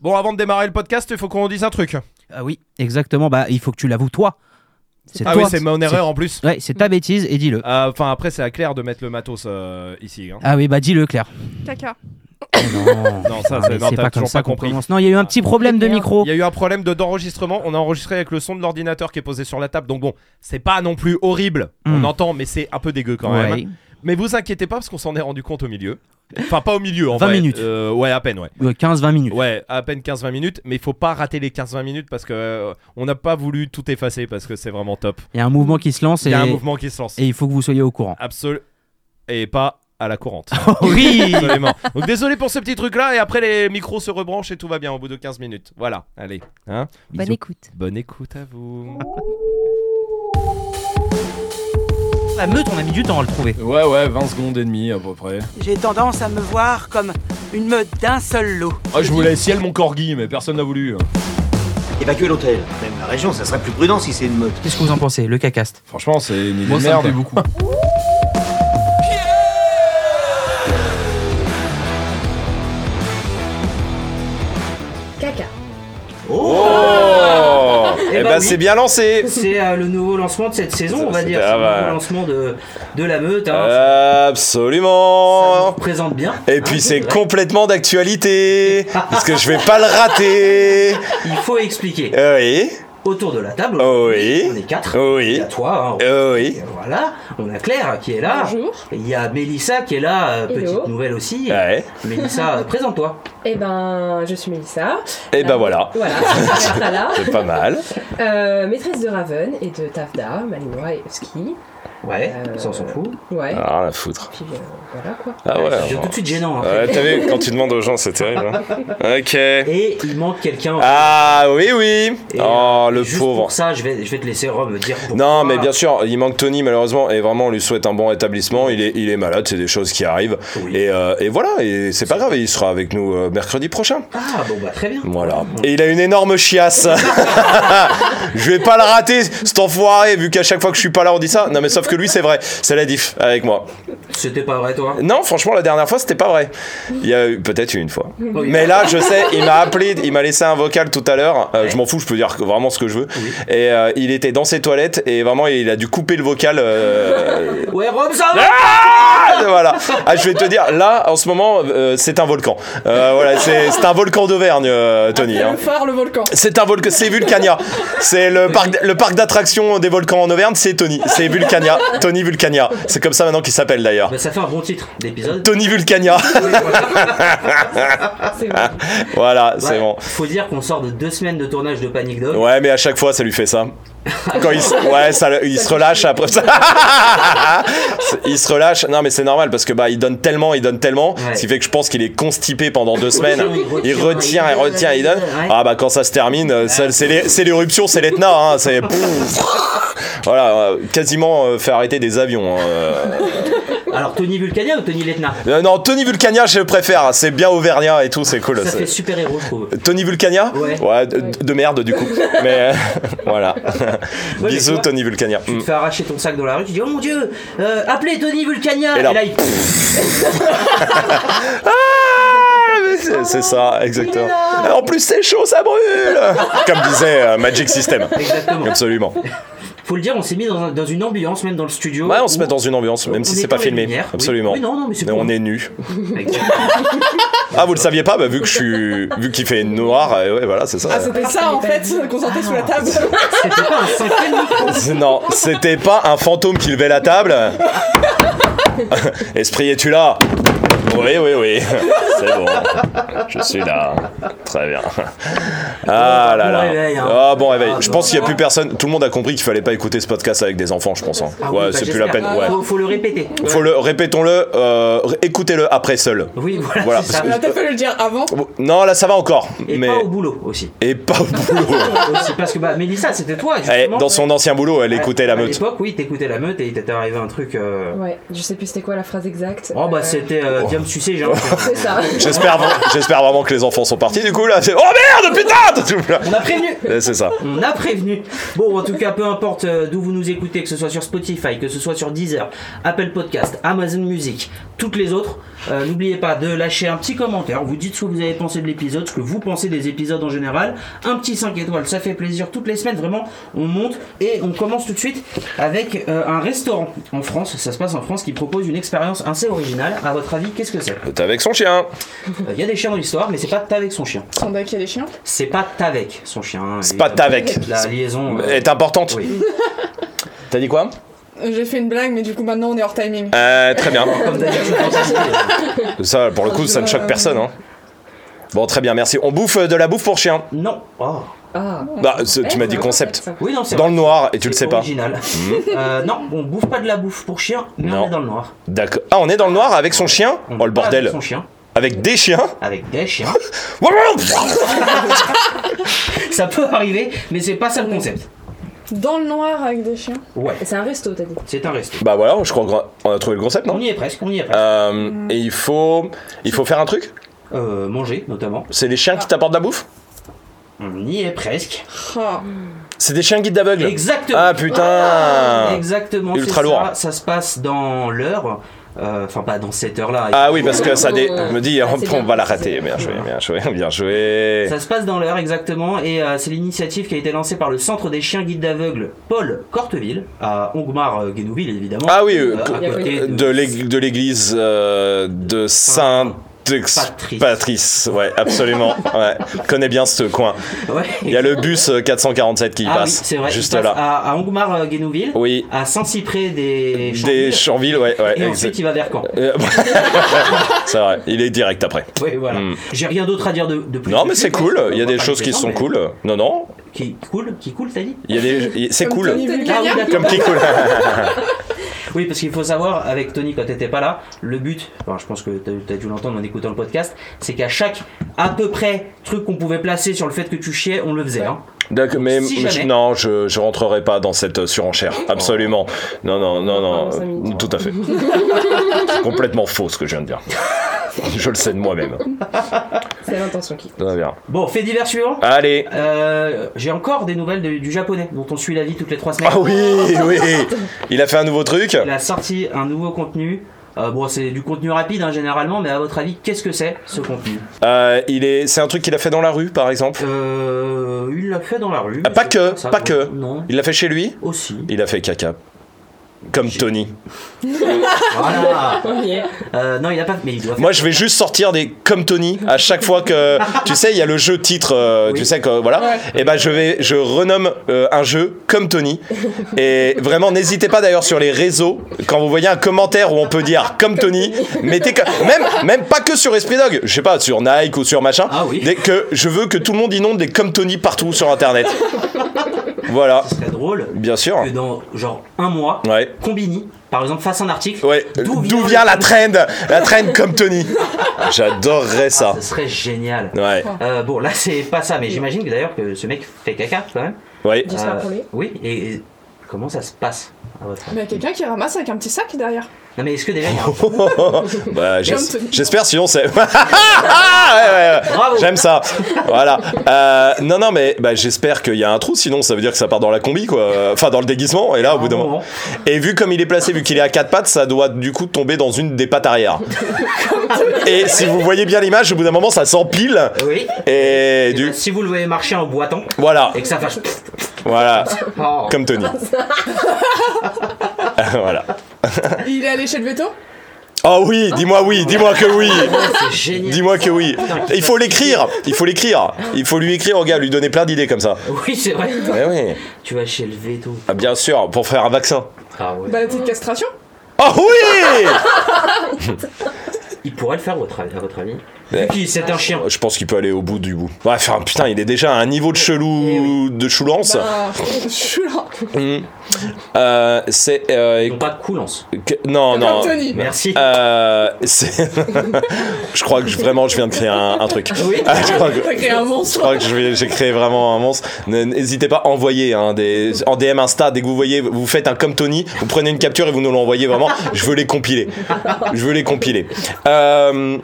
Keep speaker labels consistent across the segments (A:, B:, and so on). A: Bon, avant de démarrer le podcast, il faut qu'on dise un truc.
B: Ah oui, exactement. Bah, il faut que tu l'avoues toi. C'est
A: ah
B: toi.
A: oui, c'est mon erreur Hmm. en plus.
B: Ouais, c'est ta bêtise et dis-le.
A: Euh, Enfin, après, c'est à Claire de mettre le matos euh, ici. hein.
B: Ah oui, bah dis-le Claire.
C: Caca.
B: non,
A: Non, ça,
B: Ah,
A: c'est-
B: mais
A: non,
B: c'est
A: t'as
B: pas comme
A: toujours
B: ça
A: pas
B: qu'on
A: compris. Ah.
B: commence. Non, il y a eu un petit problème de
C: Merde.
B: micro.
A: Il y a eu un problème de- d'enregistrement. On a enregistré avec le son de l'ordinateur qui est posé sur la table. Donc bon, c'est pas non plus horrible. On
B: Mm.
A: entend, mais c'est un peu dégueu quand même.
B: Ouais.
A: Mais vous inquiétez pas parce qu'on s'en est rendu compte au milieu. Enfin, pas au milieu en
B: 20
A: vrai.
B: minutes.
A: Euh, ouais, à peine, ouais.
B: Euh, 15-20 minutes.
A: Ouais, à peine 15-20 minutes. Mais il faut pas rater les 15-20 minutes parce que euh, on n'a pas voulu tout effacer parce que c'est vraiment top.
B: Il y a un mouvement qui se lance
A: Oh. Il
B: et,
A: y a un mouvement qui se lance.
B: et il faut que vous soyez au courant.
A: Absol. Et pas à la courante.
B: oui
A: Absolument. Donc désolé pour ce petit truc là. Et après, les micros se rebranchent et tout va bien au bout de 15 minutes. Voilà, allez. Hein
C: Bonne
B: Bisous.
C: écoute.
A: Bonne écoute à vous.
B: La meute, on a mis du temps à le trouver.
D: Ouais, ouais, 20 secondes et demie à peu près.
E: J'ai tendance à me voir comme une meute d'un seul lot.
D: Ah, je voulais ciel mon corgi, mais personne n'a voulu.
F: Évacuer l'hôtel, même la région, ça serait plus prudent si c'est une meute.
B: Qu'est-ce que vous en pensez, le cacaste
D: Franchement, c'est une idée
G: Moi,
D: de
G: ça me
D: merde.
G: plaît beaucoup.
H: Caca.
D: Oh
B: Eh
D: Eh
B: bah
D: bah,
B: oui.
D: c'est bien lancé
B: C'est le nouveau lancement de cette saison,
D: on va dire. C'est le nouveau
B: lancement de, la
D: hein.
B: meute.
D: Absolument
B: présente bien.
D: Euh, Et puis, Hein, c'est complètement d'actualité Parce que je vais pas le rater
B: Il faut expliquer.
D: Euh, Oui,
B: Autour de la table,
D: Oh oui. Oh,
B: on est quatre. Il y
D: oui,
B: a toi, hein,
D: euh, oui.
B: voilà. On a Claire qui est
D: Ah.
B: là.
H: Bonjour.
B: Il y a Mélissa qui est là, euh,
H: Hello.
B: petite nouvelle aussi.
D: Ouais.
B: Mélissa, euh, présente-toi.
H: Eh ben, je suis Mélissa.
D: Et
H: Euh,
D: bah voilà,
H: Voilà, ça s'arrête là.
D: c'est pas mal.
H: Euh, maîtresse de Raven et de Tafda, Malinois et Ski.
B: Ouais,
H: Euh,
B: ça on s'en fout.
H: Ouais.
D: Ah, rien à foutre.
H: Puis euh, voilà quoi.
D: Ah ouais.
B: C'est tout de suite gênant. hein.
D: Ouais, t'as vu, quand tu demandes aux gens, c'est terrible. hein. Ok.
B: Et il manque quelqu'un.
D: Ah oui, oui.
B: Et,
D: Oh,
B: euh,
D: le
B: juste
D: pauvre.
B: Pour ça, je vais, je vais te laisser Rome me dire. Pourquoi.
D: Non, mais bien sûr, il manque Tony malheureusement, et vraiment on lui souhaite un bon rétablissement. Il est, il est malade, c'est des choses qui arrivent.
B: Oui.
D: Et, euh, et voilà, et c'est pas grave, il sera avec nous euh, mercredi prochain.
B: Ah bon bah très bien.
D: Voilà. Et il a une énorme chiasse. je vais pas la rater, cet enfoiré, vu qu'à chaque fois que je suis pas là, on dit ça. Non, mais sauf que lui, c'est vrai, c'est la diff avec moi.
B: C'était pas vrai toi.
D: Non, franchement, la dernière fois, c'était pas vrai. Il y a eu- peut-être eu une fois.
B: Oui.
D: Mais là, je sais, il m'a appelé, il m'a laissé un vocal tout à l'heure. Euh, Je m'en fous, je peux dire que- vraiment ce que je veux. Et euh, il était dans ses toilettes et vraiment, il a dû couper le vocal. euh,
B: Ouais Rome ça. va
D: Ah voilà. Ah, je vais te dire, là, en ce moment, euh, c'est un volcan. Euh, voilà, c'est c'est un volcan d'Auvergne, euh, Tony. hein.
H: Le phare, le volcan.
D: C'est un volcan, c'est Vulcania. C'est le parc, le parc d'attractions des volcans en Auvergne, c'est Tony. C'est Vulcania. Tony Vulcania. C'est comme ça maintenant qu'il s'appelle d'ailleurs.
B: Bah, ça fait un bon titre d'épisode.
D: Tony Vulcania.
H: C'est vrai.
D: voilà, c'est
B: Ouais,
D: bon.
B: Faut dire qu'on sort de deux semaines de tournage de Panic Dog.
D: Ouais, mais à chaque fois, ça lui fait ça. Quand il, se- ouais, ça, le- il se relâche après ça. il se relâche. Non, mais c'est normal parce que bah, il donne tellement, il donne tellement.
B: Ouais.
D: Ce qui fait que je pense qu'il est constipé pendant deux semaines. Il retient, il
B: il
D: retient, il donne.
B: Ouais.
D: Ah bah quand ça se termine, euh, ça, c'est l'é- c'est l'éruption, c'est l'Etna. Hein, c'est. Voilà, euh, quasiment euh, fait arrêter des avions. hein, euh.
B: Alors Tony Vulcania ou Tony Letna
D: Euh, non, Tony Vulcania, je le préfère. C'est bien auvergnat et tout, c'est cool.
B: Ça
D: c'est-
B: fait super héros je trouve.
D: Tony Vulcania
B: Ouais.
D: de, de merde du coup. Mais euh, voilà.
B: mais tu
D: Bisous
B: vois,
D: Tony Vulcania.
B: Tu
D: Mm.
B: te fais arracher ton sac dans la rue, tu dis oh mon dieu, euh, appelez Tony Vulcania
D: Et là-
B: il...
D: Ah, C'est- C'est ça, exactement. En plus, c'est chaud, ça brûle Comme disait euh, Magic System.
B: Exactement.
D: Absolument.
B: Faut le dire, on s'est mis dans, un- dans une ambiance, même dans le studio.
D: Ouais, on
B: où-
D: se met dans une ambiance, même
B: On
D: si c'est
B: éteint
D: pas
B: les
D: filmé.
B: lumières, oui.
D: Absolument.
B: Oui, non, non, mais c'est
D: Mais
B: cool.
D: on est nus.
B: Exactement.
D: Ah, vous le saviez pas Bah, vu que je suis. Vu qu'il fait noir, euh, ouais, voilà, c'est ça.
I: Ah, c'était ça en fait qu'on sentait sous la
H: Ah.
I: table.
B: C'était pas un cinquième micro.
D: C'est- non, c'était pas un fantôme qui levait la table. Esprit, es-tu là Oui, oui, oui. C'est bon. Je suis là. Très bien. Ah là
B: Bon
D: là.
B: réveil, hein.
D: Ah, bon réveil. Je
B: Ah,
D: pense qu'il n'y a plus personne. Tout le monde a compris qu'il fallait pas écouter ce podcast avec des enfants, je pense. hein.
B: Ah oui,
D: Ouais,
B: bah,
D: c'est plus
B: j'espère.
D: la peine. Ouais.
B: Faut, faut le répéter.
D: Faut le, répétons-le, euh, écoutez-le après seul.
B: Oui, voilà,
D: Voilà,
B: c'est ça.
D: parce
I: On a peut-être fallu le dire avant.
D: Non, là ça va encore,
B: Et
D: mais
B: pas au boulot aussi.
D: et pas au boulot.
B: Aussi, parce que bah, Mélissa, c'était toi.
D: Elle,
B: Justement.
D: Eh, dans son ancien boulot, elle écoutait la
B: À
D: meute.
B: l'époque, oui, t'écoutais la meute et il t'était arrivé un truc. euh,
H: Ouais, je sais plus c'était quoi la phrase exacte.
B: Oh bah
H: Euh,
B: c'était euh, viens me sucer, j'ai envie de-
H: C'est ça.
D: J'espère, vra- j'espère vraiment que les enfants sont partis. Du coup là, c'est oh merde, putain, tout là.
B: On a prévenu
D: Ouais, C'est ça.
B: On a prévenu. Bon, en tout cas, peu importe euh, d'où vous nous écoutez, que ce soit sur Spotify, que ce soit sur Deezer, Apple Podcast, Amazon Music, toutes les autres, Euh, N'oubliez pas de lâcher un petit commentaire. Vous dites ce que vous avez pensé de l'épisode, ce que vous pensez des épisodes en général. Un petit 5 étoiles, ça fait plaisir. Toutes les semaines, vraiment, on monte et on commence tout de suite avec euh, un restaurant en France. Ça se passe en France qui propose une expérience assez originale. À votre avis, qu'est-ce que c'est Euh,
D: T'es avec son chien.
B: Il y a des chiens dans l'histoire, mais c'est pas avec son chien.
J: Son bac, il y a des chiens.
B: C'est pas avec son chien. hein.
D: C'est
B: Et,
D: pas
B: euh,
D: t'avec.
B: La liaison. euh,
D: Est importante.
B: oui.
D: T'as dit quoi
J: Euh, J'ai fait une blague, mais du coup, maintenant, on est hors timing.
D: Euh, Très bien.
B: Comme d'habitude, on s'en fout.
D: Ça, pour le coup, ça ne choque personne. hein. Bon, très bien, merci. On bouffe euh, de la bouffe pour chien.
B: Non. Oh.
H: Ah.
D: Bah, ce- tu m'as dit concept.
B: Oui, non, c'est
D: Dans
B: vrai.
D: le noir, et tu le
B: C'est
D: sais pas. Hmm.
B: original. Euh, non, on bouffe pas de la bouffe pour chien, mais
D: Non.
B: on est dans le noir.
D: D'accord. Ah, on est dans le noir avec son chien
B: On
D: Oh, le
B: est pas Avec
D: bordel.
B: son chien,
D: Avec des chiens
B: avec des chiens.
D: Voilà.
B: ça peut arriver, mais c'est pas ça le concept.
J: Dans le noir avec des chiens.
B: Ouais,
H: C'est un resto, t'as dit.
B: c'est un resto.
D: Bah voilà, je crois qu'on a trouvé le concept,
B: On
D: non
B: y est presque, on y est presque.
D: Euh, Et il faut... Il faut faire un truc
B: Euh, manger, notamment.
D: C'est les chiens qui t'apportent de la bouffe
B: On y est presque.
J: Ah.
D: C'est des chiens guides d'aveugle
B: Exactement.
D: Ah putain
B: Exactement.
D: Ultra
B: c'est
D: lourd.
B: Ça, ça se passe dans l'heure. Euh, Enfin, pas dans cette heure-là.
D: Ah oui, parce que ça dé...
H: Oh.
D: je me dit,
H: Ah,
D: on,
H: c'est bien.
D: va la rater. Bien joué, bien joué, bien joué.
B: Ça se passe dans l'heure exactement et euh, c'est l'initiative qui a été lancée par le Centre des chiens guides d'aveugle Paul Corteville à Ongmar Guénouville évidemment.
D: Ah oui, euh,
B: Euh, à côté
D: de l'ég- de l'église euh, de Saint...
B: Patrice.
D: Patrice, ouais, absolument. Ouais. Connais bien ce coin.
B: Ouais.
D: Il y a le bus euh, 447 qui
B: Ah oui,
D: passe,
B: c'est vrai. il
D: juste
B: passe
D: là.
B: À, à Ongmar Guénouville,
D: Oui,
B: à Saint-Cypré
D: des
B: des Champilles,
D: Chanville, ouais, ouais.
B: et
D: exact.
B: ensuite il va vers Caen.
D: Euh, c'est vrai, il est direct après.
B: Oui, voilà.
D: Hmm.
B: J'ai rien d'autre à dire de, de plus.
D: Non,
B: de
D: mais
B: plus,
D: c'est cool, il y a
B: on va
D: des
B: pas
D: choses
B: le
D: qui
B: faire,
D: sont
B: mais-
D: cool. Non, non,
B: Qui cool, qui cool, t'as dit
D: il y a des. il- C'est
J: Comme
D: cool.
J: Tony
B: Ah oui,
J: Vulcania.
B: d'accord.
D: Comme qui cool.
B: Oui, parce qu'il faut savoir, avec Tony, quand t'étais pas là, le but, enfin, je pense que t'as t'as dû l'entendre en écoutant le podcast, c'est qu'à chaque à peu près truc qu'on pouvait placer sur le fait que tu chiais, on le faisait. Hein.
D: D'accord, mais
B: Si
D: mais je-
B: jamais. Oh.
D: non, je, je rentrerai pas dans cette euh, surenchère. Absolument. Non, non, non,
H: Pendant cinq
D: non.
H: minutes.
D: Tout à fait. C'est complètement faux ce que je viens de dire. Je le sais de moi-même.
H: C'est l'intention qui.
D: Très bien.
B: Bon, fait divers suivant.
D: Allez.
B: Euh, J'ai encore des nouvelles de- du japonais dont on suit la vie toutes les trois semaines.
D: Ah oui, oui. Il a fait un nouveau truc.
B: Il a sorti un nouveau contenu. Euh, bon, c'est du contenu rapide hein, généralement, mais à votre avis, qu'est-ce que c'est ce contenu
D: Euh, il est. C'est un truc qu'il a fait dans la rue, par exemple.
B: Euh, il l'a fait dans la rue.
D: Ah, pas que,
B: Ça,
D: pas
B: non,
D: que.
B: Non,
D: Il l'a fait chez lui.
B: aussi.
D: Il a fait caca. Comme Tony.
B: Voilà.
H: On y est.
B: Euh, non, il a pas. Mais il doit.
D: Moi, je vais juste sortir des comme Tony à chaque fois que tu sais, il y a le jeu titre, euh,
B: Oui.
D: tu sais que voilà. Et ben, je vais, je renomme euh, un jeu comme Tony. Et vraiment, n'hésitez pas d'ailleurs sur les réseaux quand vous voyez un commentaire où on peut dire comme Tony, mettez que- même, même pas que sur Esprit Dog, je sais pas, sur Nike ou sur machin.
B: Ah oui.
D: Dès que je veux que tout le monde inonde des comme Tony partout sur Internet. voilà,
B: Ce serait drôle
D: bien sûr.
B: que dans genre un mois,
D: Ouais.
B: Combini, par exemple, fasse un article.
D: Ouais,
B: D'où
D: d'où vient
B: vient-
D: la trend La trend comme Tony J'adorerais ça.
B: Ah, Ce serait génial.
D: Ouais,
B: Euh, bon, là, c'est pas ça, mais j'imagine que d'ailleurs que ce mec fait caca quand même. Euh,
D: ouais.
H: J'espère pour lui.
B: Oui, et, et comment ça se passe à votre avis
J: Mais il y a quelqu'un qui ramasse avec un petit sac derrière.
B: Non, mais est-ce que déjà il y a un-
D: Bah, j'es-
J: Comme Tony.
D: J'espère, sinon c'est. Ouais, ouais, ouais.
B: Bravo
D: J'aime ça. Voilà. Euh, non, non, mais bah, j'espère qu'il y a un trou, sinon ça veut dire que ça part dans la combi, quoi. Enfin, dans le déguisement, et là, au
B: Ah
D: bout d'un moment. Et vu comme il est placé, vu qu'il est à quatre pattes, ça doit du coup tomber dans une des pattes arrière. Et si vous voyez bien l'image, au bout d'un moment, ça s'empile.
B: Euh, Oui.
D: Et
B: Eh ben,
D: du.
B: Si vous le voyez marcher en boitant
D: Voilà,
B: et que ça fasse.
D: voilà.
B: Oh.
D: Comme Tony. voilà.
J: Il est allé chez le veto
D: Oh oui, dis-moi oui, dis-moi que oui.
B: C'est génial.
D: Dis-moi que oui. Il faut l'écrire. Il faut l'écrire. Il faut lui écrire au gars, lui donner plein d'idées comme ça.
B: Oui, c'est vrai.
D: Eh oui.
B: Tu vas chez le veto.
D: Ah, bien sûr, pour faire un vaccin.
B: Ah ouais.
J: Bah, la petite castration
D: Oh oui
B: Il pourrait le faire, votre, avis- à votre avis.
D: Ouais.
B: Vu qu'il- c'est un chien.
D: Je pense qu'il peut aller au bout du bout. Ouais, enfin, putain, il est déjà à un niveau de chelou, de choulance.
J: Bah, je suis là.
D: Mm. Euh, c'est. euh,
B: Ils n'ont pas de coulance.
D: que- non, non.
J: Comme Tony.
B: Merci.
D: Euh, c'est- je crois que je- vraiment je viens de créer un, un truc.
B: Oui.
D: Ah, je crois que-
J: T'as créé un
D: Je
J: monstre.
D: crois que je vais- j'ai créé vraiment un monstre. Ne- N'hésitez pas à envoyer hein, des, en DM Insta dès que vous voyez, vous faites un comme Tony, vous prenez une capture et vous nous l'envoyez vraiment. Je veux les compiler. Je veux les compiler. Euh,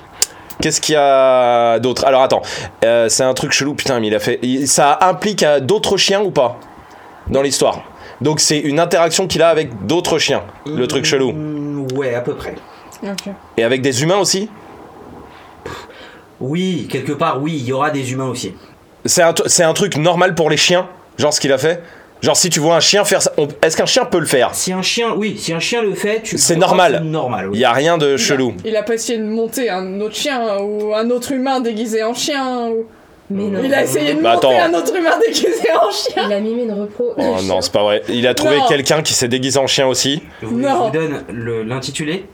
D: Qu'est-ce qu'il y a d'autre Alors attends, Euh, c'est un truc chelou, putain, mais il a fait. il- ça implique euh, d'autres chiens ou pas Dans l'histoire. Donc c'est une interaction qu'il a avec d'autres chiens, le truc chelou.
B: Mm, Ouais, à peu près.
J: Ok.
D: Et avec des humains aussi
K: Oui, quelque part, oui, il y aura des humains aussi.
D: C'est un, tru- c'est un truc normal pour les chiens, genre ce qu'il a fait Genre si tu vois un chien faire ça, on- est-ce qu'un chien peut le faire
K: Si un chien, oui, si un chien le fait, tu.
D: C'est
K: crois que
D: normal.
K: c'est Normal,
D: Il
K: oui.
D: y a rien de chelou.
J: Il a pas essayé de monter un autre chien ou un autre humain déguisé en chien. Ou...
L: Mais non.
J: Il a essayé de
D: Bah,
J: monter
D: attends.
J: un autre humain déguisé en chien.
L: Il a mimé une repro.
D: Oh
L: de
D: non,
L: chien.
D: c'est pas vrai. Il a trouvé
J: Non.
D: quelqu'un qui s'est déguisé en chien aussi.
K: Je vous, je
J: Non.
K: vous donne le- l'intitulé.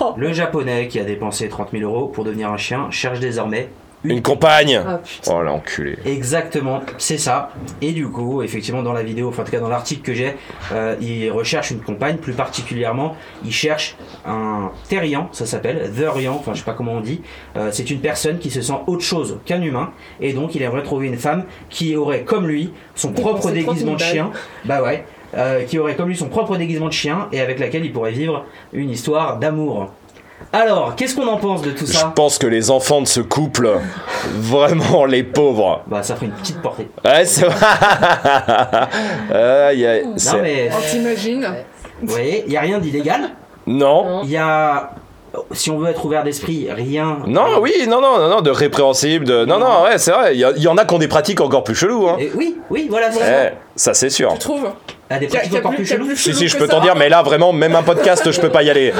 J: Oh.
K: Le japonais qui a dépensé 30 000 euros pour devenir un chien cherche désormais
D: Une compagne.
L: Ah putain.
D: Oh l'enculé.
K: Exactement, c'est ça. Et du coup, effectivement, dans la vidéo, enfin en tout cas dans l'article que j'ai, euh, il recherche une compagne, plus particulièrement, il cherche un terrien, ça s'appelle, the rian, enfin je sais pas comment on dit. Euh, c'est une personne qui se sent autre chose qu'un humain, et donc il aimerait trouver une femme qui aurait, comme lui, son
L: Dépenser
K: propre
L: 30 000
K: déguisement de
L: balles.
K: chien. Bah ouais. euh, qui aurait comme lui son propre déguisement de chien et avec laquelle il pourrait vivre une histoire d'amour. Alors, qu'est-ce qu'on en pense de tout
D: Je
K: ça
D: pense que les enfants de ce couple, vraiment les pauvres.
K: Bah, ça ferait une petite portée.
D: Ouais, c'est vrai. Aïe, aïe, c'est-
K: Non, mais.
J: Oh, T'imagines
K: Vous voyez, il n'y a rien d'illégal.
D: Non.
K: Il y a, si on veut être ouvert d'esprit, rien.
D: Non, oui, non, non, non, non, de répréhensible, de... Non, non, ouais, c'est vrai, il y, a- il y en a qui ont des pratiques encore plus cheloues, hein.
K: Et Euh, oui, oui, voilà, c'est
D: Eh,
K: ça.
D: ça c'est sûr.
J: Tu trouves
K: Ah, des
J: Y a-
K: pratiques
J: y a
K: encore
J: plus-
K: plus
J: y a
K: cheloues.
J: plus
D: Si,
J: chelou
D: si, je
J: que
D: peux
J: ça.
D: t'en dire, mais là, vraiment, même un podcast, je peux pas y aller.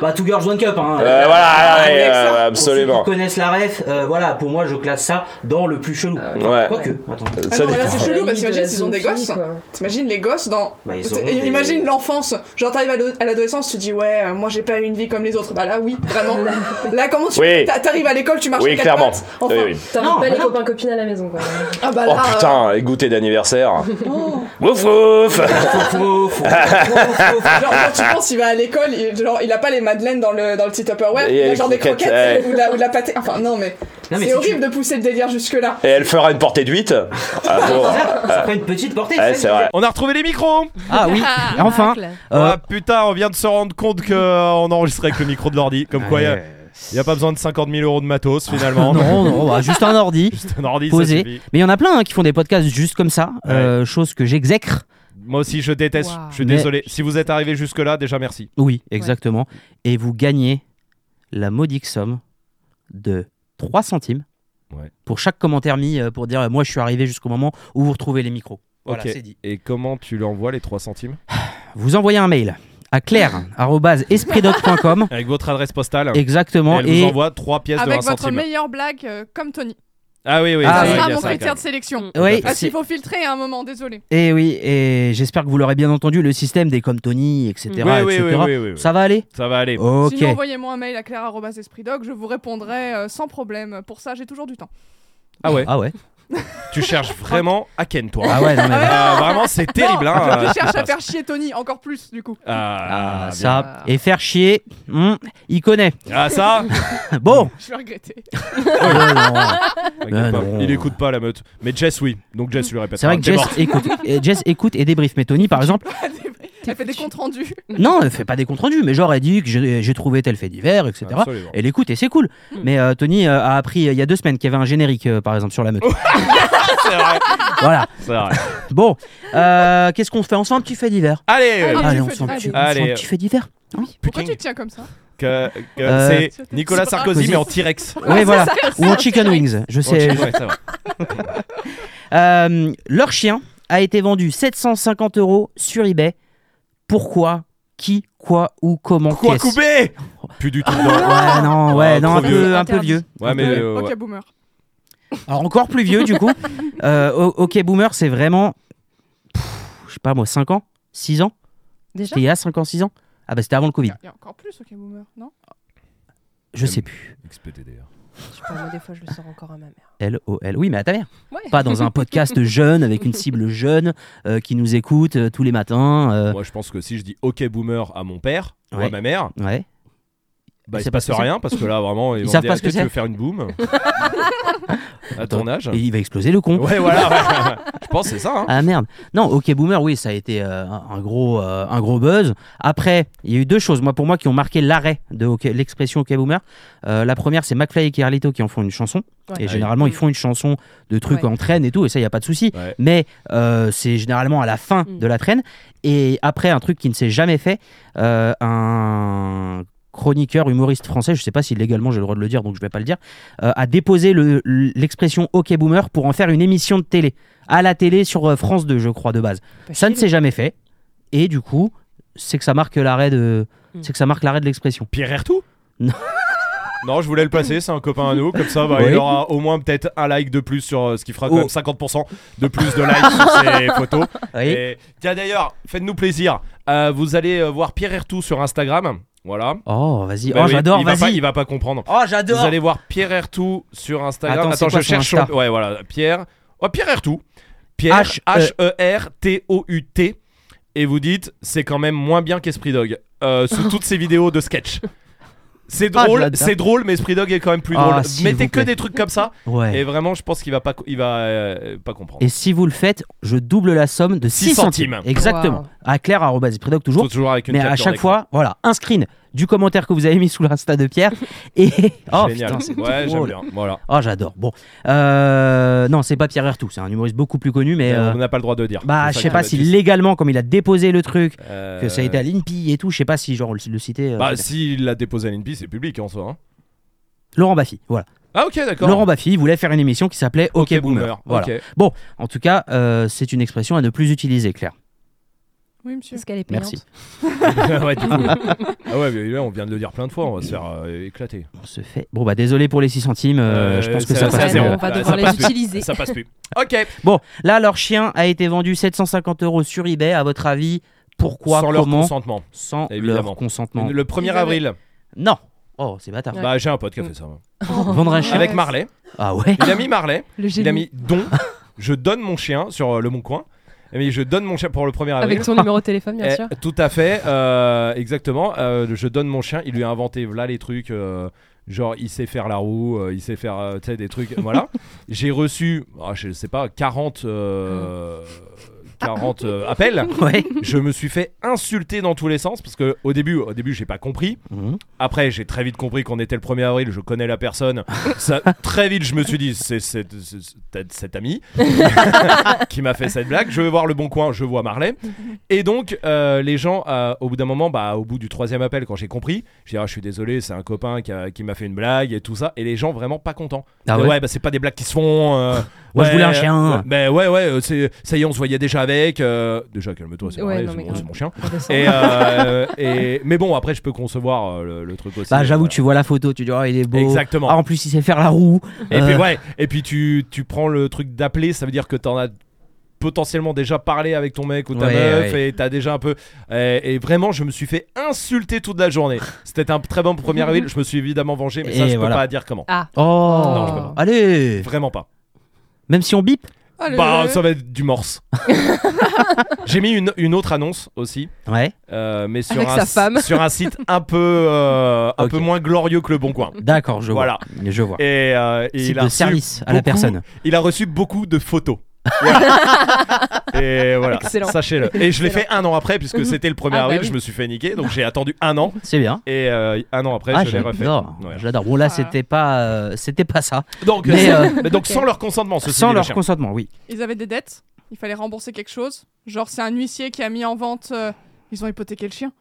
K: Bah, Two Girls One Cup, hein.
D: Euh, voilà,
K: On est
D: ouais,
K: avec ça.
D: euh,
K: Pour
D: absolument.
K: ceux qui connaissent la ref, euh, voilà, pour moi, je classe ça dans le plus chelou.
D: Ouais.
K: Quoique, attends.
J: Ah
D: Ça
J: non,
D: dépend.
J: là, c'est chelou,
L: La limite
J: parce
L: de la
J: qu'imagine, ils ont des
L: zoophilie,
J: gosses.
L: quoi.
J: T'imagines les gosses dans.
K: Bah, ils auront
J: T'im-
K: des-
J: Imagine l'enfance. Genre, t'arrives à l'ado- à l'adolescence, tu dis, ouais, euh, moi j'ai pas eu une vie comme les autres. Bah là, oui, vraiment. là, comment tu.
D: Oui.
J: t'a- T'arrives à l'école, tu marches
D: Oui,
J: sur quatre
D: clairement.
J: pattes. Enfin,
D: Oui, oui.
L: T'invites
K: Non,
L: pas les
K: non.
L: copains copines à la maison quoi.
J: Ah bah
D: Oh
J: là.
D: putain, les goûter d'anniversaire. Ouf, ouf
K: Faux, faux, faux.
J: euh, Genre, quand tu penses, il va à l'école, il, genre, il a genre des madeleines dans le, dans le petit Tupperware,
D: Et
J: il a
D: les
J: genre des
D: croquettes,
J: croquettes euh,
D: ouais.
J: ou, de la, ou de la pâté. Enfin, non, mais.
K: Non, mais
J: c'est
K: si
J: horrible de pousser le délire jusque-là.
D: Et elle fera une portée de 8 Ah bon
K: Ça ferait une petite portée.
D: Ouais,
K: ça,
D: c'est vrai.
M: On a retrouvé les micros
K: Ah oui, et enfin. euh,
M: Ah putain, on vient de se rendre compte que euh, on enregistrait avec le micro de l'ordi. Comme quoi, il a, y a pas besoin de 50 000 euros de matos finalement.
B: non, non, bah, juste un ordi.
M: Juste un ordi, ça
B: Posé.
M: suffit.
B: Mais il y en a plein hein, qui font des podcasts juste comme ça, euh, chose que j'exècre.
M: Moi aussi, je déteste.
C: Waouh.
M: Je suis
B: Mais-
M: désolé. Si vous êtes arrivé jusque-là, déjà merci.
B: Oui, exactement. Et vous gagnez la modique somme de 3 centimes
M: Ouais.
B: pour chaque commentaire mis euh, pour dire euh, moi je suis arrivé jusqu'au moment où vous retrouvez les micros. Voilà,
M: Ok.
B: c'est dit.
M: Et comment tu l'envoies les 3 centimes
B: Vous envoyez un mail à claire@espritdoc.com
M: Avec votre adresse postale.
B: exactement
M: elle vous
B: et
M: envoie 3 pièces de
C: Avec
M: 1
C: votre
M: centime.
C: meilleure blague, euh, comme Tony.
M: Ah oui, oui,
B: Ah,
C: Ça
B: oui, Mm.
C: sera
M: c'est vrai, il y a
C: mon
M: ça,
C: critère
M: quand
C: de sélection.
B: oui,
M: Ah,
C: Parce
B: c'est-
C: qu'il faut filtrer hein, à un moment, désolé.
B: et oui et j'espère que vous l'aurez bien entendu le système des comme Tony etc
M: même. Oui, oui, oui,
B: etc.
M: oui, oui, oui.
B: Ça va aller
M: Ça va aller.
B: Ok.
C: Sinon, envoyez-moi un mail à claire.espritdog, je vous répondrai euh, sans problème. Pour ça, j'ai toujours du temps.
M: Ah ouais,
B: Ah ouais.
M: tu cherches vraiment à Ken, toi.
B: Ah ouais non mais
M: Ah, vraiment, c'est terrible.
C: Non,
M: hein,
C: Je
M: euh,
C: cherche
M: ça.
C: à faire chier Tony, encore plus, du coup.
M: Ah,
B: Ah,
M: bien.
B: ça. Et faire chier, hmm, il connaît.
M: Ah, ça
B: Bon. Euh,
C: Je vais regretter.
M: T'inquiète pas,
B: non.
M: Il écoute pas la meute. Mais Jess, oui. Donc Jess lui répète.
B: Mm. C'est vrai que
M: T'es
B: Jess
M: morte.
B: écoute, et Jess écoute et débrief. Mais Tony, par exemple,
C: Elle fait des comptes rendus.
B: non, elle fait pas des comptes rendus, mais genre elle dit que j'ai j'ai trouvé tel fait divers, etc.
M: Absolument.
B: Elle écoute et c'est cool.
C: Hmm.
B: Mais euh, Tony euh, a appris euh, il y a deux semaines qu'il y avait un générique, euh, par exemple, sur la meute.
M: C'est vrai.
B: voilà.
M: C'est vrai.
B: Bon, euh, qu'est-ce qu'on fait On se fait un petit fait divers.
M: Allez, euh,
C: Ah,
B: Allez,
C: tu
B: on
C: fais-
B: se fait un petit- on se fait
M: Allez.
B: un petit fait divers.
C: Pourquoi
M: Putain.
C: tu te tiens comme ça
M: que- que
B: Euh,
M: c'est Nicolas
C: c'est pas-
M: Sarkozy
B: Vas-y.
M: mais en T-Rex.
B: Oui, voilà.
C: ça,
B: Ou en chicken wings. Je sais.
M: Ouais, ça va.
B: Euh, leur chien a été vendu 750 euros sur eBay. Pourquoi Qui Quoi Ou Comment
M: Quoi
B: qu'est-ce
M: couper Plus du tout.
B: Ouais, non,
M: Ah,
B: ouais, non,
M: trop
B: un
M: vieux.
B: peu, un peu vieux.
M: Ouais, mais euh, ouais.
C: Ok, boomer.
B: Alors encore plus vieux du coup. Euh, o- ok, boomer, c'est vraiment, pff, je sais pas moi, 5 ans, 6 ans.
C: Déjà
B: C'était il y a 5 ans, 6 ans. Ah euh, bah c'était avant le Covid.
C: Il y a encore plus, ok, boomer, non
B: Je sais plus.
M: XPTDR.
L: Je sais pas, moi des fois je le sors encore à ma mère.
B: L O L. Oui, mais à ta mère.
L: Ouais.
B: Pas dans un podcast jeune avec une cible jeune euh, qui nous écoute euh, tous les matins. euh,
M: Moi, je pense que si je dis OK boomer à mon père ou à
B: Ouais.
M: ma mère,
B: ouais.
M: bah, il
B: C'est
M: se
B: pas
M: passe
B: ce que
M: rien parce que là, vraiment, ils,
B: Ils
M: vont
B: savent
M: me dire
B: pas ce
M: Est-ce que
B: que
M: tu veux
B: c'est.
M: faire une boom à ton âge.
B: Et il va exploser le con.
M: Ouais, voilà. ouais. je pense que c'est ça. hein.
B: Ah merde. Non, OK Boomer, oui, ça a été euh, un un gros, euh, un gros buzz. Après, il y a eu deux choses, moi, pour moi, qui ont marqué l'arrêt de OK- l'expression OK Boomer. Euh, la première, c'est McFly et Carlito qui en font une chanson.
L: Ouais.
B: Et généralement, ils font une chanson de trucs
C: Ouais.
B: en traîne et tout, et ça, il n'y a pas de souci.
M: Ouais.
B: Mais euh, c'est généralement à la fin
L: Mm.
B: de la traîne. Et après, un truc qui ne s'est jamais fait, euh, un chroniqueur, humoriste français, je sais pas si légalement j'ai le droit de le dire, donc je vais pas le dire, euh, a déposé le- l'expression OK Boomer pour en faire une émission de télé, à la télé sur euh, France 2, je crois, de base. Ça ne s'est jamais fait, et du coup, c'est que ça marque l'arrêt de... C'est que ça marque l'arrêt de l'expression.
M: Pierre Ertout
B: Non.
M: Non, je voulais le passer, c'est un copain à nous, comme ça bah,
B: Oui.
M: il aura au moins peut-être un like de plus sur euh, ce qui fera quand
B: Oh. Ah
M: même 50% de plus de likes sur ses photos.
B: Oui.
M: Et, tiens d'ailleurs, faites-nous plaisir, Euh, vous allez euh, voir Pierre Ertout sur Instagram, voilà.
B: Oh, vas-y.
M: Bah
B: oh,
M: oui,
B: j'adore,
M: il va pas-
B: vas-y.
M: Il va pas comprendre.
B: Oh,
M: Vous
B: j'adore.
M: allez voir Pierre Ertout sur Instagram.
B: Attends,
M: Attends,
B: c'est quoi
M: je
B: son
M: cherche.
B: Insta
M: son- Ouais, voilà, Pierre. Oh, Pierre Ertout. Pierre
B: H-
M: H E R T O U T. Et vous dites, c'est quand même moins bien qu'Esprit Dog euh, sous toutes ces vidéos de sketch. C'est
B: Ah,
M: drôle,
B: j'adore.
M: c'est drôle, mais Esprit Dog est quand même plus
B: Ah,
M: drôle.
B: s'il
M: Mettez
B: vous
M: que
B: plaît.
M: des trucs comme ça,
B: Ouais.
M: et vraiment, je pense qu'il va pas, co- il va euh, pas comprendre.
B: Et si vous le faites, je double la somme de 6,
M: Six
B: centimes.
M: centimes.
B: Exactement. À Claire, arobase Pridoc, toujours.
M: Faut toujours avec une
B: Mais à
M: capture
B: chaque
M: d'écran.
B: fois, voilà, un screen du commentaire que vous avez mis sous l'insta de Pierre. Et. Oh,
M: Génial.
B: putain, c'est
M: ouais, j'aime
B: drôle.
M: bien. Voilà.
B: Oh, j'adore. Bon. Euh, Non, c'est pas Pierre Ertout, c'est un humoriste beaucoup plus connu, mais. euh,
M: On n'a pas le droit de le dire.
B: Bah,
M: C'est ça
B: je sais
M: qui
B: pas
M: m'a
B: si
M: dit.
B: légalement, comme il a déposé le truc,
M: Euh,
B: que ça a été à l'INPI et tout, je sais pas si, genre, le, le citer. euh,
M: Bah, s'il l'a déposé à l'INPI, c'est public en soi. hein.
B: Laurent Baffy, voilà.
M: Ah, ok, d'accord.
B: Laurent Baffy voulait faire une émission qui s'appelait OK,
M: Ok,
B: Boomer.
M: Boomer,
B: Voilà.
M: ok.
B: Bon, en tout cas, euh, c'est une expression à ne plus utiliser, Claire.
C: Oui, monsieur.
H: Parce qu'elle est payante.
B: Merci.
M: ouais, du coup. Ah ouais, mais là, on vient de le dire plein de fois, on va se faire euh, éclater.
B: On se fait. Bon, bah désolé pour les 6 centimes, euh,
M: Euh,
B: je pense que
M: ça-
B: ça,
M: ça,
H: Ouais,
B: passe.
M: zéro.
H: non,
B: mieux.
H: On va
M: Ah, ça
H: devoir les
M: passe plus.
H: utiliser.
M: Ça passe plus. Ok.
B: Bon, là, leur chien a été vendu 750 euros sur eBay. À votre avis, pourquoi,
M: Sans leur
B: comment
M: consentement.
B: Sans
M: Évidemment.
B: leur consentement.
M: Le 1er
H: Ils avaient-
M: avril,
B: Non Oh, c'est bâtard.
M: bah, j'ai un pote qui a fait ça.
B: Vendre un chien
M: Avec Marley.
B: Ah ouais
M: Il a mis Marley.
H: Ah Le
M: Il a
H: génie.
M: mis don. Je donne mon chien sur euh, le Bon Coin. Il a mis je donne mon chien pour le 1er avril.
H: Avec son numéro de téléphone, bien
M: Eh,
H: sûr.
M: Tout à fait, euh, exactement. Euh, je donne mon chien, il lui a inventé là les trucs. euh, Genre, il sait faire la roue, euh, il sait faire euh, tu sais, des trucs. voilà. J'ai reçu, ah, je sais pas, 40, euh, 40 euh, appels.
B: Ouais.
M: Je me suis fait insulter dans tous les sens parce que au début, au début j'ai pas compris.
B: Mhm.
M: Après, j'ai très vite compris qu'on était le 1er avril, je connais la personne. Ça, très vite, je me suis dit, c'est c'est- c'est- c'est cet ami qui m'a fait cette blague. Je vais voir le bon coin, je vois Marley. Et donc, euh, les gens, euh, au bout d'un moment, bah, au bout du troisième appel, quand j'ai compris, j'ai dit, ah, je suis désolé, c'est un copain qui a- qui m'a fait une blague et tout ça. Et les gens vraiment pas contents.
B: Ah
M: Mais
B: ouais
M: ouais, bah, c'est pas des blagues qui se font. euh,
B: Moi, je voulais un chien.
M: ouais, Ben ouais, ouais, euh, c'est- ça y est, on se voyait déjà avec. euh, déjà, calme-toi, c'est
H: Ouais,
M: Marley,
H: non,
M: c'est
H: mais
M: mon- c'est
H: grave.
M: mon chien. Et, euh, et- mais bon, après, je peux concevoir euh, le, le truc aussi.
B: Bah, j'avoue,
M: voilà.
B: tu vois la photo, tu dis, oh, il est beau.
M: Exactement.
B: Ah, en plus, il sait faire la roue.
M: Et puis
B: Euh,
M: ouais, et puis tu, tu prends le truc d'appeler, ça veut dire que t'en as potentiellement déjà parlé avec ton mec ou ta
B: Ouais,
M: meuf et t'as déjà un peu et, et vraiment je me suis fait insulter toute la journée c'était un très bon premier avril je me suis évidemment vengé mais ça
B: Et
M: je
B: voilà.
M: peux pas dire comment
B: Oh
H: Non,
M: je peux pas.
B: Allez
M: vraiment pas
B: Même si on bip
H: Ah,
C: Allez,
M: bah ça va être du morse j'ai mis une, une autre annonce aussi
B: Ouais,
M: euh, mais sur
H: Avec sa
M: un,
H: femme.
M: sur un site un peu euh, un
B: Ok.
M: peu moins glorieux que le bon coin
B: d'accord, je vois.
M: Voilà.
B: Je vois.
M: et, euh, et
B: Site
M: il a
B: de
M: reçu
B: service à la
M: beaucoup-
B: personne.
M: il a reçu beaucoup de photos. Voilà. et voilà,
H: Excellent.
M: sachez-le. Et je l'ai fait un an après, puisque c'était le 1er
H: Ah bah
M: avril,
H: oui.
M: je me suis fait niquer, donc j'ai attendu un an,
B: C'est bien.
M: et euh, un an après,
B: ah,
M: je l'ai refait.
B: j'adore.
M: Ouais.
B: J'adore. Bon, là,
C: Voilà.
B: c'était pas, euh, c'était pas ça.
M: Donc,
B: Mais, euh,
M: mais donc sans leur consentement, ceci
B: Sans
M: dit, le
B: leur
M: chien.
B: consentement, oui.
C: Ils avaient des dettes, il fallait rembourser quelque chose. Genre, c'est un huissier qui a mis en vente. euh, ils ont hypothéqué le chien.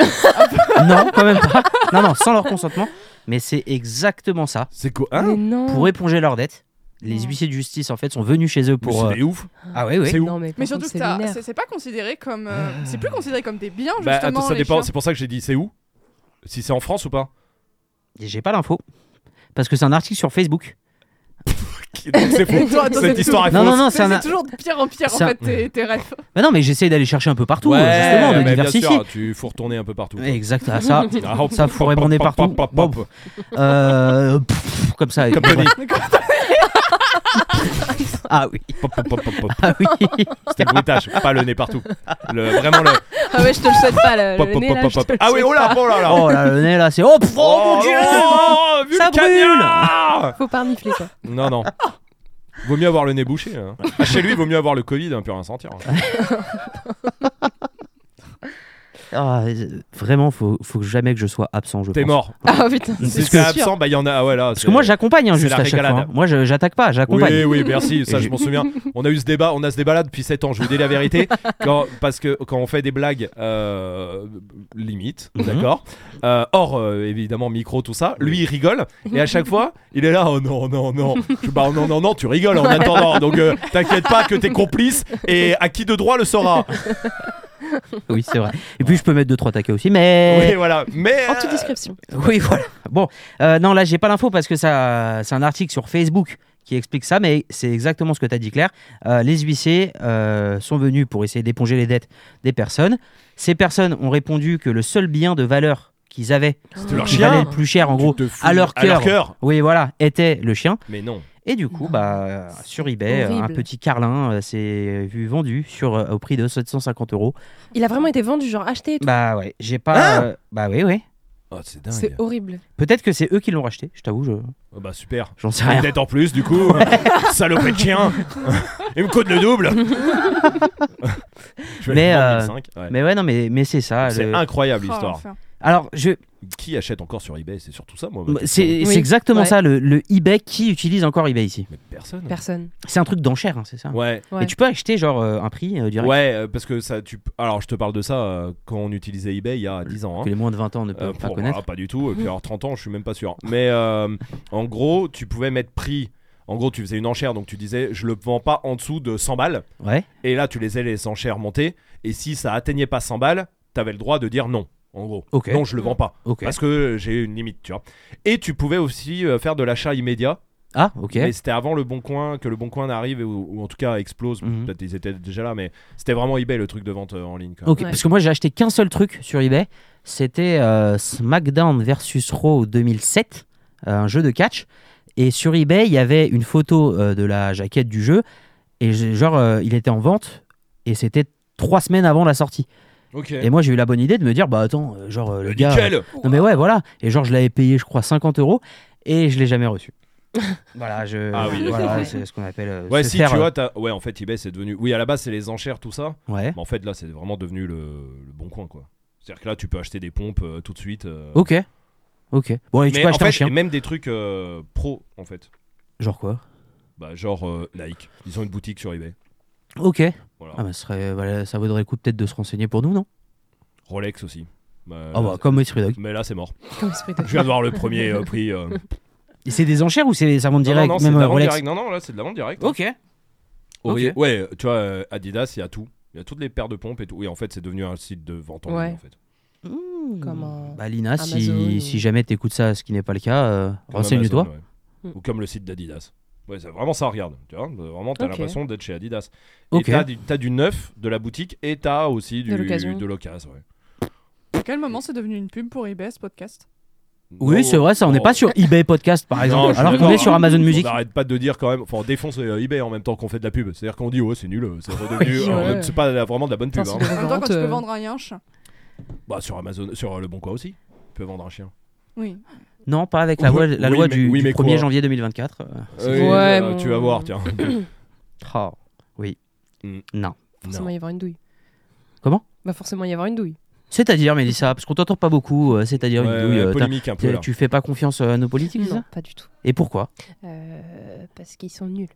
B: non, quand même pas. Non, non, sans leur consentement. Mais c'est exactement ça.
M: C'est quoi
H: Mais
M: hein
H: non.
B: Pour éponger leurs dettes, les huissiers de justice, en fait, sont venus chez eux
M: Mais
B: pour.
M: C'est
B: euh,
M: des ouf.
B: Ah oui, oui.
M: C'est où
H: Non, mais, par
C: Mais
H: contre,
C: surtout que
H: c'est
C: t'as-
H: lunaire.
C: c'est c'est pas considéré comme. euh, c'est plus considéré comme des biens,
M: Ah. Bah,
C: justement.
M: attends, ça
C: les
M: dépend,
C: chiens.
M: c'est pour ça que j'ai dit c'est où Si c'est en France ou pas
B: Et J'ai pas l'info. Parce que c'est un article sur Facebook.
M: Donc c'est faux.
C: Attends, attends,
M: Cette
C: c'est
M: histoire est
B: Non,
M: fausse.
B: non, non, c'est
C: Mais
B: un.
C: c'est toujours de pire en pire en
B: c'est un-
C: fait tes, tes rêves.
B: Mais non, mais j'essaye d'aller chercher un peu partout,
M: Ouais,
B: justement, de
M: mais bien
B: diversifier.
M: sûr, tu faut retourner un peu partout. quoi.
B: Exact, à ça,
M: Ah, hop,
B: ça
M: hop,
B: fourrait
M: hop,
B: mon nez
M: hop,
B: partout.
M: hop, hop,
B: Bon,
M: hop.
B: euh, pff, comme ça.
M: Comme Tony.
B: Ah oui,
M: Pop, pop, pop, pop, pop.
B: ah oui.
M: C'était le bruitage, pas le nez partout. Le, vraiment le.
H: Ah ouais, je te le souhaite pas, le,
M: Pop,
H: le
M: pop,
H: nez,
M: pop,
H: là,
M: pop,
H: je te
M: pop.
H: le
M: Ah oui,
H: souhaite
M: oh là,
H: pas.
M: oh là là.
B: Oh là, le nez là, c'est. Oh, pff, oh, mon dieu
M: oh,
B: Ça
M: Vulcania
H: Faut pas renifler, quoi.
M: Non, non. Vaut mieux avoir le nez bouché. hein.
B: Ah,
M: Ah, chez lui, vaut mieux avoir le Covid, hein, plus rien sentir. hein.
B: Ah, euh, vraiment, faut, faut jamais que je sois absent. Je
M: T'es
B: pense.
M: mort.
H: Ah putain.
M: Si
B: Parce
M: t'es
B: que-
M: absent, bah il y en a. Ah ouais, là.
B: Parce que moi, j'accompagne hein,
M: c'est
B: juste
M: la
B: à chaque fois.
M: régalade.
B: hein. Moi, je- j'attaque pas,
M: Oui,
B: j'accompagne.
M: oui, merci.
B: Et
M: Ça, je
B: j'ai-
M: m'en souviens. On a eu ce débat, on a ce débat-là depuis 7 ans. Je vous dis la vérité, quand, parce que quand on fait des blagues euh, limites,
B: Mhm.
M: d'accord. euh, hors euh, évidemment micro tout ça. Lui, il rigole et à chaque fois, il est là. Oh non, non, non. Je- bah non, non, non. Tu rigoles en attendant. Donc euh, t'inquiète pas que t'es complice et à qui de droit le saura.
B: Oui, c'est vrai. Et puis, je peux mettre deux trois taquets aussi,
M: Oui,
B: mais.
M: voilà. Mais
B: Oh,
H: En
M: euh,
H: toute description.
B: Oui, voilà. Bon, euh, non, là, j'ai pas l'info parce que ça, c'est un article sur Facebook qui explique ça, mais c'est exactement ce que t'as dit, Claire. Euh, les huissiers euh, sont venus pour essayer d'éponger les dettes des personnes. Ces personnes ont répondu que le seul bien de valeur qu'ils avaient,
M: c'était leur
B: qui
M: chien.
B: valait le plus cher, en
M: euh, Tu
B: gros,
M: te fous.
B: à leur
M: À leur
B: cœur.
M: cœur.
B: Oui, voilà, était le chien.
M: Mais non.
B: Et du coup, bah, euh, sur eBay,
H: horrible.
B: euh, un petit carlin euh, s'est vu vendu sur, euh, au prix de 750 euros.
H: Il a vraiment été vendu, genre acheté et tout.
B: Bah ouais, j'ai pas.
M: Ah
B: euh, bah oui, oui.
M: Oh, c'est
H: C'est
M: dingue.
H: horrible.
B: Peut-être que c'est eux qui l'ont racheté, je t'avoue, je,
M: Oh, bah super.
B: j'en sais rien.
M: Peut-être en plus, du coup. Salopé de chien. Il me coûte le double. Je vais
B: Mais,
M: le prendre
B: euh,
M: 1005, ouais.
B: Mais ouais, non, mais, mais c'est ça.
M: C'est
B: le-
M: incroyable
C: Oh,
M: l'histoire.
C: l'enfer.
B: Alors, je...
M: Qui achète encore sur eBay C'est surtout ça, moi. ma
B: c'est
M: question.
B: c'est
H: Oui.
B: exactement
H: Ouais.
B: ça, le, le eBay. Qui utilise encore eBay ici
M: Mais personne.
H: Personne.
B: C'est un truc d'enchère, hein, c'est ça
M: Ouais.
H: Ouais.
B: Mais tu peux acheter genre euh, un prix euh, direct
M: Ouais, euh, parce que ça, tu. p- Alors, je te parle de ça euh, quand on utilisait eBay il y a 10 ans. hein.
B: que les moins de 20 ans ne peuvent
M: Euh,
B: pas
M: pour-
B: connaître.
M: ah, pas du tout. Et puis, alors, 30 ans, je suis même pas sûr. Mais euh, en gros, tu pouvais mettre prix. En gros, tu faisais une enchère, donc tu disais, je le vends pas en dessous de 100 balles.
B: Ouais.
M: Et là, tu laissais les enchères monter. Et si ça atteignait pas 100 balles, t'avais le droit de dire non. En gros,
B: Ok.
M: non, je le vends pas.
B: Ok.
M: Parce que j'ai une limite, tu vois. Et tu pouvais aussi euh, faire de l'achat immédiat.
B: Ah, ok.
M: Mais c'était avant le Bon Coin, que le Bon Coin arrive, ou, ou en tout cas explose.
B: Mhm.
M: Peut-être ils étaient déjà là, mais c'était vraiment eBay le truc de vente euh, en ligne. quoi.
B: Ok,
H: Ouais.
B: Parce que moi, j'ai acheté qu'un seul truc sur eBay. C'était euh, SmackDown versus Raw 2007, euh, un jeu de catch. Et sur eBay, il y avait une photo euh, de la jaquette du jeu. Et j'ai- genre, euh, il était en vente. Et c'était trois semaines avant la sortie. Et moi, j'ai eu la bonne idée de me dire, bah attends, euh, genre, euh, le gars. euh,
M: Nickel
B: Non mais ouais, voilà. Et genre, je l'avais payé, je crois, 50 euros. Et je l'ai jamais reçu. voilà, je.
M: Ah oui.
B: Voilà, c'est ce qu'on appelle. euh,
M: Ouais,
B: se
M: si,
B: faire,
M: tu
B: euh,
M: vois, t'as- ouais, en fait, eBay, c'est devenu. Oui, à la base, c'est les enchères, tout ça.
B: Ouais.
M: Mais en fait, là, c'est vraiment devenu le, le Bon Coin, quoi. C'est-à-dire que là, tu peux acheter des pompes euh, tout de suite. euh.
B: Ok. Ok. Bon, et tu
M: mais
B: peux
M: en
B: acheter
M: fait,
B: un chien.
M: et même des trucs euh, pro, en fait.
B: Genre quoi
M: Bah, genre euh, Nike. Ils ont une boutique sur eBay.
B: Ok.
M: Voilà.
B: Ah bah, ce serait, voilà, ça vaudrait le coup peut-être de se renseigner pour nous, non
M: Rolex aussi. Bah,
B: Ah
M: là,
B: bah, comme Mystery Dog.
M: c'est- Mais là, c'est mort.
H: Comme esprit de-
M: Je viens de voir le premier euh, prix. euh.
B: Et c'est des enchères ou c'est ça vend
M: Non,
B: direct
M: non, non, c'est
B: même
M: de
B: euh,
M: la vente
B: Rolex
M: directe. Non, non, là, c'est de la vente directe.
B: Ok.
M: Oui,
B: Ok.
M: Ouais, tu vois, euh, Adidas, il y a tout. Il y a toutes les paires de pompes et tout. Oui, en fait, c'est devenu un site de vente en ligne,
H: Ouais.
M: en fait.
H: Comme un-
B: Bah Lina,
H: Amazon
B: si,
H: ou-
B: si jamais t'écoutes ça, ce qui n'est pas le cas, euh,
M: Comme
B: renseigne-toi.
M: Amazon, ouais.
H: Mm.
M: Ou comme le site d'Adidas. Ouais, c'est vraiment ça, regarde. Tu vois, euh, vraiment, t'as
H: Ok.
M: l'impression d'être chez Adidas.
B: Ok.
M: Et t'as du, t'as du neuf de la boutique et t'as aussi du,
H: De l'occasion.
M: de l'occasion. ouais.
C: À quel moment c'est devenu une pub pour eBay ce podcast
B: Oui,
M: Non,
B: c'est vrai, ça, on n'est
M: non.
B: pas sur eBay Podcast par
M: Oh. Non,
B: exemple,
M: je suis
B: alors qu'on
M: d'accord,
B: est sur
M: hein.
B: Amazon Music.
M: On n'arrête pas de dire quand même. Enfin, on défonce euh, eBay en même temps qu'on fait de la pub. C'est-à-dire qu'on dit, ouais, c'est nul, euh, c'est redevenu.
H: Oui,
M: euh,
H: ouais.
M: C'est pas la- vraiment de la bonne pub.
H: Putain,
M: hein.
H: c'est de
C: En
H: la
C: même temps, quand
H: vente,
C: tu peux
H: euh,
C: vendre un yinche.
M: Bah, sur Amazon, sur euh, Le Bon Coin aussi. Tu peux vendre un chien.
C: Oui.
B: Non, pas avec la, loi- la
M: Oui,
B: loi
M: mais-
B: du,
M: oui,
B: du
M: mais
B: 1er
M: quoi
B: janvier 2024. euh,
M: Oui,
H: Ouais,
M: euh,
H: bon.
M: Tu vas voir, tiens. Ah.
B: oh, oui.
M: Mm.
B: Non.
H: Forcément, il va y avoir une douille.
B: Comment
H: Bah, forcément, il va y avoir une douille.
B: C'est-à-dire, Mélissa, parce qu'on t'entend pas beaucoup, euh, c'est-à-dire
M: Ouais,
B: une douille.
M: ouais,
B: euh, t'as-
M: polémique un peu
B: t'es-
M: là.
B: tu fais pas confiance euh, à nos politiques, c'est
H: Non,
B: ça
H: pas du tout.
B: Et pourquoi
H: Euh, parce qu'ils sont nuls.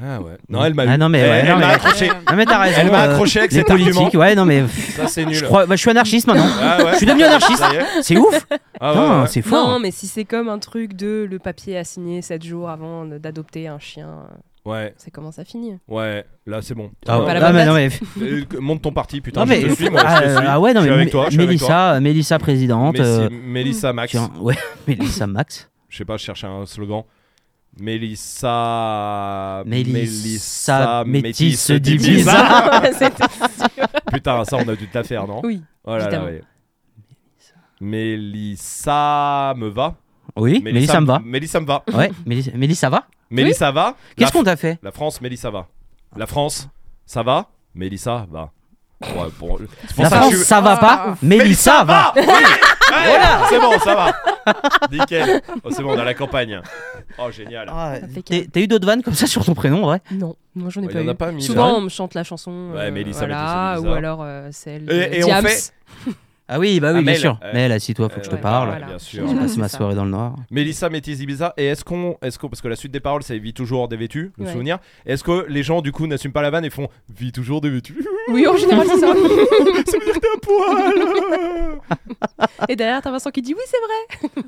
M: Ah ouais. Non, elle m'a eu.
B: Ah non, mais
M: Elle-
B: ouais,
M: elle
B: non,
M: m'a
B: mais-
M: accroché.
B: Ah, mais t'as raison.
M: Elle m'a
B: euh,
M: accroché avec
B: les
M: cet argument.
B: politiques, ouais, non, mais
M: Ça, c'est
B: je,
M: nul.
B: crois, bah, je suis anarchiste maintenant.
M: Ah ouais.
B: Je suis devenu anarchiste.
M: Ça y est.
B: C'est ouf.
M: Ah ouais,
B: Putain,
M: ouais.
B: C'est fort.
H: Non, mais si c'est comme un truc de le papier à signer 7 jours avant de- d'adopter un chien, euh,
M: Ouais,
H: c'est comment ça finit
M: ouais, là c'est bon.
B: Ah,
H: Pas la
B: ah,
H: bonne
B: mais non, mais-
M: Euh, que- monte ton parti, putain.
B: non, mais-
M: je te suis, moi.
B: ah,
M: je te suis.
B: ah ouais, non,
M: Je suis
B: mais
M: avec toi, je suis avec
B: Mélissa, euh, Mélissa présidente. euh,
M: Messi- Mélissa Max.
B: tiens, ouais, Mélissa Max.
M: Je sais pas, je cherche un slogan. Mélissa.
B: Mélissa Métis
M: Dibiza.
B: Dibiza.
H: Ah, bah, C'était sûr.
M: Putain, ça on a dû te la faire, non
H: Oui.
M: Oh là là,
H: évidemment.
M: ouais. Mélissa me va.
B: Oui, Mélissa me va.
M: Mélissa me va.
B: Ouais, Mélissa, Mélissa va.
M: Mélissa va.
B: Qu'est-ce
M: La-
B: qu'on t'a fait
M: La France, Mélissa va. La France, ça va. Mélissa va. Ouais, bon, c'est pour
B: La
M: ça que
B: France,
M: je suis-
B: ça va
C: Ah.
B: pas. Mélissa va.
M: Ah, oui Allez, C'est bon, ça va. Nickel. Oh, c'est bon, on est à la campagne. Oh, génial.
B: Ah, T'es- T'as eu d'autres vannes comme ça sur ton prénom, ouais
H: Non, moi j'en ai pas
M: Ouais, Bah, il y en a
H: eu.
M: pas mis,
H: Souvent
M: là.
H: on me chante la chanson.
M: Ouais,
H: euh,
M: mais Elisabeth
H: voilà,
M: aussi,
H: ou
M: bizarre.
H: alors euh, celle.
M: Et-
H: Et,
M: et on
H: Diams.
M: fait-
B: Ah oui, bah oui,
M: Ah,
B: bien
M: Mel,
B: sûr.
M: euh,
B: mais là, si toi, faut que je te
M: euh,
B: parle.
H: voilà.
M: Bien sûr.
B: Je passe
H: C'est
B: ma
H: ça.
B: soirée dans le noir.
M: Mélissa Métis Ibiza, et est-ce qu'on, est-ce qu'on, parce que la suite des paroles c'est vie toujours dévêtue, le
H: Ouais.
M: souvenir, est-ce que les gens du coup n'assument pas la vanne et font vie toujours dévêtue
H: Oui, en général c'est ça.
M: Ça veut dire que t'es un poil
H: Et derrière t'as Vincent qui dit oui c'est vrai.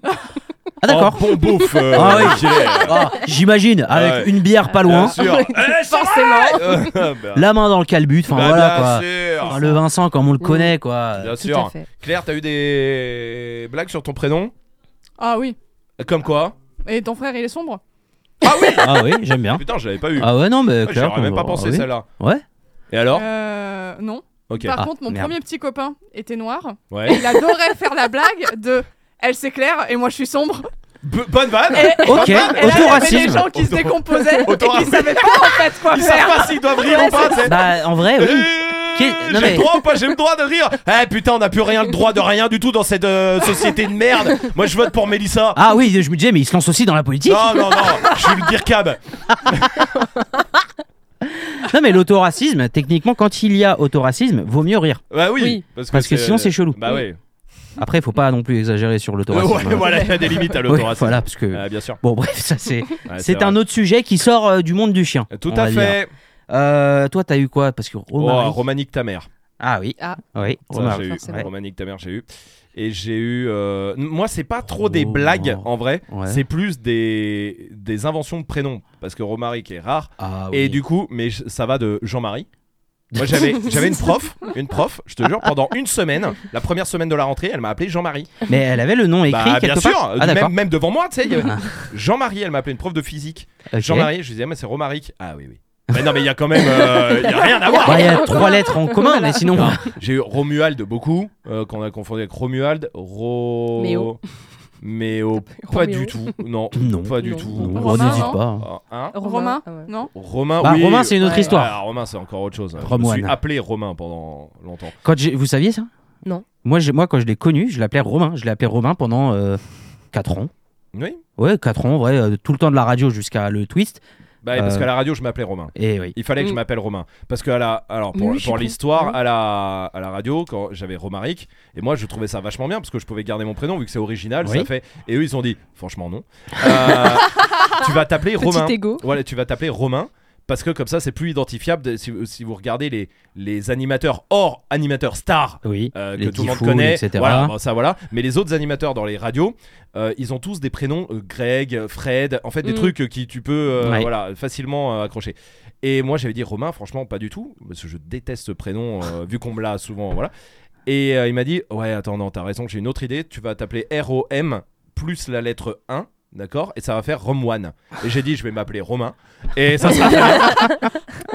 B: Ah d'accord.
M: Oh, bon bouffe euh,
B: Ah oui.
M: Gilles.
B: Ah, J'imagine, avec
M: ouais.
B: une bière pas
M: Bien
B: loin,
M: sûr. Eh, c'est
H: Forcément.
M: vrai Euh, bah,
B: la main dans le calbut, enfin
M: bah,
B: voilà quoi.
M: Bien sûr.
B: Enfin, le Vincent, comme on le connaît quoi.
M: Bien
H: Tout à
M: sûr.
H: fait.
M: Claire, t'as eu des blagues sur ton prénom
C: Ah oui.
M: Comme quoi
C: Et ton frère, il est sombre
B: Ah oui, j'aime bien.
M: Putain, j'avais pas eu.
B: Ah ouais, non, mais
M: Ouais,
B: clair,
M: J'aurais même
B: comme-
M: pas
B: ah
M: pensé
B: oui.
M: celle-là.
B: Ouais.
M: Et alors
C: Euh. Non.
M: Oh. Ok.
C: Par
B: Ah,
C: contre, mon
B: merde.
C: premier petit copain était noir. Et
M: Ouais.
C: il adorait faire la blague de. Elle s'éclaire et moi je suis sombre.
M: B- bonne vanne.
B: Ok,
C: Et là, il y Eh, avait des
B: autoracisme.
C: gens qui se
M: Auto-
C: décomposaient et qui
M: Autoracisme.
C: savaient pas en fait quoi
M: Ils savent
C: faire.
M: pas s'ils doivent rire ou pas. t'sais.
B: Bah en vrai, oui.
M: Euh,
B: Qu'est- non,
M: J'ai
B: mais-
M: le droit ou pas J'ai le droit de rire. Eh putain, on n'a plus rien, le droit de rien du tout dans cette euh, société de merde. Moi, je vote pour Mélissa.
B: Ah oui, je me disais, mais il se lance aussi dans la politique.
M: Non, non, non, je suis le birkab.
B: Non, mais l'autoracisme, techniquement, quand il y a autoracisme, vaut mieux rire.
M: Bah oui,
H: Oui.
B: Parce que sinon, c'est chelou.
M: Bah oui.
B: Après, faut pas non plus exagérer sur
M: Ouais,
B: l'autoracisme.
M: ouais, voilà, il y a des limites à
B: Oui,
M: l'autoracisme.
B: voilà, parce que.
M: Ah, bien sûr.
B: Bon, bref, ça c'est.
M: Ouais,
B: C'est un
M: vrai.
B: autre sujet qui sort euh, du monde du chien.
M: Tout
B: on
M: à
B: va dire.
M: fait.
B: Euh, toi, t'as eu quoi Parce que
M: Oh,
B: Romaric-
M: Romanique ta mère.
B: Ah oui.
H: Ah.
B: Oui,
M: Ça,
B: Romaric,
M: j'ai eu.
H: forcément.
B: ouais.
M: Romanique ta mère, j'ai eu. Et j'ai eu. euh, n- Moi, c'est pas trop des
B: Romar-
M: blagues en vrai.
B: Oh. Ouais.
M: C'est plus des... des inventions de prénoms. Parce que Romaric est rare.
B: Ah
M: Et
B: oui.
M: du coup, mais je- ça va de Jean-Marie. Moi j'avais j'avais une prof, une prof, je te jure, pendant une semaine, la première semaine de la rentrée, elle m'a appelé Jean-Marie.
B: Mais elle avait le nom écrit
M: Bah bien
B: quelque
M: sûr,
B: part. Ah
M: même,
B: d'accord.
M: même devant moi, tu sais, il y avait-
B: Ah.
M: Jean-Marie, elle m'appelait une prof de physique.
B: Ok.
M: Jean-Marie, je lui disais, mais c'est Romaric. Ah oui, oui. Mais non, mais il y a quand même, euh, il y a rien à voir.
B: Bah, il y a trois lettres en commun, mais sinon.
M: Voilà. J'ai eu Romuald beaucoup, euh, qu'on a confondu avec Romuald. Ro...
H: Méo.
M: Méo, pas
H: Roméo.
M: du tout. Non,
B: Non.
M: pas du
H: Non.
M: tout.
B: Non, on
C: Romain,
B: n'hésite
C: non
B: pas.
M: Ah, hein
C: Romain,
H: Ah ouais.
C: non
M: Romain,
B: Bah,
M: oui.
B: Romain, c'est une autre
H: Ouais.
B: histoire.
M: Ah, Romain, c'est encore autre chose. Je me
B: Romoine.
M: suis appelé Romain pendant longtemps.
B: Quand j'ai- vous saviez ça
H: Non.
B: Moi, j'ai- moi, quand je l'ai connu, je l'appelais Romain. Je l'ai appelé Romain pendant 4 ans.
M: Oui.
B: Ouais, 4 ans, ouais, euh, tout le temps de la radio jusqu'à le twist.
M: Bah, parce
B: Euh.
M: qu'à la radio, je m'appelais Romain.
B: Et oui.
M: Il fallait que je
H: Mm.
M: m'appelle Romain. Parce que à la, alors
H: Mais
M: pour,
H: oui, je Mm.
M: pour
H: suis
M: l'histoire,
H: con.
M: à la, à la radio, quand j'avais Romaric, et moi je trouvais ça vachement bien parce que je pouvais garder mon prénom vu que c'est original.
B: Oui.
M: Ça fait... Et eux ils ont dit, franchement non. Euh, tu vas t'appeler
H: Petit
M: Romain.
H: égo.
M: Voilà, tu vas t'appeler Romain. Parce que comme ça, c'est plus identifiable de- si, si vous regardez les, les animateurs hors animateurs stars
B: Oui.
M: euh, que
B: Les
M: tout le monde
B: Tifouls,
M: connaît.
B: etc.
M: Voilà, bon, ça voilà. Mais les autres animateurs dans les radios, euh, ils ont tous des prénoms euh, Greg, euh, Fred, en fait des
H: Mm.
M: trucs euh, qui tu peux euh,
B: Ouais.
M: voilà, facilement euh, accrocher. Et moi j'avais dit Romain, franchement pas du tout, parce que je déteste ce prénom euh, vu qu'on me l'a souvent voilà. Et euh, il m'a dit ouais attends non t'as raison j'ai une autre idée, tu vas t'appeler R O M plus la lettre 1. D'accord Et ça va faire Romwan. Et j'ai dit, je vais m'appeler Romain. Et ça sera très bien.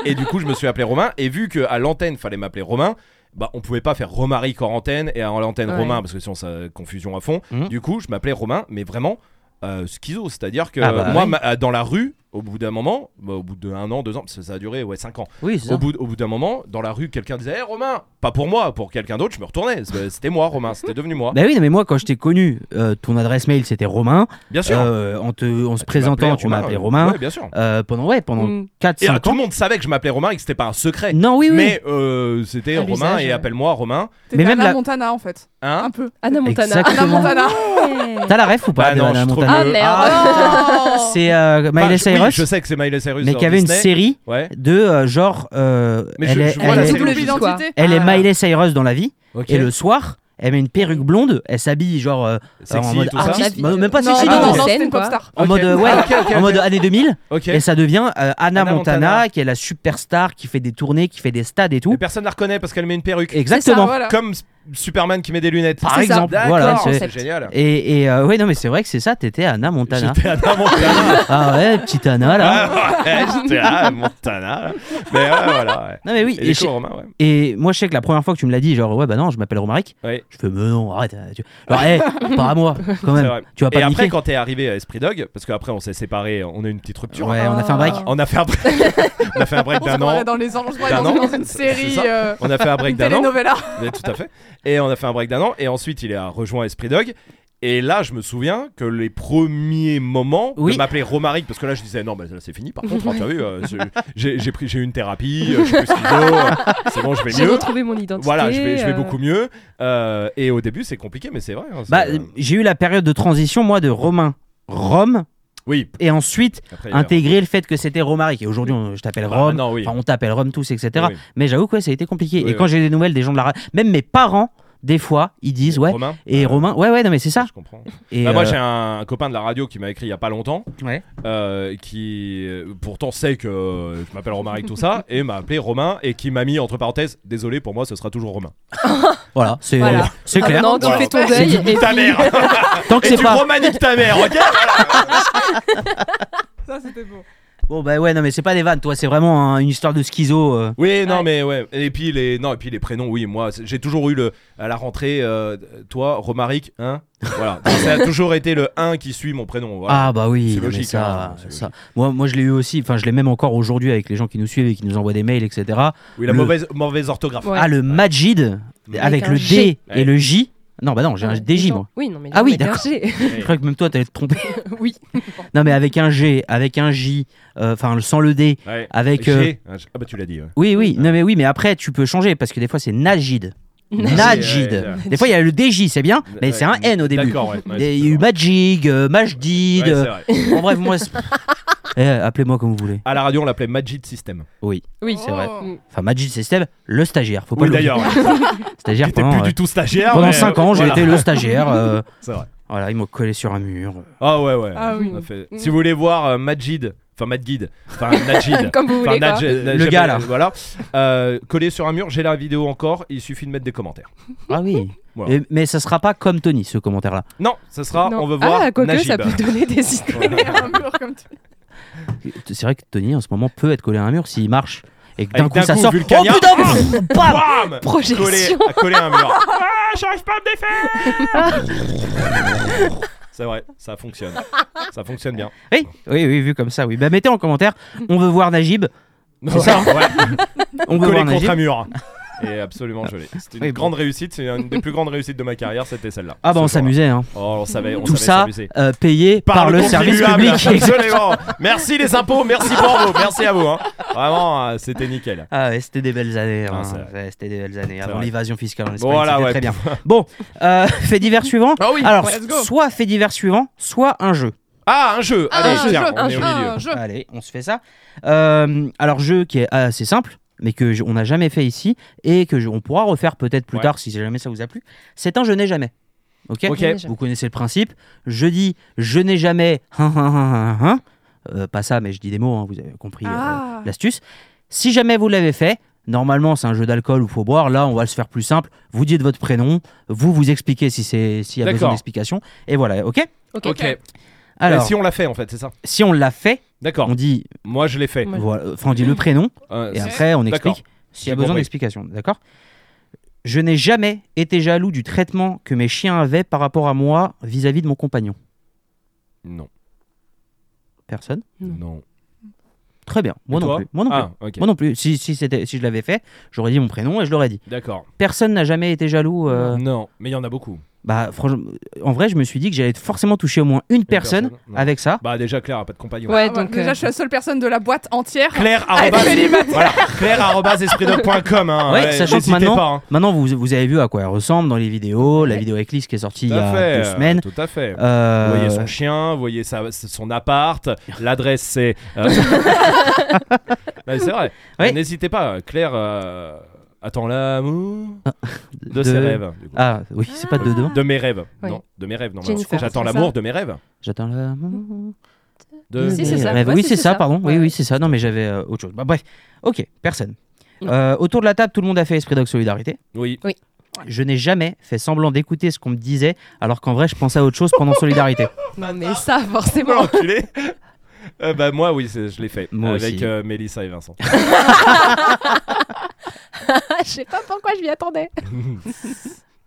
M: Et du coup, je me suis appelé Romain. Et vu qu'à l'antenne, fallait m'appeler Romain, bah, on pouvait pas faire Romaric en antenne et en l'antenne
H: Ouais.
M: Romain, parce que sinon, ça confusion à fond.
B: Mhm.
M: Du coup, je m'appelais Romain, mais vraiment euh, schizo. C'est-à-dire que
B: Ah bah
M: moi,
B: oui.
M: ma- euh, dans la rue, au bout d'un moment, bah, au bout d'un an, deux ans, parce que ça a duré ouais, cinq ans,
B: Oui, c'est
M: au
B: ça.
M: bout, au bout d'un moment, dans la rue, quelqu'un disait Hé Romain Pas pour moi, pour quelqu'un d'autre, je me retournais. C'était c'était moi, Romain, c'était devenu moi.
B: Bah oui, non, mais moi, quand je t'ai connu, euh, ton adresse mail c'était Romain.
M: Bien sûr.
B: Euh, en, te, en se
M: Tu m'appelais
B: présentant, tu m'as appelé Romain.
M: Ouais, bien sûr.
B: Euh, pendant ouais, pendant
H: Mm.
B: 4
M: Et euh,
B: 5
M: tout
B: ans.
M: le monde savait que je m'appelais Romain et que c'était pas un secret.
B: Non, oui oui.
M: Mais euh, c'était
H: À
M: Romain
H: l'usage,
M: et
H: ouais.
M: appelle-moi Romain.
C: T'étais
B: même
C: Anna
B: la-
C: Montana en fait.
M: Hein
C: Un peu.
H: Anna Montana.
C: Anna
B: Exactement.
C: Montana. Oh
B: T'as la ref ou pas
M: Bah
B: de
M: non,
B: Hannah
M: je suis trop
B: Montana
H: Ah merde.
B: Ah, C'est euh,
M: Enfin,
B: Miley
M: je- oui,
B: Cyrus
M: je sais que c'est Miley Cyrus.
B: mais
M: dans
B: qui avait une
M: Disney.
B: série
M: Ouais.
B: de euh, genre euh,
M: Mais
B: elle
M: je-
B: est,
M: je vois
B: elle
M: la
B: est-
M: série.
C: double
H: double vie, quoi.
C: identité.
B: elle est
H: Ah.
B: Miley Cyrus dans la vie
M: Ok.
B: et le soir elle met une perruque blonde, elle s'habille genre euh,
M: Sexy
B: en mode
M: et tout ça.
H: Ah,
B: artiste,
H: vie-
B: mais- même pas
H: Non,
B: sexy,
H: non,
B: non,
H: non.
C: c'était
H: Scène,
C: une
H: quoi.
C: pop star.
B: en
M: Ok.
B: mode euh, ouais,
M: Ah, ok, ok,
B: en mode
M: ok.
B: années 2000
M: Ok.
B: et ça devient euh, Anna,
M: Hannah
B: Montana,
M: Montana.
B: qui est la superstar qui fait des tournées, qui fait des stades et tout.
M: Et personne la reconnaît parce qu'elle met une perruque.
B: Exactement.
C: voilà.
M: Comme S- Superman qui met des lunettes.
B: Par
H: C'est ça.
B: exemple,
M: D'accord,
B: voilà,
H: c'est-
M: c'est génial.
B: Et, et euh, ouais non mais c'est vrai que c'est ça, t'étais Anna Montana.
M: J'étais à Montana.
B: Ah ouais, petite Anna là.
M: Ah, ouais, J'étais à Montana. là. Mais ouais, voilà. ouais.
B: Non mais oui,
M: Et du
B: et
M: coup,
B: chez-
M: Romain, ouais.
B: Et moi, je sais que la première fois que tu me l'as dit, genre, ouais, bah non, je m'appelle Romaric.
M: Ouais.
B: Je fais, mais non, arrête. euh, Tu... Genre, hé, pas à moi, quand
M: C'est
B: même.
M: vrai.
B: Tu vas pas
M: Et
B: me
M: après,
B: niquer.
M: quand t'es arrivé à Esprit Dog, parce qu'après on s'est séparés, on a eu une petite rupture.
B: Ouais, on a fait un break.
M: On a fait un break. on a fait un break
C: On se
M: d'un an.
C: croirait dans les anges, on se croirait
M: D'un
C: dans
M: an.
C: dans une
M: C'est- c'est
C: série.
M: ça.
C: euh,
M: On a fait un break
C: Une
M: d'un an.
C: telenovela.
M: Mais tout à fait. Et on a fait un break d'un an. Et ensuite, il a rejoint Esprit Dog. Et là, je me souviens que les premiers moments
B: Oui.
M: de m'appeler Romaric, parce que là, je disais non, bah, là, c'est fini. Par contre, hein, tu as vu, euh, c'est- j'ai j'ai pris, j'ai eu une thérapie, euh, je suis schizo, euh, c'est bon, je vais
H: J'ai
M: mieux.
H: retrouvé mon identité.
M: Voilà, je vais, je vais
H: euh,
M: beaucoup mieux. Euh, et au début, c'est compliqué, mais c'est vrai. hein, c'est-
B: Bah, j'ai eu la période de transition, moi, de Romain Rome,
M: oui.
B: et ensuite
M: Après, il y a-
B: intégrer le fait que c'était Romaric. Et aujourd'hui, on- je t'appelle
M: Ah,
B: Rome,
M: non, oui.
B: enfin, on t'appelle Rome tous, etc.
M: Oui, oui.
B: Mais j'avoue que ouais, ça a été compliqué.
M: Oui,
B: et quand
M: oui.
B: j'ai des nouvelles des gens de la radio, même mes parents, des fois, ils disent, ouais.
M: Romain
B: Et
M: Euh,
B: Romain, ouais, ouais, non, mais c'est ça.
M: Je comprends.
B: Et,
M: Bah, Moi,
B: euh,
M: j'ai un, un copain de la radio qui m'a écrit il y a pas longtemps,
B: ouais.
M: euh, qui euh, pourtant sait que euh, je m'appelle Romaric, tout ça, et m'a appelé Romain, et qui m'a mis entre parenthèses Désolé, pour moi, ce sera toujours Romain.
B: Voilà, c'est euh,
H: Voilà. Ah,
B: c'est clair.
H: Non, tu
M: Voilà.
H: fais ton
M: C'est
H: deuil.
M: dit
H: et
M: ta
H: puis-
M: mère
B: Tant que
M: Et
B: c'est
M: tu
B: pas.
M: romaniques ta mère, ok
C: Ça, c'était beau.
B: Bon, bah ouais, non, mais c'est pas des vannes, toi, c'est vraiment hein, une histoire de schizo. euh.
M: Oui, non, mais ouais. Et puis les, non, et puis les prénoms. Oui, moi, c'est- j'ai toujours eu le à la rentrée. euh, toi, Romaric, hein. Voilà. Donc, ça a toujours été le 1 qui suit mon prénom. Voilà.
B: Ah bah oui,
M: C'est
B: non, mais
M: logique,
B: ça,
M: hein, c'est
B: ça. Moi, moi je l'ai eu aussi, enfin je l'ai même encore aujourd'hui avec les gens qui nous suivent et qui nous envoient des mails, etc.
M: oui,
B: le-
M: la mauvaise, mauvaise orthographe.
H: Ouais.
B: Ah le Majid
M: Avec
B: avec
H: un
B: le D
H: G.
B: et le J. Non bah non, j'ai
H: Ah,
B: un
H: les
B: DJ
H: gens-
B: moi.
H: Oui, non, mais les
B: Ah
H: gens
B: oui,
H: mettent un
B: d'accord.
H: G.
B: Je croyais que même toi t'allais te tromper.
H: oui.
B: Non mais avec un G, avec un J, euh, enfin sans le D,
M: Ouais.
B: avec... euh,
M: J'ai- Ah, j- ah bah tu l'as dit. ouais.
B: Oui oui, non mais oui mais après tu peux changer parce que des fois c'est Najid.
M: ouais,
B: Najid.
M: ouais.
B: Des fois il y a le DJ c'est bien, mais
M: Ouais,
B: c'est un N au début.
M: D'accord, ouais. ouais,
B: Des-
M: c'est
B: Il y a eu
M: vrai.
B: Majig, euh, Majdid.
M: Ouais, c'est
B: euh,
M: vrai.
B: en bref moi... c'est- Eh, appelez-moi comme vous voulez.
M: À la radio, on l'appelait Magic System.
H: Oui,
B: c'est vrai.
C: Oh.
B: Enfin, Majid System, le stagiaire. Faut pas
M: Oui,
B: l'oublier.
M: d'ailleurs. ouais.
B: Stagiaire
M: J'étais
B: pendant,
M: plus
B: euh,
M: du tout stagiaire.
B: pendant
M: mais,
B: 5
M: euh,
B: ans, j'ai
M: voilà.
B: été le stagiaire. euh,
M: C'est vrai.
B: voilà, ils m'ont collé sur un mur.
M: Ah ouais, ouais.
C: Ah oui.
M: On a fait-
C: Mm.
M: Si vous voulez voir euh, Majid, enfin Madguide, enfin Najid.
H: Comme vous
M: Enfin,
H: voulez. quoi.
M: Nadj- Nadj-
B: Le gars, là.
M: Voilà. Euh, collé sur un mur, j'ai la vidéo encore. Il suffit de mettre des commentaires.
B: Ah oui.
M: Voilà.
B: Et- mais ça sera pas comme Tony, ce commentaire-là.
M: Non, ça sera.
H: Non.
M: On veut voir
H: Ah, quoique,
M: Najib.
H: ça peut donner des idées.
C: Un mur comme tu-
B: C'est vrai que Tony, en ce moment, peut être collé à un mur s'il marche. Et que d'un
M: Avec
B: coup, ça sort. Oh
M: Vulcania,
B: putain pff,
M: ah, bam
H: Projection.
M: collé, à coller un mur. Ah, j'arrive pas à me défaire C'est vrai, ça fonctionne. Ça fonctionne bien.
B: oui, oui, oui, vu comme ça, oui. Bah, mettez en commentaire. On veut voir Najib. C'est ça, hein
M: Ouais.
B: On veut
M: Collé
B: voir
M: contre
B: Najib.
M: un mur. Et absolument, je l'ai. C'était une
B: Oui, bon.
M: grande réussite, c'est une des plus grandes réussite de ma carrière, c'était celle-là.
B: Ah bah on
M: Ce jour-là.
B: s'amusait. Hein.
M: Oh, on savait, on
B: Tout
M: savait
B: ça
M: s'amuser.
B: euh, payé par, le service
M: contribuable,
B: public.
M: Absolument. merci les impôts, merci pour vous, merci à vous. hein. Vraiment, euh, c'était nickel.
B: Ah ouais, c'était des belles années.
M: Ah,
B: hein.
M: c'est vrai.
B: Ouais, c'était des belles années.
M: C'est
B: Avant
M: vrai.
B: l'évasion fiscale en Espagne,
M: Voilà,
B: c'était
M: ouais.
B: très bien. Bon, euh, fait divers suivant.
M: Ah oui,
B: Alors,
C: let's go.
B: soit fait divers suivant, soit un jeu.
M: Ah, un jeu.
C: Ah,
M: Allez,
C: un
M: tiens,
C: jeu,
M: on
C: un
M: est
C: jeu,
M: au milieu.
C: un jeu.
B: Allez, on se fait ça. Euh, alors, jeu qui est assez simple, mais que je- on n'a jamais fait ici et que je- on pourra refaire peut-être plus
M: Ouais.
B: tard si jamais ça vous a plu. C'est un je n'ai jamais. Ok.
M: Ok.
B: Vous connaissez le principe. Je dis je n'ai jamais. hein, hein, hein, hein, hein. Euh, pas ça, mais je dis des mots. hein, vous avez compris euh,
C: Ah.
B: l'astuce. Si jamais vous l'avez fait, normalement c'est un jeu d'alcool où faut boire. Là, on va se faire plus simple. Vous dites votre prénom. Vous vous expliquez si c'est s'il y a besoin
M: D'accord.
B: d'explication. Et voilà. Ok.
H: Ok.
M: Ok.
C: Ah,
M: Mais
B: Alors,
M: si on l'a fait en fait, c'est ça.
B: si on l'a fait,
M: D'accord.
B: on dit
M: Moi, je l'ai fait.
H: Ouais.
B: voilà, enfin, on dit le prénom
M: Euh,
B: et
M: c'est-
B: après on
M: D'accord.
B: explique s'il y a
M: J'ai
B: besoin
M: compris.
B: d'explication, d'accord Je n'ai jamais été jaloux du traitement que mes chiens avaient par rapport à moi vis-à-vis de mon compagnon.
M: Non.
B: Personne
H: Non.
M: Non.
B: Très bien. Moi
M: Et
B: non
M: toi
B: plus. Moi non plus.
M: Ah, ok.
B: Moi non plus. Si, si, c'était- si je l'avais fait, j'aurais dit mon prénom et je l'aurais dit.
M: D'accord.
B: Personne n'a jamais été jaloux. euh,
M: Non, mais il y en a beaucoup.
B: Bah, franchement, en vrai, je me suis dit que j'allais forcément toucher au moins une personne,
M: personne, non.
B: avec ça.
M: Bah déjà Claire a pas de compagnon.
H: Ouais,
C: Ah ouais,
H: donc.
C: déjà,
H: euh,
C: je suis la seule personne de la boîte entière.
M: Claire
C: Ah,
M: arrobase-
C: elle fait les maths.
M: voilà. Claire arobase espritdoc.com, hein.
B: Ouais, sachant que
M: n'hésitez
B: maintenant,
M: pas, hein.
B: Maintenant, vous, vous avez vu à quoi elle ressemble dans les vidéos. La vidéo avec Lys qui est sortie il y
M: Tout à
B: a
M: fait,
B: deux
M: euh,
B: semaines.
M: Tout à fait.
B: Euh,
M: Vous voyez son chien, vous voyez sa- son appart, l'adresse c'est. euh, non, mais c'est vrai.
B: Oui.
M: N'hésitez pas, Claire. euh, Attends l'amour de,
B: de-
M: ses rêves. du coup.
B: Ah oui, c'est pas de dedans.
M: De mes rêves.
H: Oui.
M: Non, de mes rêves. Non, mais
H: Jennifer,
M: parce que j'attends
H: c'est ça.
M: l'amour de mes rêves.
B: J'attends la.
M: De...
H: Si, c'est
B: mes
H: ça.
B: rêves.
H: Ouais,
B: oui,
H: si,
B: c'est
H: c'est
B: ça,
H: ça.
B: pardon. Oui,
H: Ouais.
B: oui, c'est ça. Non, mais j'avais euh, autre chose. Bah, bref. Ok, personne.
H: Mm.
B: Euh, autour de la table, tout le monde a fait Esprit Dog Solidarité.
M: Oui.
B: Je n'ai jamais fait semblant d'écouter ce qu'on me disait, alors qu'en vrai, je pensais à autre chose pendant Solidarité.
H: Non, mais ça,
M: Oh,
H: forcément.
M: l'enculé. Euh, bah moi oui c'est- je l'ai fait
B: Moi
M: avec
B: aussi.
M: euh, Mélissa et Vincent.
H: Je sais pas pourquoi je m'y attendais.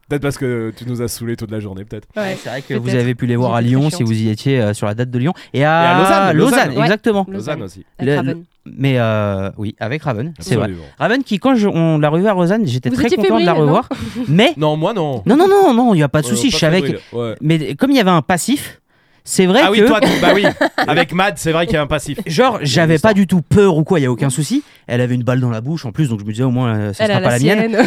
M: Peut-être parce que tu nous as saoulés toute la journée, peut-être.
H: Ouais.
B: C'est vrai que
H: Peut-être.
B: vous avez pu les voir à
H: J'étais
B: Lyon si
H: confiante.
B: vous y étiez euh, sur la date de Lyon. Et à,
M: à Lausanne, Lausanne.
H: Ouais.
B: exactement.
M: Lausanne aussi.
H: Avec
B: Le-
H: Raven.
B: Mais euh, oui, avec Raven, c'est vrai.
M: Absolument.
B: Raven qui, quand je- on l'a revue à Lausanne, j'étais
H: Vous
B: très
H: étiez
B: content de la
H: fébrile, non
B: revoir. mais
M: Non, moi non.
B: non, non, non, non, il n'y a pas de
M: Ouais,
B: souci.
M: pas
B: Je savais que...
M: fébrile, ouais.
B: Mais comme il y avait un passif, c'est vrai
M: Ah
B: que...
M: oui, toi, tu- bah oui. Avec Mad, c'est vrai qu'il y a un passif.
B: Genre, j'avais
M: l'histoire.
B: pas du tout peur ou quoi, il n'y a aucun souci. Elle avait une balle dans la bouche en plus, donc je me disais au moins, euh, ça
H: Elle
B: sera
H: a
B: pas la
H: la
B: mienne.
H: sienne.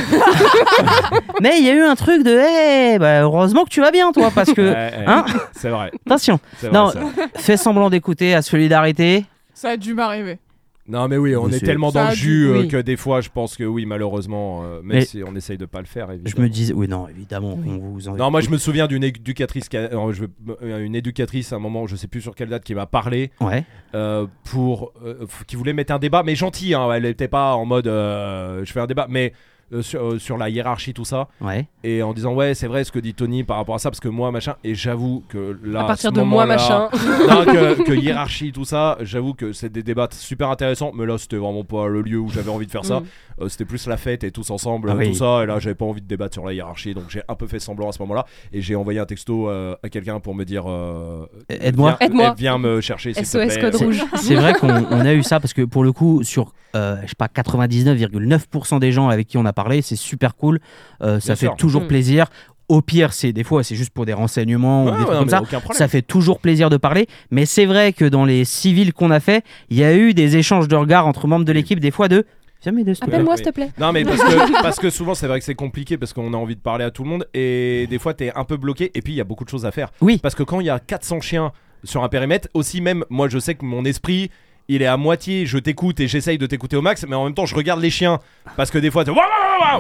B: Mais il y a eu un truc de, eh, bah, heureusement que tu vas bien, toi, parce que,
M: Ouais, ouais.
B: hein
M: C'est vrai.
B: attention,
M: c'est
B: Non.
M: vrai, c'est vrai.
B: fais semblant d'écouter à Solidarité.
C: Ça a dû m'arriver.
M: Non, mais oui, on
B: Mais
M: est
B: c'est-
M: tellement
C: Ça
M: dans
C: a
M: le
C: dû-
M: jus euh,
H: oui.
M: que des fois, je pense que oui, malheureusement, euh, même
B: Mais-
M: si on essaye de pas le faire, évidemment.
B: Je me disais, oui, non, évidemment,
H: Oui.
B: on vous en
M: Non, moi je me souviens d'une éducatrice, qui a- alors, je- euh, une éducatrice à un moment, je sais plus sur quelle date, qui m'a parlé
B: Ouais.
M: euh, pour euh, f- qui voulait mettre un débat, mais gentil. hein, elle n'était pas en mode euh, je fais un débat, mais euh, sur, euh, sur la hiérarchie tout ça,
B: Ouais.
M: et en disant ouais c'est vrai ce que dit Tony par rapport à ça, parce que moi machin, et j'avoue que là
H: à partir
M: ce
H: de moi, machin.
M: moment-là- non, que, que hiérarchie tout ça, j'avoue que c'est des débats super intéressants, mais là c'était vraiment pas le lieu où j'avais envie de faire ça.
H: Mm.
M: Euh, c'était plus la fête et tous ensemble,
B: Ah
M: euh,
B: oui.
M: tout ça. Et là, j'avais pas envie de débattre sur la hiérarchie, donc j'ai un peu fait semblant à ce moment-là. Et j'ai envoyé un texto euh, à quelqu'un pour me dire euh,
B: Aide-moi.
M: Viens,
H: Aide-moi.
M: eh, viens me chercher. s'il te
H: SOS
M: plaît.
H: Code
M: C'est-
H: Rouge.
B: C'est vrai qu'on on a eu ça parce que pour le coup, sur euh, je sais pas 99,9% des gens avec qui on a parlé, c'est super cool. Euh, ça
M: Bien
B: fait
M: sûr.
B: toujours
H: Mm.
B: plaisir. Au pire, c'est des fois c'est juste pour des renseignements
M: Ah
B: ou
M: Ouais,
B: des
M: ouais,
B: trucs
M: non,
B: comme
M: mais
B: ça.
M: aucun problème.
B: Ça fait toujours plaisir de parler, mais c'est vrai que dans les civils qu'on a fait, il y a eu des échanges de regards entre membres de l'équipe des fois de Viens m'aider, s'il te plaît.
H: Appelle-moi,
M: Oui.
H: s'il te plaît.
M: Non, mais parce que, parce que souvent, c'est vrai que c'est compliqué parce qu'on a envie de parler à tout le monde et des fois, t'es un peu bloqué. Et puis, il y a beaucoup de choses à faire.
B: Oui.
M: Parce que quand il y a 400 chiens sur un périmètre, aussi, même moi, je sais que mon esprit. Il est à moitié, je t'écoute et j'essaye de t'écouter au max, mais en même temps je regarde les chiens parce que des fois tu oui,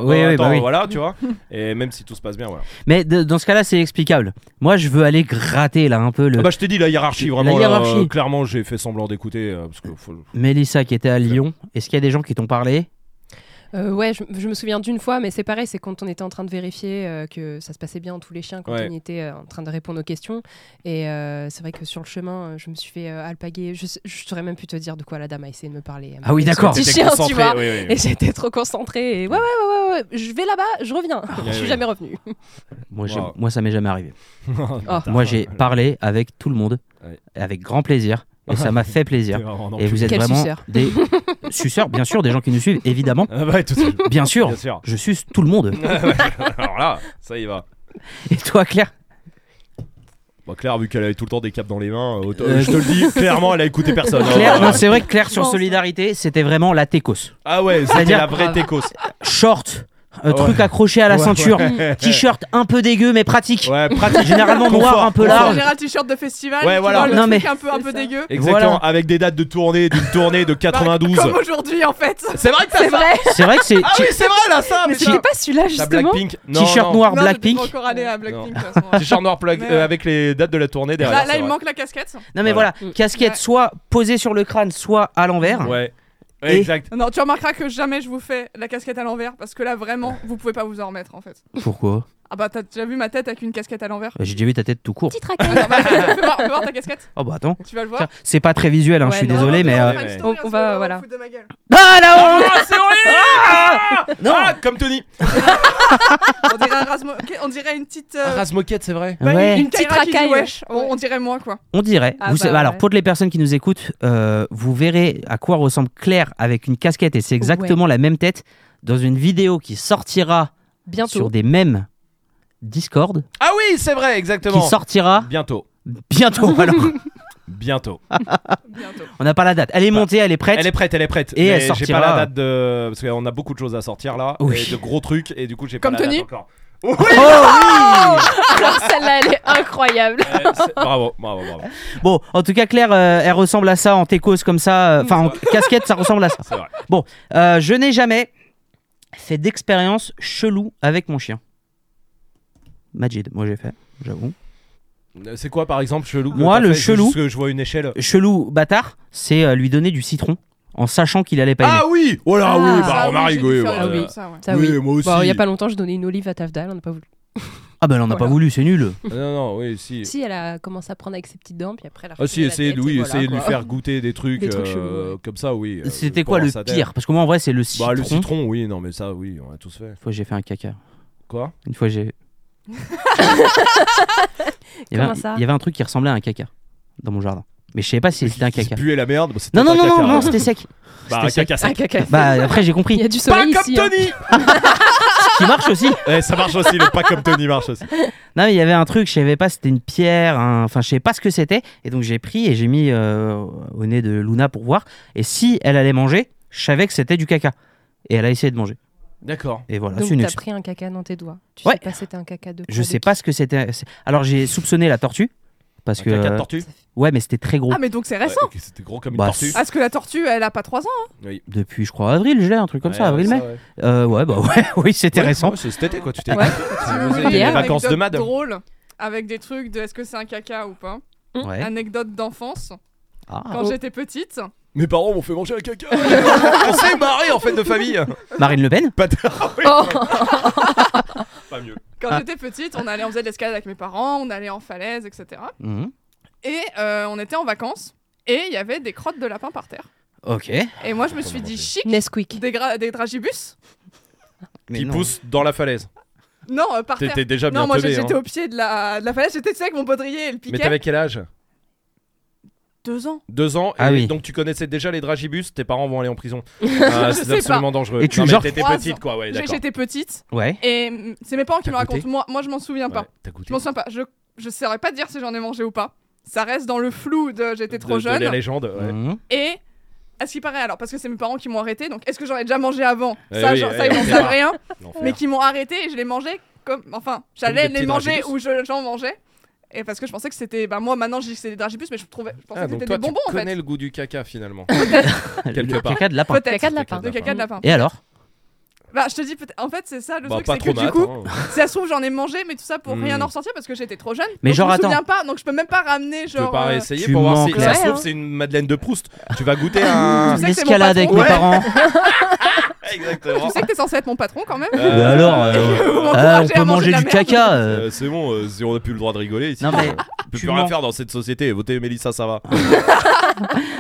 B: Oui, oui, bah oui. Euh,
M: voilà, tu vois. Et même si tout se passe bien, voilà.
B: Mais de- dans ce cas-là, c'est explicable. Moi, je veux aller gratter là un peu le
M: Ah bah je t'ai dit la hiérarchie
B: La
M: vraiment. là,
B: hiérarchie.
M: euh, clairement j'ai fait semblant d'écouter euh, parce que faut-
B: Mélissa qui était à Lyon. Est-ce qu'il y a des gens qui t'ont parlé
H: Euh, ouais, je, je me souviens d'une fois, mais c'est pareil, c'est quand on était en train de vérifier euh, que ça se passait bien tous les chiens, quand
M: Ouais.
H: on était euh, en train de répondre aux questions. Et euh, c'est vrai que sur le chemin, euh, je me suis fait euh, alpaguer. Je, sais- je saurais même plus te dire de quoi la dame a essayé de me parler. Elle m'a
B: Ah oui,
H: fait son
B: d'accord.
H: petit
M: T'étais
H: chien, tu
M: concentré,
H: vois.
M: oui, oui, oui.
H: Et j'étais trop concentrée. Et ouais, ouais, ouais, ouais, ouais, je vais là-bas, je reviens. je suis
M: oui.
H: jamais revenue.
B: Moi, j'ai-
M: Wow.
B: moi, ça m'est jamais arrivé.
H: Oh.
B: Moi, j'ai parlé avec tout le monde,
M: Ah. Ouais.
B: avec grand plaisir, et ça m'a fait plaisir.
M: T'es vraiment
B: Et
M: enculé.
B: vous êtes
H: Quel
B: vraiment
H: suceur.
B: des suceurs, bien sûr, des gens qui nous suivent, évidemment,
M: Ah bah, tout de suite.
B: bien sûr.
M: Bien sûr.
B: Je suce tout le monde.
M: Alors là, ça y va.
B: Et toi, Claire
M: Bah, Claire, vu qu'elle avait tout le temps des capes dans les mains, euh, autant-
B: Euh,
M: je te le dis, clairement, elle a écouté personne. hein.
B: Claire, non, c'est vrai que Claire sur
C: Non, ça-
B: Solidarité, c'était vraiment la técos.
M: Ah ouais, c'était
B: C'est-à-dire-
M: la vraie Técos.
B: Short, euh,
M: Ouais.
B: truc accroché à la
M: Ouais,
B: ceinture,
M: ouais.
B: t-shirt un peu dégueu mais pratique,
M: Ouais, pratique.
B: généralement noir
M: Confort,
B: un peu
M: confort.
C: En
B: large.
C: général, t-shirt de festival.
M: Ouais,
C: tu
M: voilà.
C: vois, le
B: Non,
C: truc
B: mais-
C: un peu, un peu dégueu.
M: Exactement,
B: Voilà.
M: avec des dates de tournée, d'une tournée de
C: Bah,
M: 92.
C: Comme aujourd'hui, en fait.
M: c'est vrai que t'as
H: C'est
M: ça
H: vrai.
B: C'est vrai que c'est
M: Ah oui, c'est vrai là, ça
H: Mais
M: putain.
H: c'était pas celui-là,
M: T'as
H: justement.
M: Blackpink Non,
B: t-shirt
M: non.
B: noir
C: Non, j'étais
B: Blackpink.
C: pas encore allé à Blackpink. de toute façon.
M: T-shirt noir Black-
C: Mais
M: euh,
C: ouais.
M: avec les dates de la tournée derrière.
C: Là, là,
M: c'est
C: il
M: vrai.
C: manque la casquette.
B: Non mais voilà,
H: Voilà.
B: casquette
C: Ouais.
B: soit posée sur le crâne, soit à l'envers.
M: Ouais.
B: Et-
M: Exact.
C: Non, tu remarqueras que jamais je vous fais la casquette à l'envers parce que là, vraiment, vous pouvez pas vous en remettre en fait.
B: Pourquoi Bah,
C: Ah bah, t'as déjà vu ma tête avec une casquette à l'envers
B: J'ai déjà vu ta tête tout court.
H: Petite
C: Ah,
H: raquette.
C: non, bah, fais, voir, fais voir ta casquette,
B: Oh bah attends.
C: tu vas le voir.
B: Tiens, C'est pas très visuel, hein,
H: Ouais,
B: je suis
H: non,
B: désolé,
C: Non,
B: mais.
C: non,
B: euh,
C: non, mais
H: On-
C: story,
H: on
C: hein, ça
H: va,
C: vraiment
H: voilà.
C: foutre de ma gueule.
B: Ah la honte
M: Ah, c'est horrible
B: Non
M: Ah, comme Tony
C: On dirait, un rasmo- ok, on dirait une petite. euh,
M: Rasmoquette, c'est
H: Ah,
M: vrai
C: bah, une-
B: Ouais.
C: Une,
H: Petite
C: Kaira qui dit
H: racaille.
C: wesh. On,
H: Ouais.
C: on dirait moins quoi.
B: On dirait.
H: Ah
B: vous
H: bah
B: savez- alors,
H: ouais.
B: pour les personnes qui nous écoutent, euh, vous verrez à quoi ressemble Claire avec une casquette et c'est exactement la même tête dans une vidéo qui sortira sur
H: Bientôt.
B: des mêmes Discord
M: Ah oui, c'est vrai, exactement.
B: qui sortira
M: Bientôt.
B: bientôt. Alors,
M: Bientôt.
C: Bientôt.
B: on n'a pas la date. Elle est montée, elle est prête.
M: Elle est prête, elle est prête.
B: Et
M: mais
B: elle
M: J'ai
B: sortira.
M: pas la date de. Parce qu'on a beaucoup de choses à sortir là.
B: Oui.
M: Et de gros trucs. Et du coup, j'ai
C: Comme
M: pas la
C: Tony
M: date encore.
B: Oh,
H: Oh, Alors, celle-là, elle est incroyable.
M: Euh, c'est- bravo, bravo, bravo.
B: Bon, en tout cas, Claire, euh, elle ressemble à ça en técos comme ça. euh, Enfin, en casquette, ça ressemble à ça.
M: C'est vrai.
B: Bon, euh, je n'ai jamais fait d'expérience chelou avec mon chien. Majid, moi j'ai fait, j'avoue.
M: Euh, C'est quoi par exemple, chelou que
B: Moi,
M: t'as
B: le
M: fait C'est
B: chelou-
M: juste que je vois une échelle.
B: Chelou, bâtard, c'est euh, lui donner du citron en sachant qu'il allait pas aimer.
M: Ah oui Oh là,
H: Ah,
M: oui, bah
C: Ça,
M: on a
C: oui, j'ai dû
M: rigolé.
C: faire
M: voilà.
C: un
H: oui.
C: truc, ça, ouais.
H: Ça,
M: Oui,
H: oui.
M: moi aussi.
H: Bon, il y a pas longtemps, je donnais une olive à Tafdal, on n'a pas voulu.
B: Ah ben elle en a pas
C: Voilà.
B: voulu, c'est nul.
M: Non, non, oui, si.
H: Si, elle a commencé à prendre avec ses petites dents, puis après, elle a
M: Ah si,
H: reculé la
M: essayez de,
H: tête,
M: oui,
H: et voilà,
M: essayez de lui
H: quoi.
M: faire goûter des trucs,
H: Des trucs
M: euh,
H: chelous, ouais.
M: comme ça, oui. euh,
B: C'était
M: pour
B: quoi
M: voir
B: le
M: sa tête.
B: pire Parce que moi en vrai c'est le citron.
M: Bah le citron, oui, non mais ça, oui, on a tous fait.
B: Une fois j'ai fait un caca.
M: Quoi
B: Une fois j'ai Il y, avait
H: Comment
B: un,
H: ça
B: il y avait un truc qui ressemblait à un caca dans mon jardin. Mais je sais pas si c'était un caca.
M: Puer la merde. bon, c'était
B: Non, non,
M: un
B: non,
M: caca.
B: non, non, c'était sec.
M: Bah, un
B: C'était
M: caca
H: Un
M: sec.
H: Ah, caca.
B: Bah, après, j'ai compris.
H: Il y a du
M: Pas
H: soleil
M: comme
H: ici. hein.
M: Tony
B: Qui marche aussi.
M: Eh, Ça marche aussi, le pas comme Tony marche aussi.
B: Non, mais il y avait un truc, je savais pas, c'était une pierre, un- enfin, je savais pas ce que c'était. Et donc, j'ai pris et j'ai mis euh, au nez de Luna pour voir. Et si elle allait manger, je savais que c'était du caca. Et elle a essayé de manger.
M: D'accord.
B: Et voilà, c'est
H: Donc
B: une
H: t'as
B: expérience.
H: pris un caca dans tes doigts. Tu
B: Ouais.
H: sais pas c'était un caca de. quoi,
B: Je
H: de
B: sais
H: qui
B: pas ce que c'était. c'est- Alors, j'ai soupçonné la tortue. Parce
M: Un
B: que.
M: caca de tortue
B: Ouais, mais c'était très gros.
C: Ah, mais donc c'est
M: Ouais,
C: récent.
M: ok, C'était gros comme une
B: Bah,
M: tortue.
C: Parce que la tortue, elle a pas 3 ans.
B: Depuis, je crois, avril, je l'ai, un truc comme
M: Ouais,
B: ça,
M: ouais,
B: avril-mai.
M: ouais.
B: Euh, ouais, bah ouais, oui, c'était
M: Ouais,
B: récent.
M: ouais, c'est cet été, quoi. Tu t'es
H: Ouais.
M: tu
C: hein.
M: faisais
H: oui,
M: les
H: hier,
M: vacances de
C: Anecdote
M: Mad.
C: drôle avec des trucs de est-ce que c'est un caca ou pas.
M: Eh
B: Ouais.
C: Anecdote d'enfance.
B: Ah.
C: Quand
H: Oh.
C: j'étais petite,
M: Mes parents m'ont fait manger un caca. On s'est marré en fait de famille.
B: Marine Le Pen
M: Pas de- Ah oui.
H: Oh.
C: Oh.
M: Pas mieux.
C: quand j'étais petite, on allait on faisait de l'escalade avec mes parents, on allait en falaise, etc.
M: Mmh.
B: Mhm.
C: Et euh, on était en vacances et il y avait des crottes de lapin par terre.
B: Ok.
C: Et moi je me suis dit chic,
H: Nesquik.
C: des, gra- des dragibus
B: Mais
M: Qui
B: non.
M: pousse dans la falaise.
C: Non, euh, par terre.
M: T'étais déjà bien
C: Non, moi
M: teubé,
C: j'étais
M: hein.
C: au pied de la, de la falaise, j'étais tu sais, avec mon baudrier et le
M: Mais
C: piquet.
M: t'avais quel âge
C: Deux ans.
M: Deux ans.
B: Ah
M: et
B: oui.
M: Donc tu connaissais déjà les dragibus. Tes parents vont aller en prison. Ah,
C: sais
M: c'est
C: pas.
M: absolument dangereux.
B: Et tu-
M: Non, mais
B: genre-
M: t'étais
C: Trois
M: petite,
C: ans.
M: quoi. Ouais,
C: J'ai-
M: d'accord.
C: J'étais petite
B: Ouais.
C: et mm, c'est mes parents qui me
M: T'as goûté
C: racontent. Moi, moi je m'en souviens pas.
M: Ouais, T'as goûté.
C: Je m'en souviens pas. Je, je saurais pas te dire si j'en ai mangé ou pas. Ça reste dans le flou de j'étais
M: De-
C: trop
M: de
C: jeune.
M: la légende. ouais.
B: Mhm.
C: Et à ce qui paraît, alors parce que c'est mes parents qui m'ont arrêté, donc est-ce que j'en ai déjà mangé avant
M: Eh
C: Ça,
M: oui,
C: j'en-
M: eh,
C: ça, ils
M: on
C: n'en
M: sait
C: savent
M: pas.
C: rien,
M: L'enfer.
C: mais qui m'ont arrêté et je les mangeais comme. Enfin, j'allais
M: Comme des
C: les
M: petits
C: manger
M: dragibus.
C: ou je- j'en mangeais. Et parce que je pensais que c'était. Bah, moi maintenant, je dis que c'est des dragibus, mais je, trouvais, je pensais
M: Ah,
C: que
M: donc
C: c'était
M: toi,
C: des bonbons
M: tu
C: en
M: connais
C: fait.
M: le goût du caca finalement. Quelque
B: Le
M: part.
B: caca de lapin.
C: Peut-être.
H: Caca de lapin.
C: De caca de lapin.
B: Et alors
C: Bah, je te dis peut-être. En fait, c'est ça le
M: Mm. Bah,
C: truc,
M: pas
C: c'est que
M: trop
C: du
M: mal.
C: coup, si ça se trouve, j'en ai mangé, mais tout ça pour
M: Hmm.
C: rien en ressortir parce que j'étais trop jeune.
B: Mais
C: donc
B: genre,
C: je me
B: attends.
C: souviens pas, donc je peux même pas ramener
M: Tu veux
C: genre.
M: pas
C: euh,
M: essayer
B: tu
M: pour voir si
B: manques
M: ça
H: la-
M: se trouve
H: Ouais, hein.
M: c'est une Madeleine de Proust. Tu vas goûter un.
C: Ah. Tu sais que c'est mon
B: L'escalade avec
C: patron.
B: mes parents.
M: Exactement.
C: Tu sais que t'es censé être mon patron quand même.
M: Euh,
B: Mais alors, euh,
C: Vous
B: euh, on
C: m'encouragez
B: peut
C: à manger
B: manger
C: de la
B: du
C: merde.
B: caca. euh.
M: Euh, c'est bon, euh, si on n'a plus le droit de rigoler ici.
B: Non, mais
M: euh, on peut
B: tu
M: plus rien
B: mens.
M: faire dans cette société. Votez Mélissa, ça va.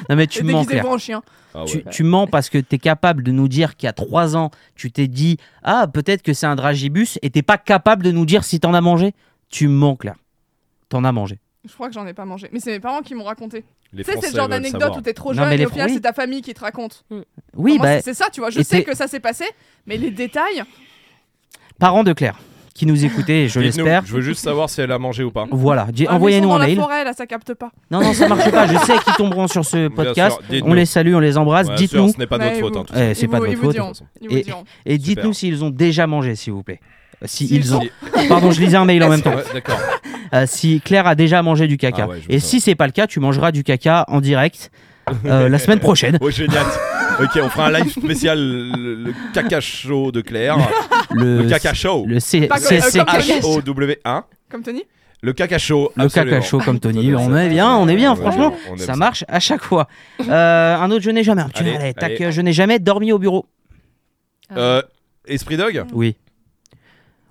B: Non, mais tu
C: T'es
B: mens,
C: déguisé
B: Claire.
C: pour un chien.
M: Ah ouais.
B: Tu, tu mens parce que t'es capable de nous dire qu'à 3 ans, tu t'es dit Ah, peut-être que c'est un dragibus et t'es pas capable de nous dire si t'en as mangé. Tu mens, Claire. T'en as mangé.
C: Je crois que j'en ai pas mangé. Mais c'est mes parents qui m'ont raconté.
M: Les
C: Tu sais,
M: Français
C: c'est le genre
M: veulent
C: d'anecdote
M: savoir.
C: où t'es trop
B: Non,
C: jeune
B: mais
C: et
B: les
C: au final,
B: Fran- oui.
C: c'est ta famille qui te raconte.
B: Oui,
C: Pour moi,
B: bah,
C: c'est- c'est ça, tu vois. Je
B: et
C: sais
B: t'es-
C: que ça s'est passé, mais les détails.
B: parents de Claire qui nous écoutez, je
M: Dites-nous,
B: l'espère.
M: Je veux juste savoir si elle a mangé ou pas.
B: Voilà, dis-
C: Ah, mais ils sont
B: envoyez-nous
C: dans
B: un
C: la
B: mail.
C: forêt, là, ça capte pas.
B: Non, non, ça marche pas. Je sais qu'ils tomberont sur ce
M: sûr,
B: podcast.
M: dites-nous.
B: on les salue, on les embrasse.
M: Ouais, sûr,
B: dites-nous.
M: Ce n'est pas de notre
C: Ouais,
M: faute.
C: vous-
M: hein, tout ça.
B: Eh, c'est
C: Ils
B: pas
C: vous-
B: de
C: ils
B: notre
C: vous
B: faute.
C: diront, ils vous
B: Et-
C: diront.
B: Et
M: Super.
B: dites-nous s'ils ont déjà mangé, s'il vous plaît. Euh, Si
C: S'ils
B: ils ont.
M: Si-
B: Pardon, je lisais un mail en même temps.
M: Ouais, D'accord.
B: Euh, si Claire a déjà mangé du caca.
M: Ah ouais, je veux
B: et
M: ça.
B: si c'est pas le cas, tu mangeras du caca en direct euh, la semaine prochaine.
M: Oh, génial. Ok, on fera un live spécial le, le caca show de Claire. Le, caca show.
B: Le C-
C: Pas que- euh,
B: CCK.
C: comme
M: H O W 1.
C: Comme Tony
M: Le caca show.
B: Le caca
M: absolument.
B: show comme Tony.
M: Tout à fait.
B: On est bien, on est bien,
M: Ouais,
B: franchement.
M: on aime
B: Ça marche à chaque fois. Euh, un autre, je n'ai jamais. Tiens,
M: Allez,
B: allez, tac,
M: allez.
B: euh, je n'ai jamais dormi au bureau.
M: Euh, Esprit Dog
B: Oui.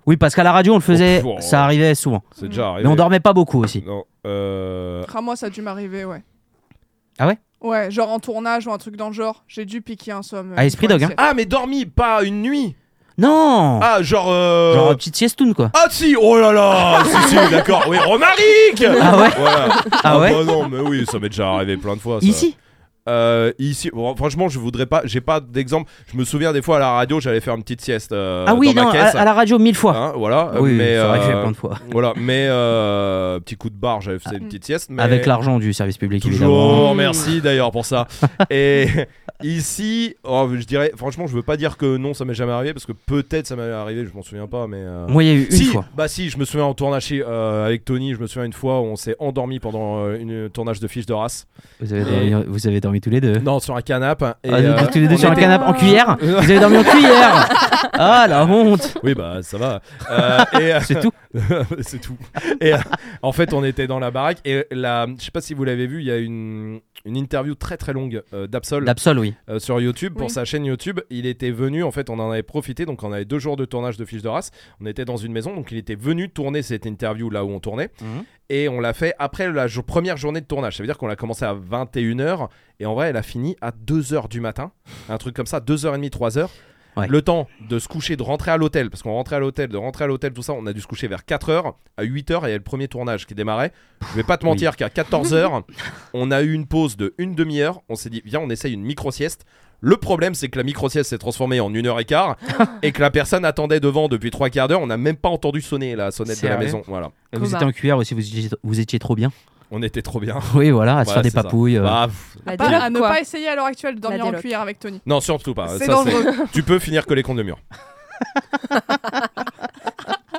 B: Oui, parce qu'à la radio, on le faisait,
M: Oh, pff,
B: ça arrivait souvent.
M: C'est déjà
B: Mais
M: arrivé.
B: on dormait pas beaucoup aussi.
M: Non. Euh...
C: Ah, moi, ça a dû m'arriver, ouais.
B: Ah ouais
C: Ouais, genre en tournage ou un truc dans le genre, j'ai dû piquer un somme. euh,
B: Ah, esprit dog, hein.
M: Ah, mais dormi, pas une nuit.
B: Non
M: Ah, genre. euh,
B: Genre petite siestoune, quoi.
M: Ah si, oh là là, si si, d'accord, oui, Romaric
B: Ah ouais
M: Voilà.
B: Ah ouais
M: bah non, mais oui, ça m'est déjà arrivé plein de fois. ça.
B: Ici
M: Euh, Ici, bon, franchement, je voudrais pas, j'ai pas d'exemple. Je me souviens des fois à la radio, j'allais faire une petite sieste euh,
B: Ah oui,
M: dans
B: non,
M: ma
B: à,
M: caisse.
B: à la radio, mille fois.
M: Hein, voilà,
B: oui,
M: mais
B: ça aurait fait
M: euh,
B: plein de fois.
M: voilà, mais euh, petit coup de barre, j'avais fait une
C: Ah.
M: petite sieste, mais
B: Avec l'argent du service public, évidemment.
M: Toujours, merci d'ailleurs pour ça. Et ici, oh, je dirais, franchement, je veux pas dire que non, ça m'est jamais arrivé parce que peut-être ça m'est arrivé, je m'en souviens pas, mais. euh,
B: Moi, il y a eu une
M: si,
B: fois.
M: bah si, je me souviens en tournage chez- euh, avec Tony, je me souviens une fois où on s'est endormi pendant euh, une un tournage de fiches de race.
B: Vous avez,
M: Et-
B: dormi, vous avez dormi tous les deux.
M: Non, sur un canapé. Et,
B: Ah,
M: euh,
B: donc, tous les deux
M: on
B: sur un
M: était-
B: canapé en cuillère Vous avez dormi en cuillère Ah la honte
M: Oui, bah ça va. Euh, et, euh,
B: C'est tout
M: c'est tout. Et euh, en fait, on était dans la baraque et la, je sais pas si vous l'avez vu, il y a une, une interview très très longue euh, d'Absol
B: L'absol, oui.
M: euh, sur YouTube pour
C: Oui.
M: sa chaîne YouTube. Il était venu, en fait, on en avait profité, donc on avait deux jours de tournage de Fiches de race. On était dans une maison, donc il était venu tourner cette interview là où on tournait.
B: Mhm.
M: Et on l'a fait après la jo- première journée de tournage. Ça veut dire qu'on l'a commencé à 21h et en vrai, elle a fini à 2h du matin. Un truc comme ça, 2h30, 3h.
B: Ouais.
M: le temps de se coucher, de rentrer à l'hôtel, parce qu'on rentrait à l'hôtel, de rentrer à l'hôtel, tout ça, on a dû se coucher vers 4h. À 8h, il y avait le premier tournage qui démarrait. Je vais pas te mentir qu'à 14h, on a eu une pause de une demi-heure. On s'est dit, viens, on essaye une micro-sieste. Le problème, c'est que la micro-sieste s'est transformée en une heure et quart et que la personne attendait devant depuis trois quarts d'heure. On n'a même pas entendu sonner la sonnette
B: C'est
M: de la
B: vrai.
M: maison. Voilà.
B: Et Vous
H: Combat.
B: étiez en cuillère aussi, vous étiez, vous étiez trop bien.
M: On était trop bien.
B: Oui, voilà, à se
M: Voilà,
B: faire des
M: c'est ça.
B: papouilles. euh.
M: Bah, pff,
H: La
C: Pas-
H: déloque,
C: à ne
H: quoi.
C: pas essayer à l'heure actuelle de dormir en
H: déloque.
C: cuillère avec Tony.
M: non, surtout pas.
C: C'est
M: Ça,
C: dangereux.
M: tu peux finir que les cons de mur. tu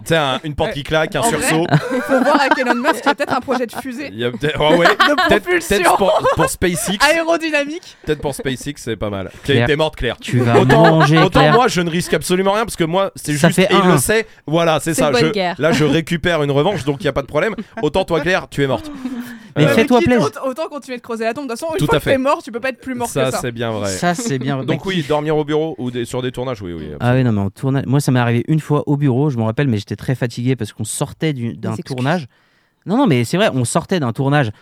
M: sais, un- une porte qui claque, un
C: En
M: sursaut.
C: Il faut voir avec Elon Musk, il y a peut-être un projet de fusée
M: Il y a peut-être oh ouais, peut-être-
C: propulsion.
M: peut-être pour, pour SpaceX.
C: aérodynamique.
M: Peut-être pour SpaceX, c'est pas mal. Qui
B: Claire.
M: était morte, Claire.
B: Tu vas manger,
M: autant
B: Claire.
M: moi, je ne risque absolument rien parce que moi, c'est
B: Ça
M: juste
B: fait
M: et il
B: un.
M: le sait. Voilà, c'est
H: C'est
M: ça.
H: une bonne
M: Je,
H: guerre.
M: là, je récupère une revanche, donc il y a pas de problème. Autant toi, Claire, tu es morte.
B: Mais
M: Euh,
B: fais-toi
C: quitte,
B: plaisir.
C: aut- Autant continuer de creuser la tombe. De toute façon, une
M: Tout
C: fois
M: à
C: que
M: fait.
C: t'es mort, tu peux pas être plus mort
M: Ça,
C: que ça.
M: c'est bien vrai.
B: Ça, c'est bien.
M: Donc oui, dormir au bureau ou des- sur des tournages, oui, oui.
B: Ah oui, non, mais en tournage. Moi, ça m'est arrivé une fois au bureau, je me rappelle, mais j'étais très fatigué parce qu'on sortait du- d'un
H: excuses.
B: tournage. Non, non, mais c'est vrai, on sortait d'un tournage.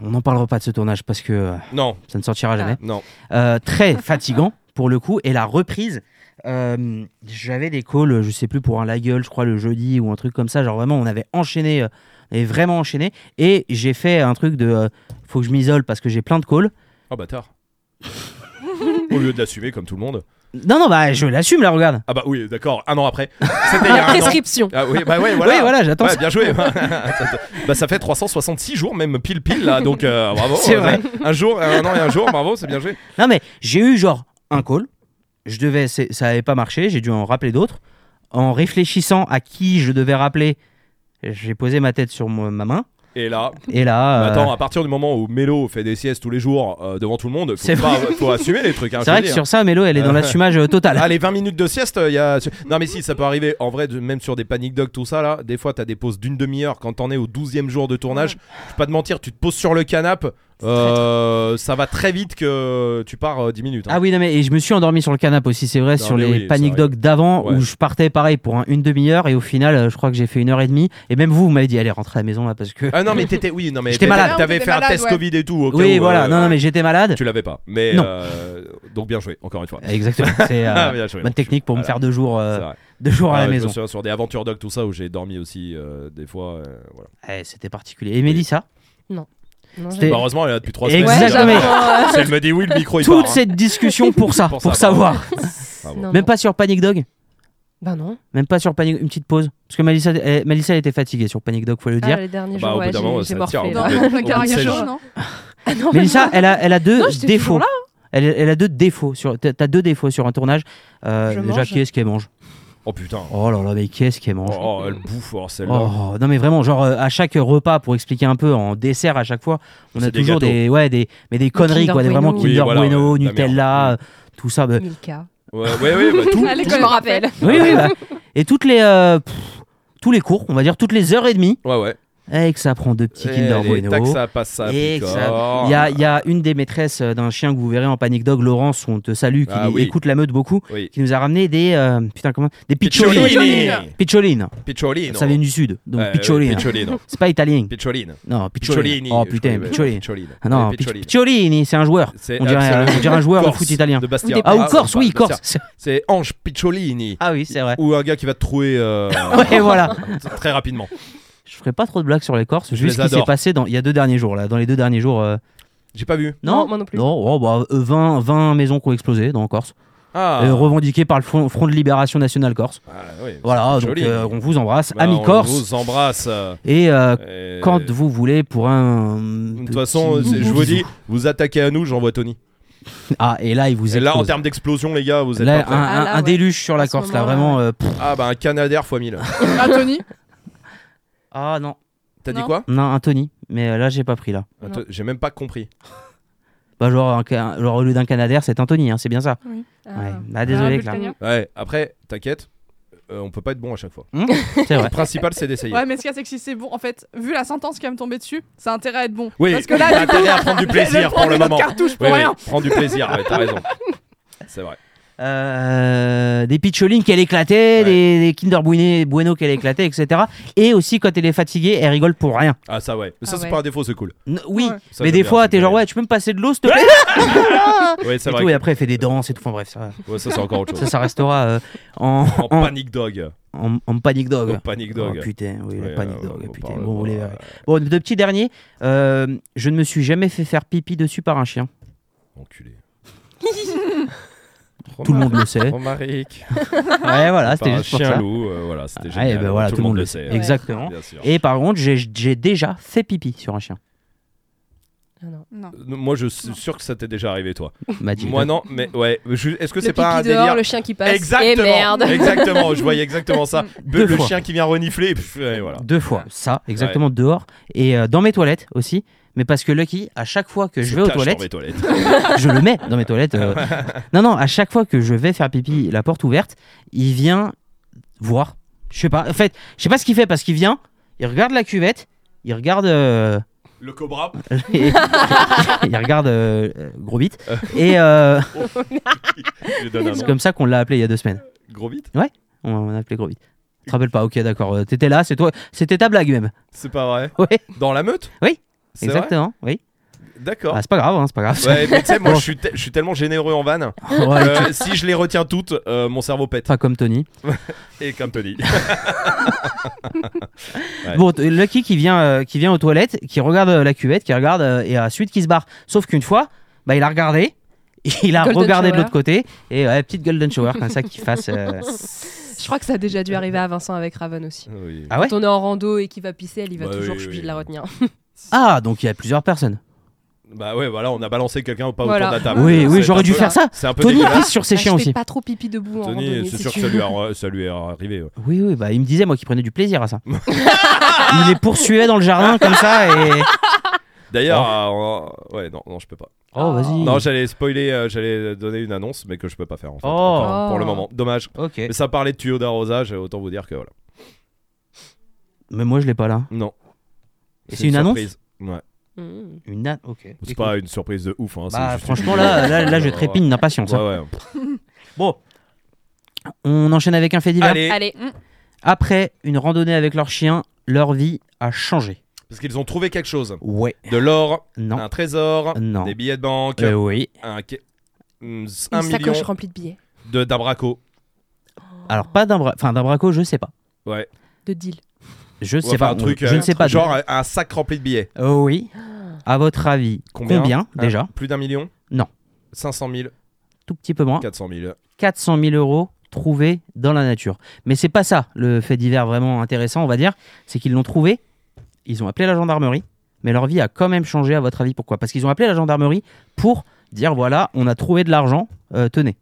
B: On n'en parlera pas de ce tournage parce que euh,
M: Non,
B: ça ne sortira jamais.
M: non.
B: Euh, très fatigant pour le coup. Et la reprise, euh, j'avais des calls, je sais plus, pour un la gueule, je crois, le jeudi ou un truc comme ça. Genre vraiment, on avait enchaîné, euh, on avait vraiment enchaîné. Et j'ai fait un truc de euh, faut que je m'isole parce que j'ai plein de calls.
M: Oh bâtard. Au lieu de l'assumer comme tout le monde.
B: Non, non, bah je l'assume là, regarde.
M: Ah bah oui, d'accord. Un an après. C'était il y
H: La
M: a un an.
H: prescription.
M: Ah oui, bah ouais, voilà.
B: Oui, voilà, j'attends
M: Ouais,
B: ça.
M: bien joué. bah ça fait 366 jours même pile pile là, donc euh, bravo.
B: C'est vrai.
M: Un jour, un an et un jour, bravo, c'est bien joué.
B: Non, mais j'ai eu genre un call. Je devais, c'est- ça n'avait pas marché. J'ai dû en rappeler d'autres. En réfléchissant à qui je devais rappeler, j'ai posé ma tête sur mo- ma main.
M: Et là, bah,
B: Et là, euh,
M: attends, à partir du moment où Mélo fait des siestes tous les jours euh, devant tout le monde,
B: C'est
M: faut, pas, faut assumer les trucs. hein,
B: c'est
M: je veux
B: vrai que
M: dire.
B: sur ça, Mélo, elle est dans
M: Euh,
B: l'assumage euh, total.
M: Ah, les 20 minutes de sieste, il y a. Non, mais si, ça peut arriver. En vrai, de- même sur des panic dogs, tout ça, là, des fois, t'as des pauses d'une demi-heure quand t'en es au 12e jour de tournage. Je vais pas te mentir, tu te poses sur le canapé. euh, ça va très vite que tu pars euh, 10 minutes. hein.
B: Ah oui, non, mais et je me suis endormi sur le canapé aussi, c'est vrai,
M: Non,
B: sur
M: mais
B: les
M: oui, ça
B: panic
M: arrive.
B: dogs d'avant
M: Ouais.
B: où je partais pareil pour un- une demi-heure et au final, euh, je crois que j'ai fait une heure et demie. Et même vous, vous m'avez dit, allez, rentrez à la maison là parce que.
M: Ah non, mais t'étais. Oui, non, mais
B: J'étais
M: t'étais-
B: malade.
M: T'avais
C: T'étais
M: fait un
C: malade,
M: test
C: ouais.
M: Covid et tout. au cas
B: oui,
M: où,
B: voilà,
M: euh,
B: non, non, mais j'étais malade.
M: Tu l'avais pas. Mais.
B: Non.
M: euh, donc bien joué, encore une fois.
B: Exactement, c'est euh,
M: Ah, bien joué,
B: bonne
M: bon, je-
B: technique pour me
M: voilà,
B: faire deux jours, euh,
M: c'est vrai.
B: deux jours à
M: Ah,
B: la
M: je me
B: maison.
M: souviens sur des aventures dogs, tout ça, où j'ai dormi aussi euh, des fois. euh, voilà.
B: Eh, C'était particulier. Et Mélissa,
H: Non,
B: C'était-
H: j'aime
M: Bah, heureusement, elle est là depuis 3 semaines.
B: exactement.
H: pas.
M: Si elle me dit oui, le micro il
B: Toute
M: part, hein.
B: cette discussion pour ça,
M: Pour
B: pour,
M: ça, pardon.
B: savoir.
M: Ah bon.
H: Non,
B: Même
H: non.
B: pas sur Panic Dog
H: Bah non.
B: Même pas sur Panic une petite pause Parce que Mélissa, elle, Mélissa, elle était fatiguée sur Panic Dog, faut le
H: Ah,
B: dire.
H: les derniers jours,
M: Bah, au bout
H: ouais,
M: d'un moment,
H: j'ai-
M: ça
H: j'ai
M: tire,
H: morflé
M: au
H: là.
M: bout de-
C: Dans
M: au bout
C: la
M: de
C: carrière
M: seize
C: jaune,
M: jours.
C: non
H: Ah non, mais
B: Mélissa, elle a, elle a deux
H: Non, j'étais
B: défauts.
H: toujours là, hein.
B: Elle, elle a deux défauts. Sur, t'as t'as deux défauts sur un tournage. Euh,
H: Je
B: déjà,
H: mange.
B: qui est-ce qu'elle mange
M: Oh putain.
B: Oh là là, mais qui est-ce qu'elle mange
M: Oh, elle bouffe, oh, celle-là.
B: Oh, non mais vraiment genre euh, à chaque repas pour expliquer un peu en dessert à chaque fois on a
M: C'est des
B: toujours des, ouais des mais des conneries
H: Kinder
B: quoi des vraiment
H: Bueno.
B: Kinder
M: Oui, voilà,
B: Bueno
M: ouais, de la
B: Nutella
M: merde.
B: euh, tout ça bah,
H: Milka.
M: Ouais, ouais, ouais, bah, tout.
C: À
H: Ah, Je
C: l'école,
H: me rappelle.
B: oui oui bah, et toutes les euh, pff, tous les cours on va dire toutes les heures et demie
M: Ouais, ouais.
B: et que ça prend deux petits Kinder
M: Eh, les
B: Bueno
M: tacs, ça passe, ça
B: Et que
M: picore.
B: ça- Il y, a, il y a une des maîtresses euh, d'un chien que vous verrez en Panic Dog, Laurence, on te salue, qui
M: Ah oui.
B: écoute la meute beaucoup,
M: Oui.
B: qui nous a ramené des euh, putain comment des
M: Picciolini.
B: picciolines. Picciolines.
M: Picciolino.
B: Ça vient du sud, donc
M: Ouais,
B: picciolines.
M: ouais, Picciolino.
B: C'est pas italien.
M: Picciolino.
B: Non, picciolini.
M: Picciolini.
B: Oh putain,
M: Oui, oui,
B: picciolini.
M: Picciolino.
B: Ah non,
M: Oui,
B: Picciolini, Picciolini, c'est un joueur.
M: C'est
B: On dirait,
M: absolument-
B: on dirait un joueur de
M: Corse,
B: foot italien.
M: De Bastia.
B: Ah, ou Corse,
M: bon,
B: oui,
M: bah,
B: Corse.
M: Bastia. C'est Ange Picciolini.
B: Ah oui, c'est vrai.
M: Ou un gars qui va te trouer euh,
B: Ouais, voilà.
M: très rapidement.
B: Je ferai pas trop de blagues sur les Corses,
M: les
B: juste ce qui s'est
M: adore.
B: passé dans, il y a deux derniers jours, là. Dans les deux derniers jours. euh,
M: J'ai pas vu.
H: Non, moi non plus.
B: Non, oh, bah, euh, 20, 20 maisons qui ont explosé dans Corse.
M: Ah,
B: euh, revendiquées par le Front- Front de Libération Nationale Corse.
M: Ah, oui.
B: Voilà,
M: C'est
B: donc
M: joli.
B: euh, on vous embrasse,
M: Bah,
B: amis
M: on
B: Corse,
M: vous embrasse. euh,
B: et euh,
M: et-
B: quand vous voulez pour un.
M: De toute façon,
B: petit
M: c'est- je vous dis,
B: bisou.
M: vous attaquez à nous, j'envoie Tony.
B: Ah, et là, il vous
M: Et là, en
B: explose.
M: termes d'explosion, les gars, vous êtes.
B: Là, un,
M: pas prêts.
B: un-
H: Ah, là,
B: un
H: ouais.
B: déluge sur la
H: À ce
B: Corse, là,
H: moment-là,
B: vraiment. euh, pff.
M: Ah, bah, un Canadair x 1000.
C: Ah, Tony
B: Ah non,
M: T'as dit
C: Non.
M: quoi
B: non, un Tony, mais euh, là, j'ai pas pris là.
M: Attends, J'ai même pas compris.
B: Bah, genre, un ca- genre, au lieu d'un Canadair, c'est un Tony, hein, c'est bien ça. Ouais. Bah, désolé,
C: Ah,
B: Claire.
C: Vulcania.
M: Ouais, après, t'inquiète, euh, on peut pas être bon à chaque fois.
B: C'est
M: Le
B: vrai.
M: principal, c'est d'essayer.
C: Ouais, mais ce qu'il y a, c'est que si c'est bon, en fait, vu la sentence qui va me tomber dessus, ça a intérêt à être bon.
M: Oui,
C: Parce que là,
M: t'as intérêt à prendre du
C: je vais
M: plaisir pour
C: prendre
M: le
C: une autre
M: moment.
C: cartouche pour
M: Oui, oui,
C: rien.
M: prends du plaisir, ouais, t'as raison. C'est vrai.
B: euh, des pitcholines qu'elle éclatait, des, des Kinder Bueno, bueno qu'elle éclatait, etc. Et aussi quand elle est fatiguée, elle rigole pour rien.
M: Ah, ça, ouais. Mais ça,
H: Ah
M: c'est
H: ouais.
M: pas un défaut, c'est cool.
B: N- oui,
M: Ça,
B: mais
M: j'aime
B: des
M: bien,
B: fois,
M: c'est
B: t'es
M: cool.
B: genre, ouais, tu peux me passer de l'eau, s'il te plaît
M: Ouais, c'est
B: et,
M: vrai.
B: tout,
M: que-
B: et après, elle fait des danses et tout. Enfin bref, ça,
M: Ouais, ça, c'est encore autre
B: ça,
M: chose.
B: ça restera euh, en,
M: En
B: en-
M: panic dog.
B: en- en panic dog.
M: En panic dog.
B: Oh, putain, oui, le
M: Ouais,
B: panic
M: euh,
B: dog.
M: on
B: putain,
M: parle
B: bon, vous
M: pas.
B: les verrez. Bon, deux petits derniers. Euh, je ne me suis jamais fait faire pipi dessus par un chien.
M: Enculé.
B: Tout le monde le sait.
M: Romaric.
B: Ouais, voilà, c'était
M: Par
B: juste pour
M: un chien
B: ça.
M: loup, euh, voilà, c'était
B: Ouais,
M: génial.
B: ben voilà, tout le monde le sait.
M: euh,
B: Exactement.
M: bien sûr.
B: Et par contre, j'ai- j'ai déjà fait pipi sur un chien.
H: Ah non.
C: Non.
M: Euh, Moi, je suis sûr que ça t'est déjà arrivé, toi.
B: Mathilde.
M: Moi, non, mais ouais. je- Est-ce que
H: Le
M: c'est
H: pipi
M: pas un
H: dehors,
M: délire
H: le chien qui passe.
M: Exactement.
H: Et merde.
M: Exactement. Je voyais exactement ça.
B: Deux
M: le
B: fois.
M: chien qui vient renifler. et pff, et voilà.
B: Deux fois, ça, exactement dehors. Et euh, dans mes toilettes aussi. Mais parce que Lucky, à chaque fois que je vais aux
M: Cache dans
B: toilettes,
M: mes toilettes.
B: je le mets dans mes toilettes. euh. Non, non, à chaque fois que je vais faire pipi, la porte ouverte, il vient voir. Je sais pas. En fait, je sais pas ce qu'il fait parce qu'il vient, il regarde la cuvette, il regarde. euh,
M: Le cobra.
B: et- il regarde euh, euh, gros bite. Et euh,
M: Je lui donne un
B: c'est
M: nom.
B: comme ça qu'on l'a appelé il y a deux semaines.
M: Gros bite.
B: On, on l'a appelé gros bite. Tu te rappelles pas Ok, d'accord. euh, T'étais là, c'est toi. C'était ta blague même.
M: C'est pas vrai.
B: Ouais,
M: Dans la meute.
B: Oui,
M: C'est vrai
B: exactement. Oui.
M: D'accord.
B: Ah, c'est pas grave, hein, c'est pas grave.
M: Ouais, mais tu sais, moi,
B: Bon.
M: je suis, te- je suis tellement généreux en vanne.
B: Ouais,
M: Euh, si je les retiens toutes, euh, mon cerveau pète.
B: Pas comme Tony.
M: Et comme Tony. Ouais.
B: Bon, t- Lucky qui vient, euh, qui vient aux toilettes, qui regarde euh, la cuvette, qui regarde euh, et ensuite qui se barre. Sauf qu'une fois, bah, il a regardé, il a
H: Golden
B: regardé de
H: shower.
B: l'autre côté et ouais, petite golden shower comme ça qui fasse. euh,
H: Je crois que ça a déjà dû arriver à Vincent avec Raven aussi.
M: Oui.
B: Ah ouais
H: Quand on est en rando et qu'il va pisser, elle, il va
M: Bah
H: toujours,
M: oui,
H: je suis
M: oui.
H: obligée de la retenir.
B: Ah, donc il y a plusieurs personnes.
M: Bah ouais, voilà, on a balancé quelqu'un pas
H: Voilà.
M: autour de la table.
B: oui, oui,
M: Ah C'est
B: j'aurais
M: un
B: dû
M: peu-
B: faire ça.
M: C'est un peu
B: Tony
M: dégueulasse.
B: pisse sur ses
H: Ah, je
B: chiens
H: fais
B: aussi.
H: pas trop pipi debout en randonnée,
M: Tony, c'est
H: si
M: sûr
H: tu
M: que ça
H: veux.
M: lui, a- ça lui est arrivé. ouais.
B: Oui, oui, bah il me disait moi qui prenais du plaisir à ça. il les poursuivait dans le jardin comme ça et.
M: D'ailleurs, euh, ouais, non, non, je peux pas.
B: Oh, vas-y.
M: Non, j'allais spoiler, euh, j'allais donner une annonce, mais que je peux pas faire en fait.
B: Oh.
M: Enfin, Pour le moment, dommage.
B: Ok.
M: Mais ça parlait de tuyaux d'arrosage, autant vous dire que voilà.
B: Mais moi je l'ai pas là.
M: Non.
B: Et c'est une annonce
M: surprise. Ouais.
H: Mmh.
B: Une nana. Ok.
M: C'est pas une surprise de ouf. Hein, c'est
B: Bah,
M: juste
B: franchement
M: une-
B: là, là, là, je
M: Ouais,
B: trépigne d'impatience.
M: Ouais,
B: hein.
M: ouais.
B: Bon, on enchaîne avec un fait divers.
M: Allez,
H: Allez, hum,
B: Après une randonnée avec leur chien, leur vie a changé.
M: parce qu'ils ont trouvé quelque chose.
B: Ouais.
M: De l'or,
B: Non.
M: un trésor,
B: Non.
M: des billets de banque,
B: Euh, oui.
M: un, ca- mm, un
H: une
M: million
H: sacoche remplie de billets,
B: Ah,
M: de d'abraco.
B: Alors pas d'un bra... enfin d'un braco, je sais pas.
M: Ouais.
H: de deal.
B: Je sais
M: Enfin,
B: pas.
M: un truc.
B: je
M: euh,
B: ne sais pas.
M: Genre euh, un- un sac rempli de billets.
B: Oh oui. À votre avis, combien,
M: Un-
B: déjà
M: Plus d'un million
B: Non.
M: 500 000,
B: Tout petit peu moins.
M: 400 000.
B: 400 000 euros trouvés dans la nature. Mais c'est pas ça le fait divers vraiment intéressant, on va dire. C'est qu'ils l'ont trouvé, ils ont appelé la gendarmerie, mais leur vie a quand même changé, à votre avis, pourquoi Parce qu'ils ont appelé la gendarmerie pour dire voilà, on a trouvé de l'argent, euh, tenez.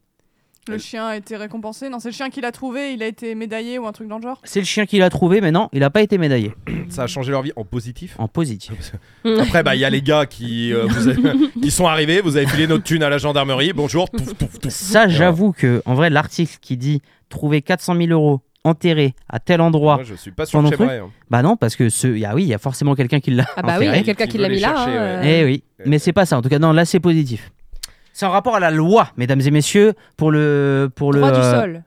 C: Le chien a été récompensé. Non, c'est le chien qui l'a trouvé. Il a été médaillé ou un truc dans le genre.
B: C'est le chien qui l'a trouvé, mais non, il n'a pas été médaillé.
M: Ça a changé leur vie en positif.
B: En positif.
M: Après, bah, il y a les gars qui, euh, vous avez- qui sont arrivés, vous avez filé notre thune à la gendarmerie, bonjour, touf, touf, touf.
B: Ça, j'avoue que, en vrai, l'article qui dit trouver 400 000 euros enterrés à tel endroit,
M: Moi, je suis pas sûr que
B: Pendant
M: c'est
B: truc
M: vrai. hein.
B: bah non, parce que ce, ah oui, il y a forcément quelqu'un qui l'a
H: Ah bah oui, il y
B: enterré.
H: a quelqu'un
M: Qui
H: qui
M: veut
H: l'a
M: les
H: mis là.
M: chercher,
H: hein,
B: Eh oui, mais c'est pas ça. En tout cas, non, là, c'est positif. C'est en rapport à la loi, mesdames et messieurs, pour le. Pour le
H: Droit du
B: euh,
H: sol,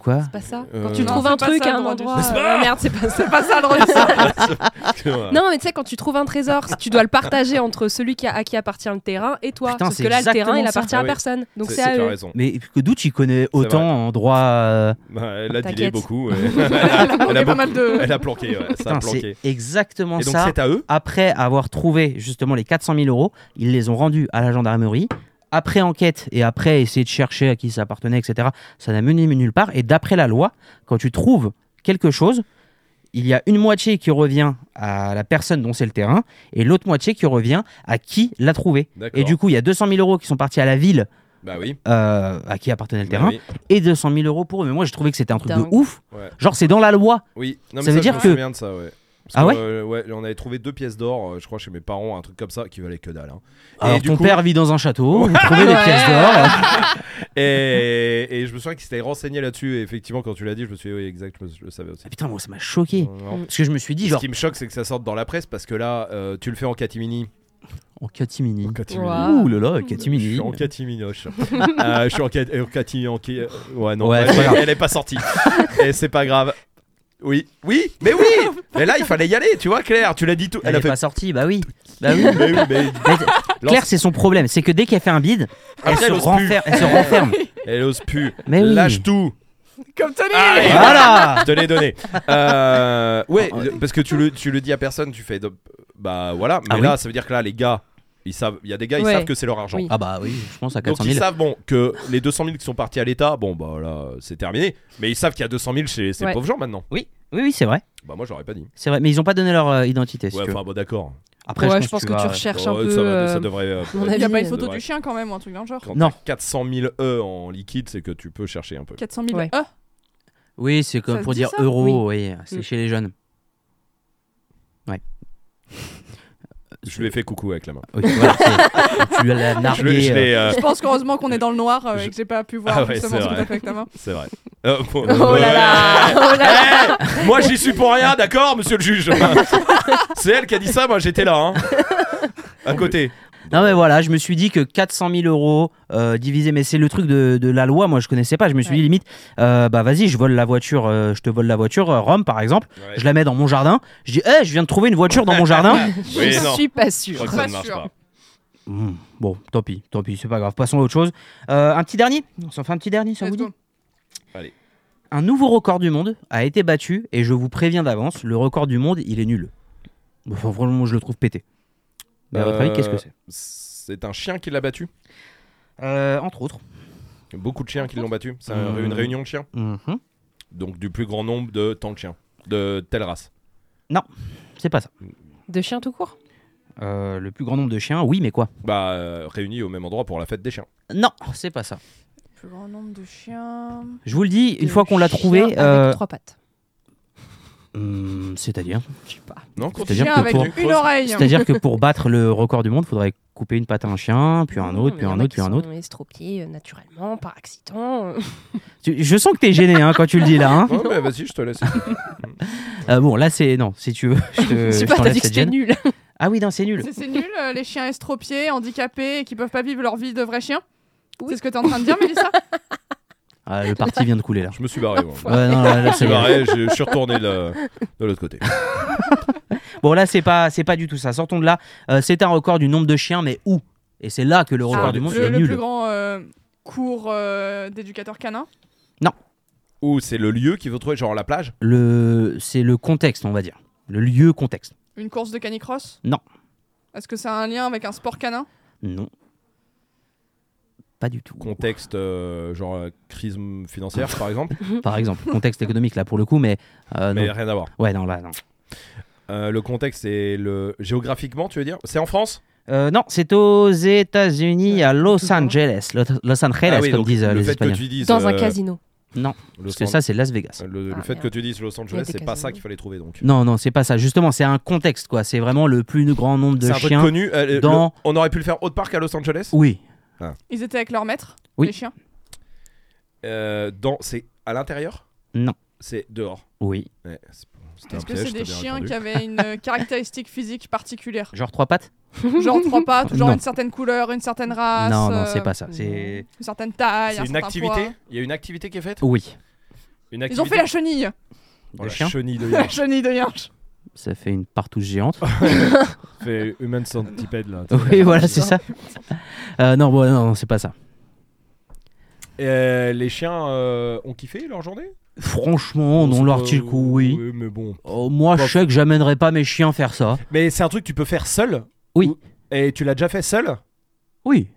B: Quoi
H: c'est pas ça
M: Euh,
H: Quand tu
M: non,
H: trouves
C: c'est
H: un
C: pas
H: truc
C: ça,
H: à un
C: droit du
H: endroit,
C: sol.
H: euh, merde, c'est pas ça.
C: Pas ça le droit du sol.
M: euh,
H: Non, mais tu sais, quand tu trouves un trésor, tu dois le partager entre celui qui a, à qui appartient le terrain et toi.
B: Putain,
H: Parce
B: c'est
H: que là, le terrain, il
B: exactement ça.
H: appartient
M: Ah
H: à
M: oui.
H: personne. Donc
M: C'est-
H: c'est
M: c'est
H: à
M: t'as
H: eux.
M: raison.
B: Mais que- d'où tu connais
M: vrai.
B: autant en droit. euh,
M: Bah, elle a dilé
H: T'inquiète.
M: beaucoup. ouais.
C: Elle a manqué pas
M: beaucoup-
C: mal de.
M: elle a planqué, ouais, ça a
B: putain, c'est
M: planqué.
B: exactement
M: Et donc,
B: ça.
M: c'est à eux
B: Après avoir trouvé justement les 400 000 euros, ils les ont rendus à la gendarmerie. Après enquête et après essayer de chercher à qui ça appartenait, etc., ça n'a mené nulle part. Et d'après la loi, quand tu trouves quelque chose, il y a une moitié qui revient à la personne dont c'est le terrain et l'autre moitié qui revient à qui l'a trouvé.
M: D'accord.
B: Et du coup, il y a 200 000 euros qui sont partis à la ville
M: Bah oui.
B: euh, à qui appartenait le
M: bah
B: terrain
M: oui.
B: et 200 000 euros pour eux. Mais moi, j'ai trouvé que c'était un truc
H: Dingue.
B: de ouf.
M: Ouais.
B: Genre, c'est dans la loi.
M: Oui. Non, mais
B: Ça veut dire
M: je me
B: que-
M: souviens de ça, ouais. Parce
B: Ah
M: que,
B: ouais
M: euh, ouais, on avait trouvé deux pièces d'or, euh, je crois, chez mes parents, un truc comme ça, qui valait que dalle. hein.
B: Alors,
M: du
B: ton
M: coup-
B: père vit dans un château, vous trouvez des
H: Ouais.
B: pièces d'or.
M: Et, et je me souviens qu'ils s'étaient renseigné là-dessus. Et effectivement, quand tu l'as dit, je me suis dit, oui, exact, je, me- je le savais aussi.
B: Ah, putain, moi, ça m'a choqué.
M: Non, non.
B: Parce que je me suis dit,
M: Ce
B: genre,
M: qui me choque, c'est que ça sorte dans la presse parce que là, euh, tu le fais en catimini.
B: En catimini.
M: catimini.
B: Ouh là là, catimini.
M: Je suis en catiminoche. Euh, je suis en cat- euh, catimini. en qui- euh, Ouais, non,
B: Ouais,
M: elle-
B: c'est pas grave.
M: elle est pas sortie. Et c'est pas grave. Oui, oui, mais oui Mais là, il fallait y aller, tu vois, Claire, tu l'as dit tout.
B: Elle
M: a
B: est
M: fait.
B: pas sortie, bah oui. Bah oui. Bah,
M: Mais oui, mais-
B: Claire, c'est son problème, c'est que dès qu'elle fait un bide, elle,
M: Après,
B: se,
M: ose
B: renfer-
M: plus.
B: elle se renferme.
M: Elle ose plus.
B: Mais oui.
M: Lâche tout.
C: Comme Tony
D: Ah,
M: Allez,
B: Voilà.
M: Je te l'ai donné. Euh, ouais, le- parce que tu le, tu le dis à personne, tu fais. de- Bah voilà, mais
B: Ah oui.
M: là, ça veut dire que là, les gars, ils savent. Il y a des gars, ils
H: Ouais.
M: savent que c'est leur argent.
H: Oui.
B: Ah bah oui, je pense à
M: Donc
B: 400
M: ils
B: 000.
M: savent bon que les 200 000 qui sont partis à l'État, bon bah là c'est terminé. Mais ils savent qu'il y a 200 000 chez ces
H: Ouais.
M: pauvres gens maintenant.
B: Oui, oui, c'est vrai.
M: Bah moi j'aurais pas dit.
B: C'est vrai, mais ils ont pas donné leur euh, identité. si
M: Ouais,
B: tu veux.
M: enfin bon d'accord.
B: Après,
H: ouais, je pense
B: tu
H: que,
B: vas-
H: tu recherches
M: Ouais,
H: un peu.
M: ça, va-
H: euh,
M: ça devrait. euh,
H: mon
C: Il n'y a
H: avis,
C: pas une
H: euh,
C: photo
M: Ouais.
C: du chien quand même, ou un truc dans le genre.
M: quand
B: Non.
M: t'as 400 000 E en liquide, c'est que tu peux chercher un peu.
C: 400 000
H: Ouais.
C: euh,
B: Oui, c'est
C: Ça
B: comme
C: se
B: pour
C: dit
B: dire
C: ça
B: euro, oui, c'est
H: Mm.
B: chez les jeunes. Ouais.
M: Je lui ai fait coucou avec la main.
B: Oui, voilà, c'est- tu l'as
M: Je l'ai-
B: nargué.
M: je
B: euh,
M: l'ai, euh,
C: Je pense qu'heureusement qu'on est dans le noir euh,
M: Je-
C: et que j'ai pas pu voir
M: Ah ouais,
C: justement
M: c'est
C: ce que t'as
M: vrai.
C: fait avec ta main.
M: C'est vrai. Euh, bon-
H: Oh là là, oh là là.
M: Eh, moi j'y suis pour rien, d'accord, monsieur le juge. c'est elle qui a dit ça, moi j'étais là. hein. À côté.
B: Non mais voilà, je me suis dit que 400 000 euros euh, divisé, mais c'est le truc de, de la loi, moi je connaissais pas, je me suis
H: Ouais.
B: dit limite, euh, bah vas-y, je vole la voiture, euh, je te vole la voiture, euh, Rome par exemple, je la mets dans mon jardin, je dis, Eh, je viens de trouver une voiture dans mon jardin.
H: je
M: Oui, non.
H: suis pas
M: Je
H: sûre.
M: crois que ça
C: Pas
M: ne marche
C: sûr.
M: pas.
B: Hmm, bon, tant pis, tant pis, c'est pas grave, passons à autre chose. Euh, un petit dernier On s'en fait un petit dernier, ça
C: Let's
B: vous dit
C: go.
M: Allez.
B: Un nouveau record du monde a été battu, et je vous préviens d'avance, le record du monde, il est nul. Enfin, vraiment, je le trouve pété. Mais à votre avis, qu'est-ce que
M: Euh,
B: c'est
M: C'est un chien qui l'a battu.
B: Euh, Entre autres.
M: Beaucoup de chiens qui l'ont battu. C'est
B: Euh.
M: un- une réunion de chiens.
B: Mhm.
M: Donc du plus grand nombre de tant de chiens. De telle race.
B: C'est pas ça.
H: De chien tout court
B: Euh, le plus grand nombre de chiens, oui, mais quoi
M: Bah euh, réunis au même endroit pour la fête des chiens.
B: Non, Oh, c'est pas ça.
C: Plus grand nombre de chiens.
B: Je vous le dis, une
H: De
B: fois qu'on l'a
H: chien
B: trouvé,
H: Avec
B: euh,
H: trois pattes.
B: hmm, c'est-à-dire,
H: Je sais pas.
M: Non
B: C'est-à-dire
C: Chien
B: que
C: avec
B: pour-
C: une oreille.
B: c'est-à-dire que pour battre le record du monde, faudrait couper une patte à un chien, puis à un autre, puis à un autre, puis à un autre.
H: Estropié euh, naturellement, par accident. euh.
B: Tu- Je sens que t'es gêné hein, quand tu le dis là. hein.
M: Non mais vas-y je te laisse.
B: Euh, bon, là c'est non, si tu veux, je te
H: Je sais
B: je
H: pas, t'as
B: t'enlève
H: dit que
B: cette gêne.
H: c'était nul.
B: Ah oui, non, c'est nul.
C: C'est c'est nul, euh, les chiens estropiés, handicapés et qui peuvent pas vivre leur vie de vrai chien C'est ce que t'es en train de dire, Mélissa
B: Ah, le parti vient de couler là.
M: Je me suis barré. moi.
B: Ouais, non, là, là,
M: Je
B: c'est-
M: me suis barré, je, je suis retourné de la- de l'autre côté.
B: Bon là c'est pas c'est pas du tout ça. Sortons de là. Euh, c'est un record du nombre de chiens, mais où Et c'est là que le record
C: Ah,
B: du monde
C: le,
B: est
C: le
B: nul.
C: plus grand euh, cours euh, d'éducateur canin.
M: Ou c'est le lieu qu'il faut trouver, genre la plage.
B: Le c'est le contexte, on va dire. Le lieu contexte.
C: Une course de canicross
B: Non.
C: Est-ce que ça a un lien avec un sport canin
B: Non. Pas du tout.
M: Contexte euh, genre euh, crise m- financière par exemple.
B: Par exemple, contexte économique là pour le coup, mais, euh, non.
M: mais rien à voir.
B: ouais non là non.
M: Euh, le contexte c'est le géographiquement tu veux dire C'est en France
B: Euh, non, c'est aux États-Unis, à Los Angeles, Lo- Los Angeles
M: Ah oui,
B: comme
M: donc
B: disent euh, les
M: le fait que
B: Espagnols.
M: tu dises
H: Dans un
M: euh,
H: casino.
M: Los
B: Parce que
M: An- euh,
B: ça c'est Las Vegas.
M: le, le
H: Ah,
M: fait que
H: merde.
M: tu dises Los Angeles
H: des
M: c'est pas ça
H: casinos.
M: qu'il fallait trouver donc.
B: Non non, c'est pas ça. Justement, c'est un contexte quoi. C'est vraiment le plus grand nombre de
M: C'est un truc
B: chiens.
M: connu. euh, le-
B: dans-
M: on aurait pu le faire Haute Park à Los Angeles.
B: Oui,
C: Ils étaient avec leur maître,
B: Oui.
C: les chiens.
M: Euh, dans, c'est à l'intérieur
B: Non.
M: C'est dehors.
B: oui.
M: Ouais, c'est- c'était un
C: Est-ce que
M: piège,
C: c'est
M: je
C: des
M: t'ai bien
C: chiens
M: répondu.
C: qui avaient une euh, caractéristique physique particulière
B: Genre trois pattes
C: Genre trois pattes, ou genre
B: Non.
C: une certaine couleur, une certaine race
B: Non
C: euh,
B: non, c'est pas Ah, ça. C'est
C: Une certaine taille, un
M: C'est une
C: certain
M: activité
C: poids.
M: Il y a une activité qui est faite
B: oui.
M: Une
C: Ils ont fait la chenille
B: Le
M: Oh, la
B: chien,
M: chenille de
C: La
M: Yann.
C: chenille de Hirsch
B: ça fait une partouche géante.
M: fait Human Centipede là.
B: oui, voilà, c'est ça. Euh, non, bon, non, c'est pas ça.
M: Euh, les chiens euh, ont kiffé leur journée
B: Franchement,
M: C'est
B: non,
M: pas-
B: l'article, oui.
M: Ouais, mais bon.
B: Oh, moi, je
M: Pas-
B: sais que j'amènerai pas mes chiens faire ça.
M: Mais c'est un truc que tu peux faire seul
B: Oui.
M: Ou- Et tu l'as déjà fait seul
B: Oui,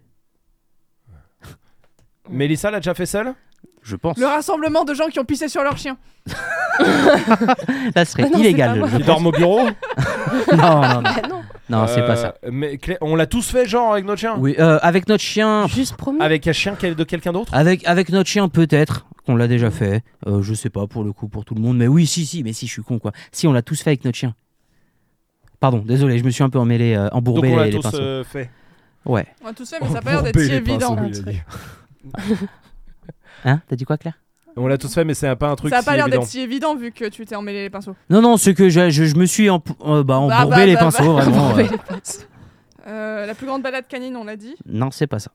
M: Mélissa l'a déjà fait seul
B: je pense.
C: Le rassemblement de gens qui ont pissé sur leur chien.
B: Ça serait
H: Ah non, c'est pas
B: illégal.
H: moi.
B: je
M: Qui
B: pense.
M: dorment au bureau
B: Non, non, non,
H: Bah non,
B: non, c'est pas
M: Euh,
B: ça.
M: Mais Clé- on l'a tous fait genre avec notre chien
B: Oui, euh, avec notre chien,
H: juste promis.
M: Avec un chien quel- de quelqu'un d'autre
B: avec avec notre chien peut-être qu'on l'a déjà fait. Euh, je sais pas pour le coup pour tout le monde, mais oui, si, si, mais si, je suis con quoi. Si, on l'a tous fait avec notre chien. Pardon, désolé, je me suis un peu emmêlé, euh,
M: Donc
B: embourbé
M: on l'a
B: les, les
M: tous
B: pinceaux.
M: euh, fait.
B: Ouais.
C: On a tous fait, mais ça a pas l'air d'être si évident.
B: Hein T'as dit quoi, Claire
M: On l'a tous fait, mais c'est pas un truc
C: Ça a pas
M: si
C: l'air
M: évident.
C: d'être si évident vu que tu t'es emmêlé les pinceaux.
B: Non, non, c'est que je, je, je me suis en, euh, bah, embourbé
C: bah,
B: les
C: bah,
B: pinceaux,
C: bah.
B: vraiment.
H: Embourbé
B: euh.
H: les pinceaux.
C: Euh, la plus grande balade canine, on l'a dit.
B: Non, c'est pas ça.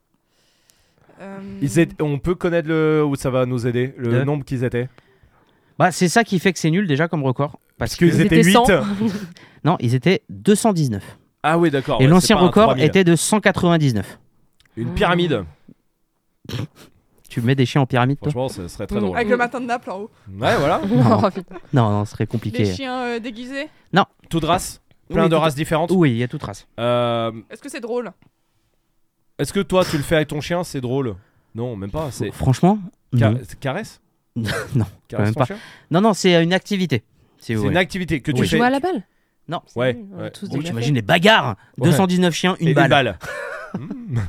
C: Euh,
M: Ils étaient- on peut connaître le où ça va nous aider, le
B: Deux.
M: nombre qu'ils étaient.
B: Bah, c'est ça qui fait que c'est nul déjà comme record. Parce que
M: qu'ils Ils étaient étaient 100. huit.
B: non, ils étaient 219.
M: Ah oui, d'accord.
B: Et
M: ouais,
B: l'ancien
M: c'est pas un
B: record
M: 3000.
B: était Mmh. de 199.
M: Une pyramide.
B: Tu mets des chiens en pyramide, toi
M: Franchement, ce serait très
C: Mm.
M: drôle.
C: Avec le matin de Naples en haut.
M: Ouais, voilà.
B: Non, non, non, ce serait compliqué.
C: Les chiens euh, déguisés.
B: Non.
M: Toute race Plein
B: Oui,
M: de
B: tout-
M: races différentes
B: Oui, il y a toute race.
M: Euh,
C: Est-ce que c'est drôle
M: Est-ce que toi, tu le fais avec ton chien C'est drôle Non, même pas. C'est
B: Franchement,
M: Ca-
B: non.
M: c'est caresse
B: non, non, quand
M: Caresse
B: même
M: ton
B: pas.
M: chien
B: Non, non, c'est une activité. si vous
M: C'est une
B: voulez.
M: activité que tu
B: Oui.
M: fais.
H: Jouer à la balle
B: Non.
M: Ouais.
H: on a
M: ouais.
H: tous
B: Donc,
H: déjà
B: Oh, t'imagines les bagarres
M: Ouais.
B: 219 chiens, une
M: Et
B: balle. Ah
M: Une balle. Mm.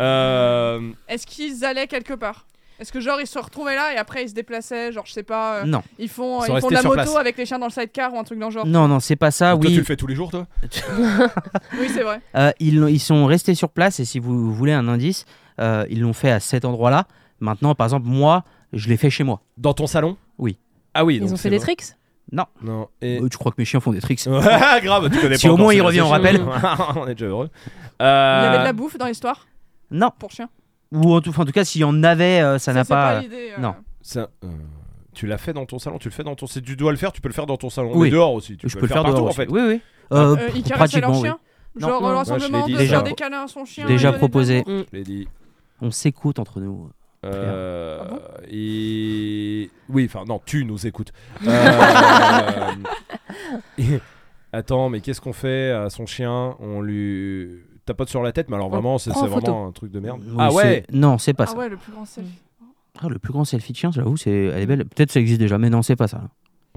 M: Euh,
C: Est-ce qu'ils allaient quelque part Est-ce que genre ils se retrouvaient là et après ils se déplaçaient Genre je sais pas. euh,
B: Non.
C: Ils font,
M: Ils
C: ils
M: sont
C: font
M: restés
C: de la
M: sur
C: moto
M: place.
C: avec les chiens dans le sidecar ou un truc dans le genre.
B: Non, non, c'est pas ça.
M: donc toi,
B: oui,
M: tu le fais tous les jours, toi
C: Oui, c'est vrai.
B: Euh, ils, l'ont- ils sont restés sur place et si vous voulez un indice, euh, ils l'ont fait à cet endroit-là. Maintenant, par exemple, moi, je l'ai fait chez moi.
M: Dans ton salon
B: Oui.
M: Ah oui.
H: Ils ont fait des tricks
M: trucs Non. Et...
B: Euh, tu crois que mes chiens font des tricks
M: Ah, grave, tu connais
B: Si
M: pas
B: au
M: encore
B: moins il
M: ces
B: revient, on
M: réflexions. on est déjà heureux. Euh,
C: Il y avait de la bouffe dans l'histoire
B: Non.
C: pour chiens.
B: Ou en tout, enfin, en tout cas, s'il y en avait, euh, ça n'a
C: c'est pas
B: pas.
C: l'idée. euh,
B: non.
M: ça, euh, tu l'as fait dans ton salon, tu le fais dans ton. Si tu dois le faire, tu peux le faire dans ton salon.
B: Oui.
M: Mais dehors aussi. Tu
B: je peux le faire
M: partout
B: dehors
M: en fait.
B: aussi. Oui, oui. Euh,
C: euh,
B: pr-
C: ils caressaient
B: pratiquement,
C: leur
B: oui.
C: chien
B: Non.
C: Genre
H: Non.
C: euh,
H: Ouais,
C: l'ensemble
M: je l'ai
C: de
M: dit.
C: faire
M: Déjà-
C: des câlins à son chien.
B: déjà
C: et donner de
B: proposé.
C: l'amour.
M: Je l'ai dit.
B: On s'écoute entre nous.
M: Euh,
C: Ah bon
M: et... Oui, enfin non, tu nous écoutes. Euh, Attends, mais qu'est-ce qu'on fait à son chien On lui tapote sur la tête, mais alors vraiment, c'est
H: prend
M: c'est
H: en photo.
M: vraiment un truc de merde.
B: Oui,
M: ah ouais
B: c'est- Non, c'est pas
C: Ah
B: ça.
C: ouais, le plus grand selfie.
B: Ah, le plus grand selfie de chien, j'avoue, c'est... elle est belle. Peut-être ça existe déjà, mais non, c'est pas ça.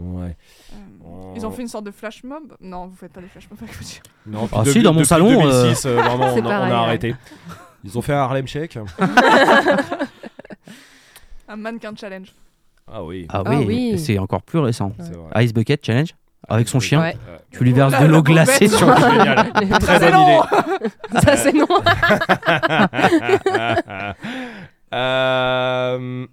M: Ouais.
C: Euh,
M: Oh.
C: Ils ont fait une sorte de flash mob. Non, vous faites pas des flash mobs avec vos chiens.
M: Non,
B: Ah
M: depuis-
B: si, dans mon
M: depuis
B: salon,
M: 2006, euh, vraiment, on,
H: C'est
M: a- on
H: pareil,
M: a
H: ouais.
M: arrêté. Ils ont fait un Harlem Shake.
C: Un mannequin challenge.
M: Ah oui.
B: Ah,
H: Ah
B: oui,
H: oui.
B: c'est encore plus récent.
M: c'est vrai.
B: Ice Bucket Challenge Ah, avec son chien.
H: Ouais.
B: Tu lui verses
C: Là,
B: de
C: la
B: l'eau
C: bombette.
B: glacée sur le
M: Génial. Très
C: c'est
M: bonne idée.
H: Ça, c'est non.
M: Euh,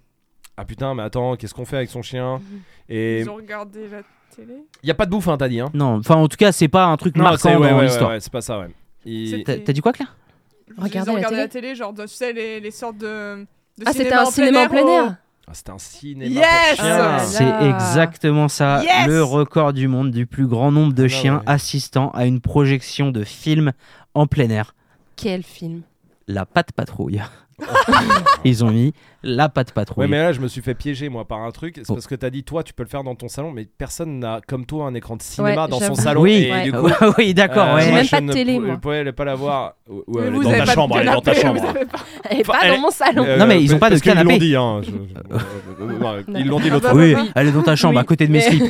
M: Ah putain, mais attends, qu'est-ce qu'on fait avec son chien Et
C: Ils ont regardé la télé.
M: y a pas de bouffe, hein, t'as dit. Hein.
B: Non, enfin en tout cas, c'est pas un truc marquant
M: c'est ouais,
B: dans
M: ouais,
B: l'histoire.
M: ouais, ouais, c'est pas ça, ouais. Il-
C: C'est-
B: T'as- T'as dit quoi, Claire
C: ils
H: Regardez
C: ont
H: la
C: regardé
H: télé.
C: la télé, genre, de- tu sais, les, les sortes de. de
H: Ah, c'était un cinéma en plein air.
M: Ah, c'était un cinéma.
C: Yes
M: pour chiens.
H: Ah,
B: C'est exactement ça,
C: Yes
B: le record du monde du plus grand nombre de
M: Ah,
B: chiens
M: ouais.
B: assistant à une projection de film en plein air.
H: Quel film
B: La patte patrouille. Ils ont mis la patte patrouille.
M: Ouais, mais là, je me suis fait piéger, moi, par un truc. C'est
B: Oh.
M: parce que t'as dit, toi, tu peux le faire dans ton salon, mais personne n'a, comme toi, un écran de cinéma
H: Ouais,
M: dans
H: j'avoue.
M: son salon.
B: Oui.
M: et
H: Ouais.
M: du coup,
B: oui, d'accord.
M: euh,
B: Ah ouais.
H: J'ai
M: moi,
H: même
M: je
H: pas de
M: ne
H: télé,
M: pou-
H: moi.
M: Vous pouvez pas la voir. Ouais,
C: Mais
M: elle est
C: vous
M: dans
C: avez
M: ta
C: pas de
M: chambre, elle est dans ta
C: canapé,
M: chambre.
C: vous avez pas-
H: Et
M: Enfin,
H: pas
M: elle-
H: dans mon salon.
M: Euh,
B: Non, mais ils ont pas de
M: parce qu'ils
B: canapé.
M: l'ont dit, hein. Je- je- Ils l'ont dit l'autre
C: Ah
M: fois.
C: bah,
B: oui,
C: oui.
B: elle est dans ta chambre,
H: Oui.
B: à côté de mes
H: Mais-
B: slips.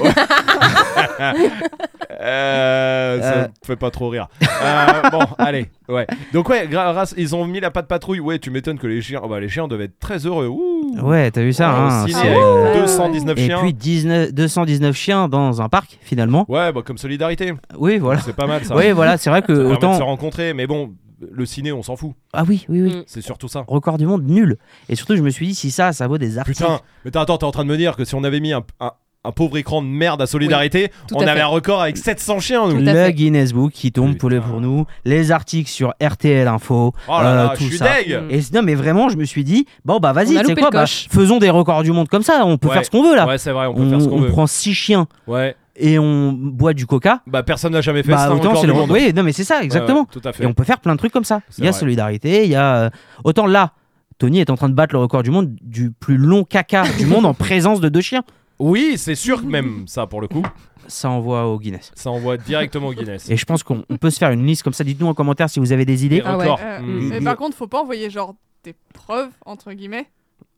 M: Euh, ça
B: Euh.
M: me fait pas trop rire. Euh, bon, allez, ouais. Donc ouais, grâce, ils ont mis la patte patrouille. Ouais, tu m'étonnes que les chiens, oh, bah, les chiens devaient être très heureux. Ouh.
B: Ouais, t'as vu ça
M: Ouais,
B: hein,
M: au ciné,
B: c'est-
M: avec
H: ouais.
M: 219
B: Et
M: chiens.
B: puis 19 219 chiens dans un parc, finalement.
M: Ouais, bah comme solidarité.
B: Oui, voilà.
M: C'est pas mal ça.
B: Oui, voilà, c'est vrai que
M: Ça permet de se
B: autant.
M: rencontrer, mais bon, le ciné, on s'en fout.
B: Ah oui, oui, oui.
H: Mm.
M: C'est surtout ça.
B: record du monde nul. Et surtout, je me suis dit, si ça, ça vaut des articles.
M: Putain, mais t'as- attends, t'es en train de me dire que si on avait mis un, un- un pauvre écran de merde à solidarité,
H: tout
M: on
H: à
M: avait
H: fait.
M: un record avec 700 chiens, nous.
H: Tout à
B: le
H: fait.
B: Guinness Book qui tombe pour, le-
M: Putain.
B: pour nous, les articles sur RTL Info,
M: Oh là là,
B: euh,
M: je
B: tout
M: suis
B: ça.
M: deg.
H: Mm.
B: Et non, mais vraiment, je me suis dit, bon bah vas-y,
H: On a
B: tu sais
H: loupé
B: quoi,
H: le
B: bah,
H: coche.
B: faisons des records du monde comme ça, on peut
M: Ouais.
B: faire ce qu'on veut là.
M: Ouais, c'est vrai, on peut
B: on
M: faire ce qu'on
B: on
M: veut.
B: prend six chiens
M: Ouais.
B: et on boit du coca.
M: Bah personne n'a jamais fait ça.
B: bah
M: encore
B: autant c'est
M: du
B: le
M: monde.
B: Oui, non mais c'est ça, exactement.
M: Ouais, ouais, Euh, tout à fait.
B: Et on peut faire plein de trucs comme ça.
M: C'est
B: Il y a
M: vrai.
B: solidarité, il y a euh, autant là. Tony est en train de battre le record du monde du plus long caca du monde en présence de deux chiens.
M: Oui, c'est sûr que même ça pour le coup,
B: Ça envoie au Guinness.
M: ça envoie directement au Guinness.
B: Et je pense qu'on on peut se faire une liste comme ça. Dites-nous en commentaire si vous avez des
M: Et
B: idées.
H: Ah ouais.
M: encore.
C: Euh,
M: Mm.
C: Mais par contre, faut pas envoyer genre des preuves entre guillemets.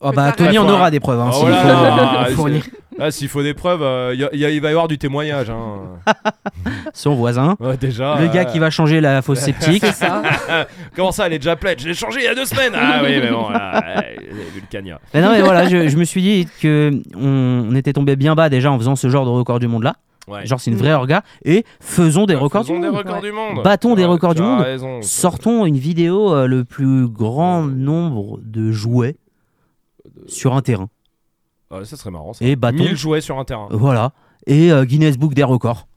B: Oh bah
C: Peut-être
B: Tony
M: la
B: en
M: fois.
B: aura des preuves. hein,
M: Ah,
B: s'il
M: voilà,
B: faut,
M: là,
B: euh, fournir
M: Ah, s'il faut des preuves, euh, y a- y a- il va y avoir du témoignage. hein.
B: son voisin.
M: Ouais, déjà.
B: le
M: euh,
B: gars qui va changer la fosse septique.
M: Comment ça, elle est déjà plaide Je l'ai changé il y a deux semaines. Ah oui, mais bon, là, euh, vous avez vu le cagnard.
B: Mais non mais voilà, je, je me suis dit que on, on était tombé bien bas déjà en faisant ce genre de record du monde là.
M: Ouais. Mm. Ah,
B: Genre c'est une vraie orga et faisons des
M: Faisons
B: records du
M: des
B: monde.
M: records du monde.
B: Battons des
M: Ouais,
B: records
M: tu
B: du
M: as
B: monde.
M: raison.
B: Sortons une vidéo euh, le plus grand nombre de jouets sur un terrain.
M: Ouais, ça serait marrant. Ça.
B: Et Oh, battons.
M: 1000 jouets sur un terrain.
B: Voilà. Et euh, Guinness Book des records.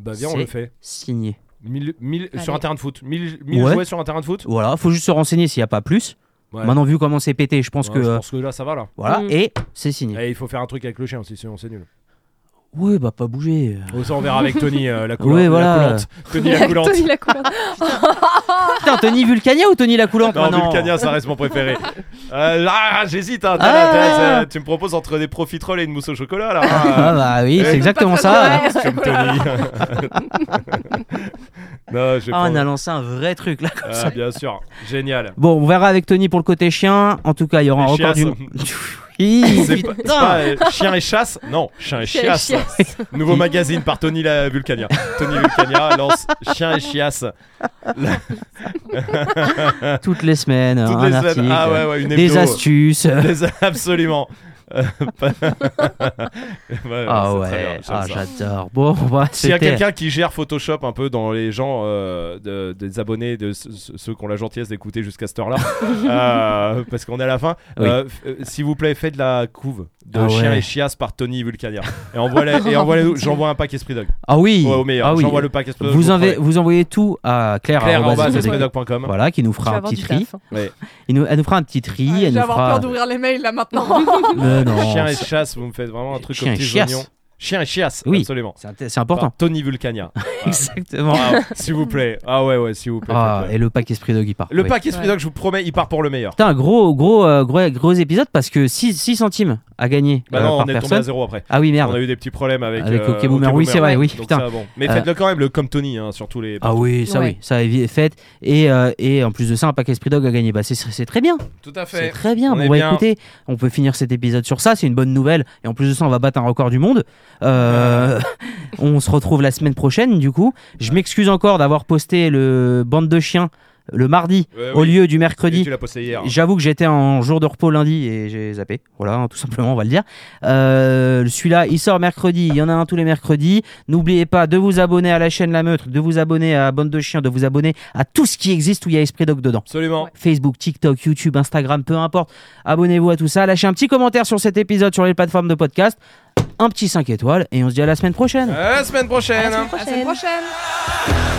M: Bah viens, on le fait.
B: Signé.
M: Mille- mille- sur
H: Allez.
M: un terrain de foot. 1000 mille
B: Ouais.
M: jouets sur un terrain de foot
B: Voilà, faut juste se renseigner s'il n'y a pas plus.
M: Ouais.
B: Maintenant, vu comment c'est pété, je pense
M: Ouais,
B: que. euh,
M: Je pense que là, ça va là.
B: Voilà,
H: Mm.
B: et c'est signé.
M: Et il faut faire un truc avec le chien aussi, sinon c'est nul.
B: Oui, bah pas bouger.
M: Oh, ça, on verra avec Tony euh, la, couleur,
B: Ouais, voilà.
M: la coulante. Tony la coulante.
H: Tony la coulante.
B: Putain, Tony Vulcania ou Tony la coulante Ah,
M: Non,
B: maintenant
M: Vulcania, ça reste mon préféré. Euh, là, j'hésite. hein. T'as-
B: Ah.
M: t'as- t'as- tu me proposes entre des profiteroles et une mousse au chocolat là.
B: Ah bah oui, c'est exactement ça.
M: Ah, Comme Tony. non, je vais
B: Ah, on
M: prendre-
B: a lancé un vrai truc là.
M: Ah, bien sûr. Génial.
B: Bon, on verra avec Tony pour le côté chien. En tout cas, il y aura un
M: Les
B: record du.
M: chiasses.
B: Oui,
M: C'est pas, c'est
B: putain.
M: pas, euh, chien et chasse Non, chien et chiasse. Nouveau magazine par Tony la Vulcania. Tony Vulcania lance Chien et chiasse.
B: Toutes les semaines,
M: Toutes
B: un
M: les
B: article,
M: semaines. Ah ouais, ouais, une
B: des
M: hebdo.
B: astuces.
M: Les- Absolument. Euh, pas- Ouais, ouais,
B: ah
M: c'est
B: ouais,
M: très bien, j'aime
B: ah,
M: ça.
B: j'adore. Bon, bah,
M: S'il y a
B: c'était-
M: quelqu'un qui gère Photoshop un peu dans les gens euh, de- des abonnés, de ce- ce- ceux qui ont la gentillesse d'écouter jusqu'à cette heure-là, euh, parce qu'on est à la fin,
B: Oui.
M: euh, f- euh, s'il vous plaît, faites de la couve de
B: Ah
M: Chien
B: ouais.
M: et Chiasse par Tony Vulcania. Et envoie-les, et envoie-les- j'envoie un pack Esprit Dog.
B: Ah oui,
M: Ouais, au meilleur.
B: ah oui.
M: J'envoie le pack Esprit Dog.
B: Vous,
M: je
B: envoyez-
M: promets.
B: vous envoyez tout à Claire,
M: Claire en
B: arrobase,
M: bas,
B: esprit
M: esprit
B: dog.
M: dog point com.
B: Voilà, qui nous
H: Tu vas
B: fera un
H: avoir
B: petit
H: du
B: tri.
H: taf, hein.
M: Ouais.
B: Il nous, elle nous fera un petit tri.
C: Ah, je
B: elle
C: vais
B: nous
C: avoir
B: fera.
C: peur d'ouvrir les mails là maintenant.
B: Mais non.
M: Euh, Chien et Chasse, vous me faites vraiment un truc
B: Chien
M: aux
B: et
M: petits
B: Chiasse.
M: oignons. Chien et Chiasse,
B: Oui.
M: absolument.
B: C'est int- c'est important.
M: Par Tony Vulcania.
B: Exactement.
M: Ah, s'il vous plaît. Ah ouais, ouais, s'il vous plaît.
B: Ah,
M: faites-le.
B: et le pack esprit dog il part.
M: Le
B: Oui.
M: pack Esprit
H: Ouais.
M: Dog, je vous promets, il part pour le meilleur.
B: Putain, gros, gros, euh, gros, gros épisode parce que 6, centimes à gagner
M: Bah
B: euh,
M: non, on
B: par
M: est tombé
B: personne.
M: à zéro après.
B: Ah oui,
M: On a
B: merde.
M: eu des petits problèmes avec.
B: Avec
M: euh,
B: OK Boomer, oui,
M: Boomer,
B: c'est vrai,
M: ouais.
B: oui,
M: Donc
B: putain.
M: ça, bon. Mais
B: Euh,
M: faites-le quand même, le comme Tony, hein, sur tous les.
B: Ah oui, ça
H: Ouais.
B: oui, ça est fait. Et, euh, et en plus de ça, un pack esprit dog à gagner. Bah, c'est- c'est très bien.
M: Tout à
B: C'est
M: fait.
B: très bien.
M: On
B: Bon,
M: est
B: bah,
M: bien.
B: écoutez, on peut finir cet épisode sur ça. C'est une bonne nouvelle. Et en plus de ça, on va battre un record du monde. Euh, on se retrouve la semaine prochaine, du coup. Je m'excuse encore d'avoir posté le bande de chiens le mardi
M: Ouais,
B: au
M: Ah oui.
B: lieu du
M: Et
B: mercredi.
M: Tu l'as posté hier.
B: J'avoue que j'étais en jour de repos lundi et j'ai zappé. Voilà, hein, tout simplement, on va le dire. Euh, Celui-là, il sort mercredi. Il y en a un tous les mercredis. N'oubliez pas de vous abonner à la chaîne La Meute, de vous abonner à Bande de Chiens, de vous abonner à tout ce qui existe où il y a Esprit Dog dedans.
M: Absolument.
B: Facebook, TikTok, YouTube, Instagram, peu importe. Abonnez-vous à tout ça. Lâchez un petit commentaire sur cet épisode sur les plateformes de podcast. Un petit 5 étoiles et on se dit à la semaine prochaine.
M: À la semaine prochaine.
C: À la semaine prochaine.